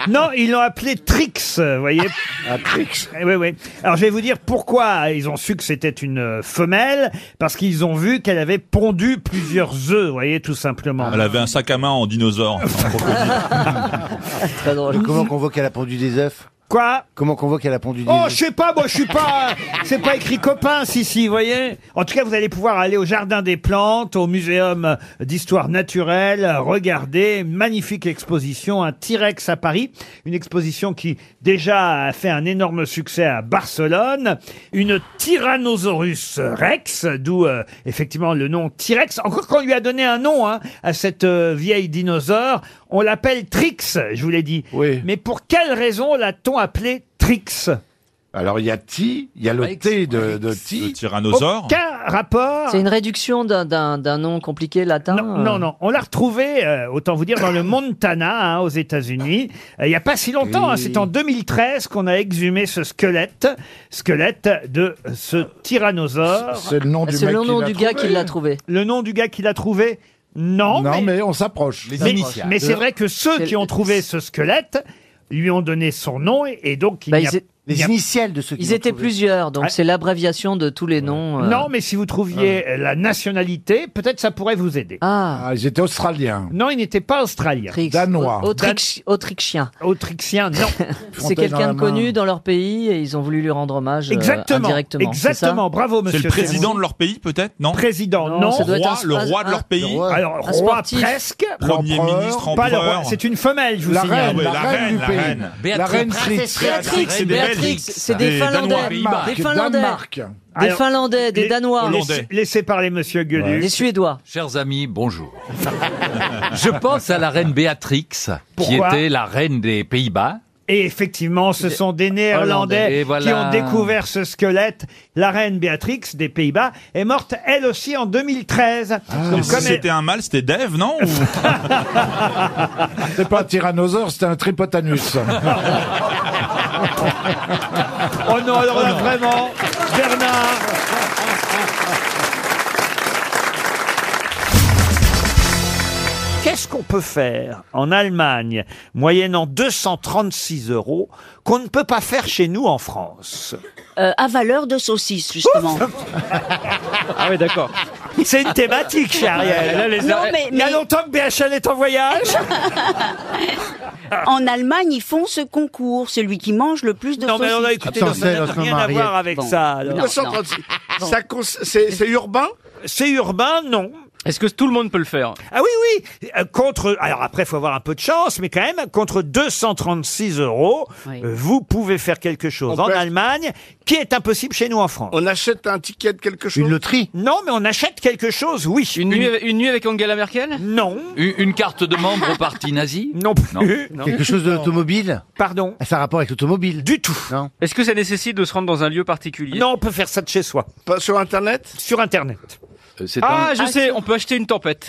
S1: Non, ils l'ont appelé Trix, vous voyez. Ah, Trix. Oui, oui. Alors, je vais vous dire pourquoi ils ont su que c'était une euh, femelle. Parce qu'ils ont vu qu'elle avait pondu plusieurs œufs, vous voyez, tout simplement.
S8: Elle avait un sac à main en dinosaure.
S13: Comment qu'on voit qu'elle a pondu des œufs
S1: Quoi
S20: Comment qu'on voit qu'elle a pondu des
S1: Oh, je sais pas, moi, je suis pas. C'est pas écrit copain, si, si, vous voyez. En tout cas, vous allez pouvoir aller au Jardin des Plantes, au Muséum d'Histoire Naturelle, regarder. une Magnifique exposition, un T-Rex à Paris. Une exposition qui, déjà, a fait un énorme succès à Barcelone. Une Tyrannosaurus Rex, d'où, euh, effectivement, le nom T-Rex. Encore qu'on lui a donné un nom, hein, à cette euh, vieille dinosaure. On l'appelle Trix, je vous l'ai dit. Mais pour quelle raison l'a-t-on appelé Trix
S20: Alors, il y a Ti, il y a le T de, de Ti. Le
S1: tyrannosaure. Aucun rapport.
S14: C'est une réduction d'un- d'un d'un nom compliqué latin. euh.
S1: Non, non, non. On l'a retrouvé, euh, autant vous dire, dans le Montana, hein, aux États-Unis. Euh, Il n'y a pas si longtemps, hein, c'est en 2013 qu'on a exhumé ce squelette, squelette de ce tyrannosaure.
S14: C'est le nom du C'est le mec qui nom l'a du gars trouvé. qui l'a trouvé.
S1: Le nom du gars qui l'a trouvé. Non, mais, on s'approche.
S20: Les
S1: Mais,
S20: initiales.
S1: mais c'est vrai que ceux
S20: C'est-
S1: qui ont trouvé ce squelette lui ont donné son nom et, et donc il
S14: Bah,
S1: n'y a-
S14: ils é-
S1: il n'y a-
S14: Ils étaient plusieurs, donc
S1: Ah.
S14: c'est l'abréviation de tous les noms. euh.
S1: Non, mais si vous
S19: Ah
S1: trouviez euh, la nationalité, peut-être ça pourrait vous aider.
S14: Ah.
S20: Ils étaient australiens.
S1: Non, il n'était pas australien.
S14: Danois. Autrichien. Autrichien.
S1: non.
S14: C'est quelqu'un de connu dans leur pays et ils ont voulu lui rendre hommage euh,
S1: Exactement.
S14: indirectement. c'est ça
S1: Exactement. Bravo,
S19: C'est
S1: monsieur.
S19: le président
S1: Ferrand.
S19: de leur pays, peut-être, non
S1: Président, non.
S19: Le roi, le roi de leur pays.
S1: Alors, roi presque.
S19: Premier ministre,
S1: Pas le roi,
S19: empereur.
S1: C'est une femelle, je vous
S19: La
S1: signale.
S19: reine, Ah ouais, la la reine reine, du la pays. reine. La reine Beatrix. Beatrix, c'est des Belges.
S14: Beatrix, c'est des,
S19: Des Danois.
S14: Finlandais. Des
S19: Danemark.
S14: Finlandais.
S19: Danemark.
S14: Des
S1: Alors,
S14: Finlandais, des
S1: les-
S14: Danois.
S1: Laissez, laissez parler monsieur Gueluc.
S14: Des Suédois.
S16: Chers amis, bonjour. Je pense à la reine Béatrix, qui
S1: Pourquoi
S16: était la reine des Pays-Bas.
S1: Et effectivement, ce sont des Néerlandais
S16: Hollandais,
S1: qui
S16: voilà.
S1: ont découvert ce squelette. La reine Béatrix des Pays-Bas est morte, elle aussi, en 2013. Donc,
S19: Et
S1: Ah, comme
S19: Ah, si
S1: elle-
S19: c'était un mâle, c'était Dave, non Ou-
S20: C'est pas un tyrannosaure, c'était un tripotanus.
S1: Oh non, alors là, vraiment, Bernard Qu'est-ce qu'on peut faire en Allemagne, moyennant 236 euros, qu'on ne peut pas faire chez nous en France
S12: Euh, à valeur de saucisse, justement.
S1: Ah oui, d'accord. C'est une thématique, chez
S2: Ah,
S1: Ariel.
S12: Là, les Non, arrêts- mais-
S1: Il y a longtemps que BHL est en voyage.
S12: en Allemagne, ils font ce concours, celui qui mange le plus de
S1: Non, mais
S12: saucisses.
S1: alors là, écoutez, Attends, non, ça c'est n'a notre rien à mariage. voir avec ça, alors.
S12: Non,
S1: 236.
S12: non.
S1: Ça cons- c'est c'est urbain C'est urbain, non.
S2: Est-ce que tout le monde peut le faire
S1: Ah oui, oui. euh, Contre, alors après, faut avoir un peu de chance, mais quand même, contre 236 euros, euh, vous pouvez faire quelque chose
S20: On
S1: en
S20: peut-
S1: Allemagne qui est impossible chez nous en France.
S20: On achète un ticket de quelque chose. Une loterie.
S1: Non, mais on achète quelque chose, oui.
S2: Une, nuit, une nuit avec Angela Merkel
S1: Non.
S16: Une, une carte de membre au parti nazi
S1: Non
S16: plus.
S20: Quelque chose de l'automobile
S1: Pardon
S20: Ça a rapport avec l'automobile
S1: Du tout.
S20: Non.
S2: Est-ce que ça nécessite de se rendre dans un lieu particulier
S1: Non, on peut faire ça de chez soi.
S20: Pas sur Internet
S1: Sur Internet.
S16: Euh,
S2: Ah, je sais, on peut acheter une tempête.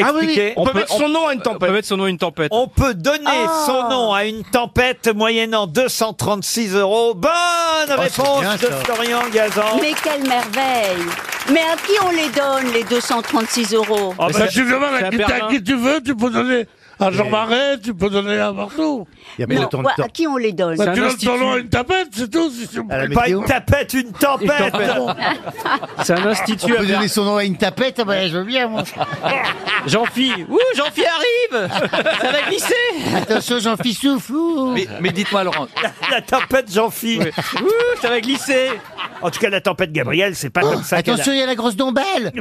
S1: Ah oui, oui. On peut mettre son
S2: nom à une tempête. On peut mettre son nom à une tempête.
S1: On peut donner
S2: Ah.
S1: son nom à une tempête moyennant 236 euros. Bonne
S20: Oh,
S1: réponse
S12: bien,
S1: de
S12: ça.
S1: Florian Gazan.
S12: Mais quelle merveille Mais à qui on les donne, les 236 euros
S1: Oh, bah,
S10: tu demandes à qui, à qui tu veux, tu peux donner à Jean
S12: Mais-
S10: Marais, tu peux donner à partout.
S20: Il y a
S12: Mais pourquoi- à qui on les donne
S10: Bah, tu donnes ton nom à une tapette, c'est tout. si tu-
S20: la
S1: Pas une tapette, une tempête.
S2: C'est un institut.
S20: On peut donner son nom à une tapette, ah bah, je veux bien, moi.
S2: Jean-Phi. Ouh, Jean-Phi arrive Ça va glisser
S20: Attention, jean philippe souffle. ouh.
S16: Mais, mais dites-moi, Laurent.
S1: La tempête Jean-Phi.
S2: Ouh, ça va glisser.
S1: En tout cas, la tempête Gabriel, c'est pas comme ça qu'elle a-
S20: Oh, Attention, il y a la grosse dombelle.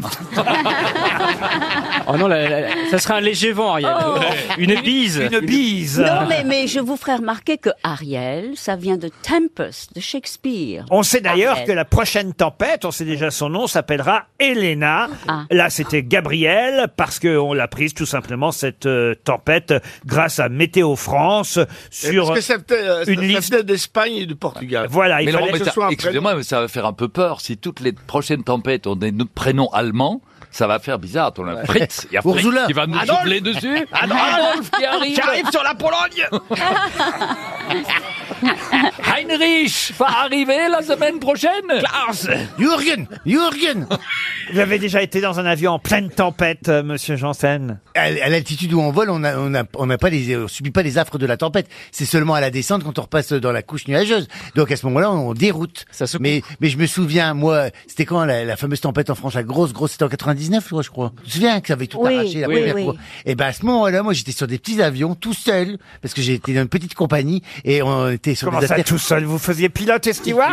S2: Oh non, la- la- la- ça sera un léger vent, Ariel.
S12: Oh.
S2: Une bise.
S1: Une bise.
S12: Non, mais, mais je vous ferai remarquer que Ariel, ça vient de Tempest, de Shakespeare.
S1: On sait d'ailleurs
S12: Ariel.
S1: que la prochaine tempête, on sait déjà son nom, s'appellera Elena. Là, c'était Gabrielle, parce qu'on l'a prise tout simplement, cette euh, tempête, grâce à Météo France, sur...
S20: Parce que ça venait, euh, ça-
S1: une
S20: ça
S1: liste-
S20: venait d'Espagne et du Portugal.
S1: Voilà, Ah, il
S16: Mais Laurent,
S1: fallait
S16: mais
S1: que
S16: ça-
S1: ce soit un
S16: excusez-moi, mais ça va faire un peu peur. Si toutes les prochaines tempêtes ont des n- prénoms allemands, ça va faire bizarre. On a Fritz, il y a Fritz
S20: Ursula.
S16: qui va nous
S20: Adolphe.
S16: souffler dessus.
S20: Adolphe.
S16: Adolphe qui arrive.
S20: Qui arrive
S16: sur la Pologne. Heinrich va arriver la semaine prochaine.
S20: Jürgen, Jürgen.
S1: Vous avez déjà été dans un avion en pleine tempête, euh, monsieur Janssen
S20: À, à l'altitude où on vole, on a, on a- on n'a pas les, on subit pas les affres de la tempête. C'est seulement à la descente quand on repasse dans la couche nuageuse. Donc à ce moment-là, on déroute. mais, mais je me souviens, moi, c'était quand la, la fameuse tempête en France, la grosse, grosse, c'était en 99, je crois. Je me souviens que ça avait tout
S22: Oui,
S20: arraché la
S22: oui,
S20: première
S22: oui.
S20: fois. Et ben à ce moment-là, moi, j'étais sur des petits avions, tout seul, parce que j'étais dans une petite compagnie et on était sur
S1: Comment
S20: des
S1: ça,
S20: affaires-
S1: tout seul Vous faisiez pilote et steward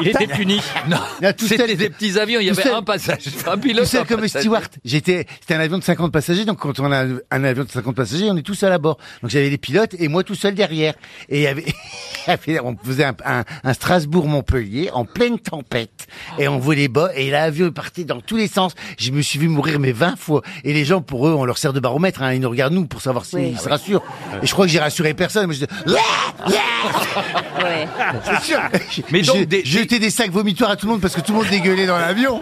S20: Non,
S2: C'était des petits avions, il y
S20: tout
S2: avait
S20: seul.
S2: un passage, un pilote.
S20: Tout seul
S2: un
S20: comme
S2: passager.
S20: Stewart. J'étais, c'était un avion de 50 passagers, donc quand on a un- un avion de 50 passagers, on est tout seul à bord. Donc j'avais les pilotes et moi tout seul derrière. Et il y avait, il y avait- on faisait un, un- un Strasbourg-Montpellier en pleine tempête. Et on volait bas et l'avion partait dans tous les sens. Je me suis vu mourir mais 20 fois. Et les gens, pour eux, on leur sert de baromètre, hein. Ils nous regardent nous pour savoir s'ils Oui. se rassurent. Et je crois que j'ai rassuré personne. Moi, je dis, Yeah
S22: Ouais.
S20: C'est sûr. Mais j'ai jeté des sacs vomitoires à tout le monde parce que tout le monde dégueulait dans l'avion.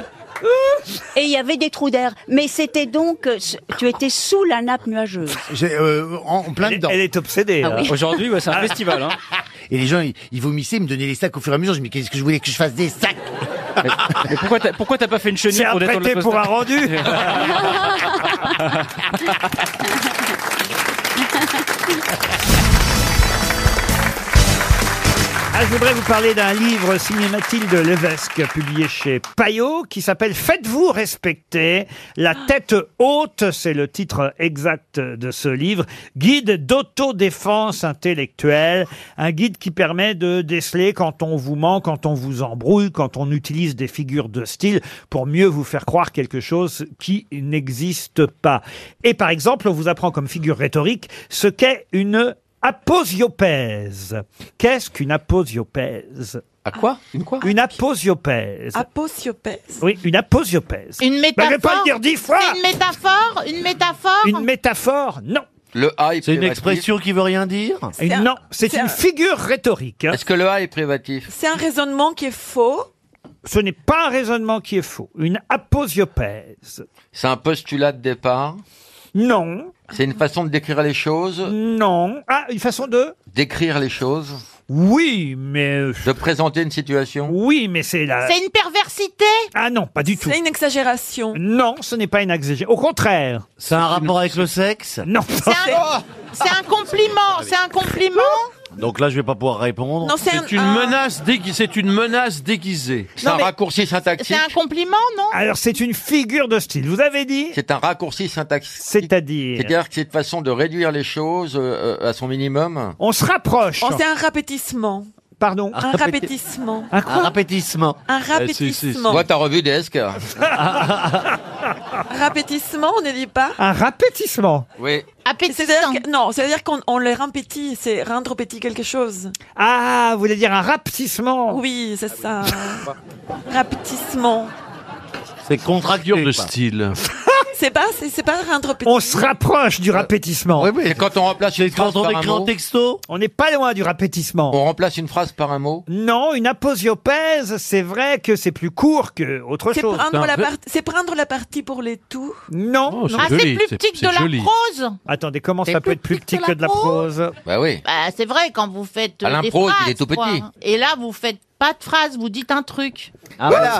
S12: Et il y avait des trous d'air. Mais c'était donc, euh, s- tu étais sous la nappe nuageuse.
S20: J'ai, euh, en, en plein dedans. Elle
S1: est obsédée.
S20: là.
S2: oui. Aujourd'hui, ouais, c'est un festival, hein.
S20: Et les gens, ils, ils vomissaient, ils me donnaient les sacs au fur et à mesure. Je me dis, qu'est-ce que je voulais que je fasse des sacs
S2: mais,
S20: pourquoi t'as, pourquoi t'as pas fait une
S2: chenille pour détendre le poster
S1: Ah, je voudrais vous parler d'un livre signé Mathilde Levesque, publié chez Payot, qui s'appelle Faites-vous respecter. La tête haute, c'est le titre exact de ce livre. Guide d'autodéfense intellectuelle. Un guide qui permet de déceler quand on vous ment, quand on vous embrouille, quand on utilise des figures de style pour mieux vous faire croire quelque chose qui n'existe pas. Et par exemple, on vous apprend comme figure rhétorique ce qu'est une Aposiopèse. Qu'est-ce qu'une aposiopèse À quoi
S21: Ah.
S1: Une quoi Une aposiopèse.
S22: Apociopèse.
S1: oui, une aposiopèse.
S22: Une
S1: Bah, je vais pas le dire dix fois
S22: Une métaphore Une métaphore
S1: Une métaphore, non. Le A
S2: C'est une privatif. expression
S1: qui veut rien dire Non, c'est
S21: c'est
S1: une
S21: un-
S1: figure rhétorique. Est-ce que le A est privatif
S21: C'est un raisonnement qui est faux.
S1: Ce n'est pas un raisonnement qui est faux. Une aposiopèse.
S2: C'est un postulat de départ
S1: Non.
S2: C'est une façon de décrire les choses
S1: Non. Ah, une façon de
S2: D'écrire les choses
S1: Oui, mais...
S2: De présenter une situation
S1: Oui, mais c'est la...
S21: C'est une perversité
S1: Ah non, pas du tout.
S21: C'est une exagération.
S1: Non, ce n'est pas une exagération. Au contraire. C'est un rapport avec le sexe Non.
S21: C'est un, compliment, c'est un compliment.
S26: Donc là, je vais pas pouvoir répondre.
S21: Non, c'est un-
S26: C'est une,
S21: un-
S26: menace dégui- c'est une menace déguisée.
S21: C'est Non, un mais-
S2: raccourci
S21: C'est un compliment, non
S1: Alors, c'est une figure de style, vous avez dit
S2: C'est un raccourci syntaxique.
S1: C'est-à-dire
S2: C'est-à-dire que c'est une façon de réduire les choses euh, euh, à son minimum
S1: On se rapproche
S21: Oh, c'est un rapétissement.
S1: Pardon
S21: Un rapétissement.
S2: Un quoi Un
S21: rapétissement.
S26: Eh,
S21: Un rapétissement.
S2: Toi, t'as revu Desk
S21: Rapétissement, on ne dit pas
S1: Un rapétissement.
S2: Oui.
S21: C'est-à-dire que- Non, c'est-à-dire qu'on on les rend petits, c'est rendre petit quelque chose.
S1: Ah, vous voulez dire un rapetissement Ah
S21: Oui, c'est ça. Rapetissement.
S26: C'est contracture de style.
S21: C'est pas, c'est c'est pas rendre petit.
S1: On se rapproche du
S2: Euh,
S1: rapétissement. Oui,
S2: oui. Quand on remplace une phrase par un mot
S1: texto On n'est pas loin du rapétissement.
S2: On remplace une phrase par un mot
S1: Non, une aposiopèse, c'est vrai que c'est plus court que autre
S21: C'est
S1: chose.
S21: prendre, la part- c'est prendre la partie pour les tout.
S1: Non.
S21: Oh, c'est Ah, c'est joli, plus c'est- petit que c'est de la joli. prose
S1: Attendez, comment
S21: C'est
S1: ça peut
S21: plus
S1: être plus petit que de la prose
S2: Bah oui.
S8: Bah, c'est vrai, quand vous faites euh,
S2: À
S8: des
S2: l'impro, il
S8: phrases,
S2: est tout
S8: quoi. hein.
S2: petit.
S8: Et là, vous faites pas de phrase, vous dites un truc.
S36: Ah,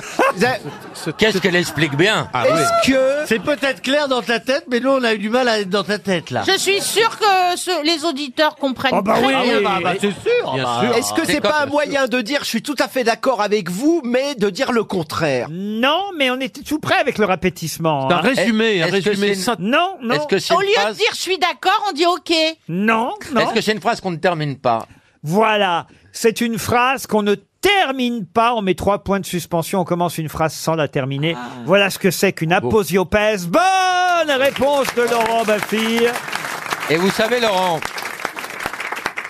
S2: Qu'est-ce qu'elle explique bien
S8: Est-ce
S2: que...
S20: Ah C'est peut-être clair dans ta tête, mais nous, on a eu du mal à être dans ta tête,
S2: Ah.
S20: là.
S8: Je suis sûr que ce- les auditeurs comprennent
S20: Oh bah
S8: très
S20: oui,
S8: bien.
S20: ah bah, bah, c'est sûr, Bien bah. sûr.
S36: Est-ce que
S20: C'est
S36: c'est
S20: comme-
S36: pas un moyen de dire je suis tout à fait d'accord avec vous, mais de dire le contraire
S1: Non, mais on était tout près avec le rapétissement.
S26: C'est un
S1: hein.
S26: résumé, un
S1: Est-ce que
S26: résumé
S1: c'est-
S26: syn-
S1: Non, Bah, non.
S2: Est-ce que c'est
S8: Au lieu de dire je suis d'accord, on dit ok.
S1: Non, non.
S2: Est-ce que c'est une phrase qu'on ne termine pas
S1: Voilà, c'est une phrase qu'on ne termine pas. On met trois points de suspension, on commence une phrase sans la terminer. Voilà ce que c'est qu'une aposiopèse. Bonne réponse de Laurent Baffy.
S2: Et vous savez, Laurent,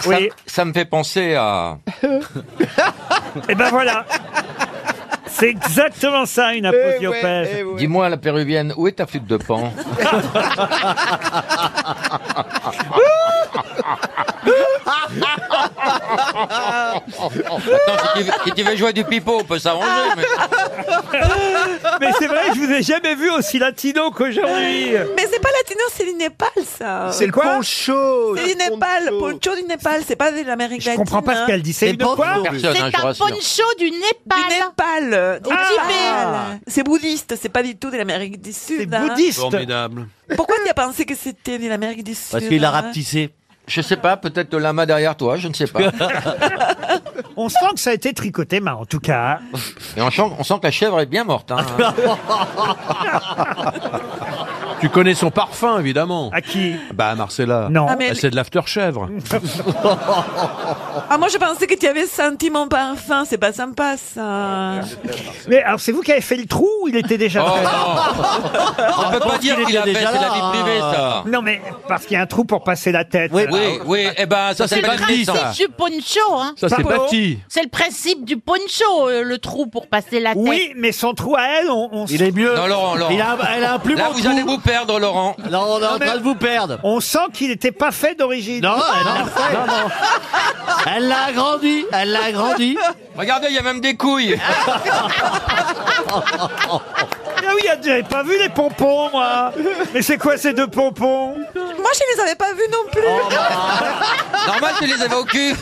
S2: ça, ça me fait penser à...
S1: Et ben voilà. C'est exactement ça, une aposiopèse.
S2: Dis-moi, la péruvienne, où est ta flûte de pan
S16: Attends, si tu, veux- si tu veux jouer du pipeau, on peut
S21: Ah.
S16: s'arranger. mais-
S1: Ah, Mais c'est vrai, je vous ai jamais vu aussi latino qu'aujourd'hui.
S21: Mais c'est pas latino, c'est du Népal, ça.
S1: C'est le quoi poncho.
S21: C'est du Népal, poncho du Népal, c'est pas de l'Amérique latine. Je
S1: comprends pas ce qu'elle dit. C'est une quoi
S21: C'est hein, un poncho du Népal. Du Népal,
S1: Ah.
S21: euh, du Tibet. C'est bouddhiste, c'est pas du tout de l'Amérique du Sud. hein.
S17: Formidable.
S21: Pourquoi tu as pensé que c'était de l'Amérique du Sud hein
S16: Je sais pas, peut-être le lama derrière toi, je ne sais pas.
S1: On sent que ça a été tricoté, mais en tout cas. hein.
S16: Et on sent, on sent que la chèvre est bien morte. hein.
S17: Tu connais son parfum, évidemment.
S1: À qui
S17: Bah, à Marcella.
S1: Non.
S21: Ah, mais elle-
S17: C'est de l'after-chèvre.
S21: Ah, moi je pensais que tu avais senti mon parfum, c'est pas sympa ça.
S1: Mais alors, c'est vous qui avez fait le trou ou il était déjà
S16: Oh,
S1: fait
S16: non. On peut pas dire qu'il a fait, c'est la vie privée, ça.
S1: Non, mais parce qu'il y a un trou pour passer la tête.
S16: Oui, oui, oui, eh ben, ça,
S8: C'est
S16: c'est
S8: le
S16: pas dit, ça.
S8: principe du poncho. Hein.
S16: Ça, c'est Pardon bâti.
S8: C'est le principe du poncho, euh, le trou pour passer la tête.
S1: Oui, mais son trou à elle, on, on Il est mieux.
S16: Non, Laurent, Laurent. Là, vous allez vous perdre, Laurent.
S1: Non, on est en train de vous perdre. On sent qu'il n'était pas fait d'origine. Ah,
S16: Non, elle l'a fait. Non, non.
S1: Elle l'a agrandi. Elle l'a agrandi.
S16: Regardez, il y a même des couilles.
S1: Ah oui, j'avais pas vu les pompons, moi. Mais c'est quoi ces deux pompons
S21: Moi je les avais pas vus non plus.
S16: Oh, Normal, tu les avais au cul.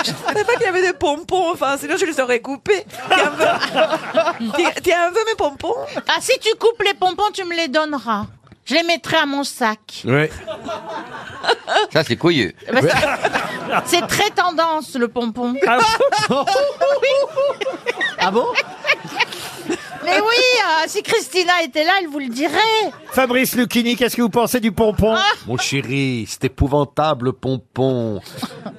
S21: Je savais pas qu'il y avait des pompons, enfin, sinon je les aurais coupés. T'es un peu- T'es- t'es un peu mes pompons
S8: Ah, si tu coupes les pompons, tu me les donneras. Je les mettrai à mon sac.
S16: Oui. Ça, c'est couillu.
S8: Bah, c'est- C'est très tendance, le pompon.
S16: Ah
S8: oui.
S16: Ah bon
S8: Mais oui, euh, si Christina était là, elle vous le dirait.
S1: Fabrice Lucchini, qu'est-ce que vous pensez du pompon
S2: Mon chéri, c'est épouvantable, le pompon.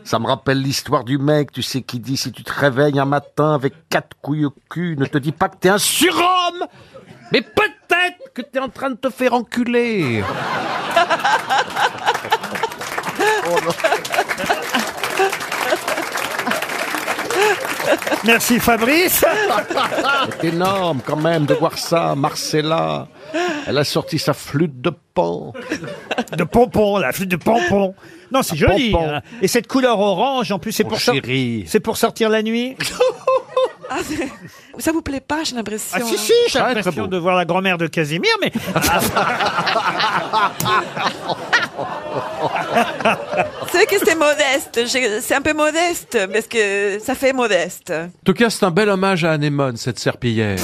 S2: Ça me rappelle l'histoire du mec, tu sais, qui dit si tu te réveilles un matin avec quatre couilles au cul, ne te dis pas que t'es un surhomme, mais peut-être que t'es en train de te faire enculer.
S1: Oh, Merci, Fabrice.
S2: C'est énorme, quand même, de voir ça. Marcella, elle a sorti sa flûte de pan.
S1: De pompon, la flûte de pompon. Non, c'est joli.
S2: pompon.
S1: hein. Et cette couleur orange, en plus, c'est pour, sor- c'est pour sortir la nuit
S21: Ah, c'est- ça vous plaît pas, j'ai l'impression.
S1: Ah si, si, j'ai l'impression de voir la grand-mère de Casimir, mais...
S21: C'est que c'est modeste, j'ai- c'est un peu modeste, parce que ça fait modeste.
S17: En tout cas, c'est un bel hommage à Anémone, cette serpillière.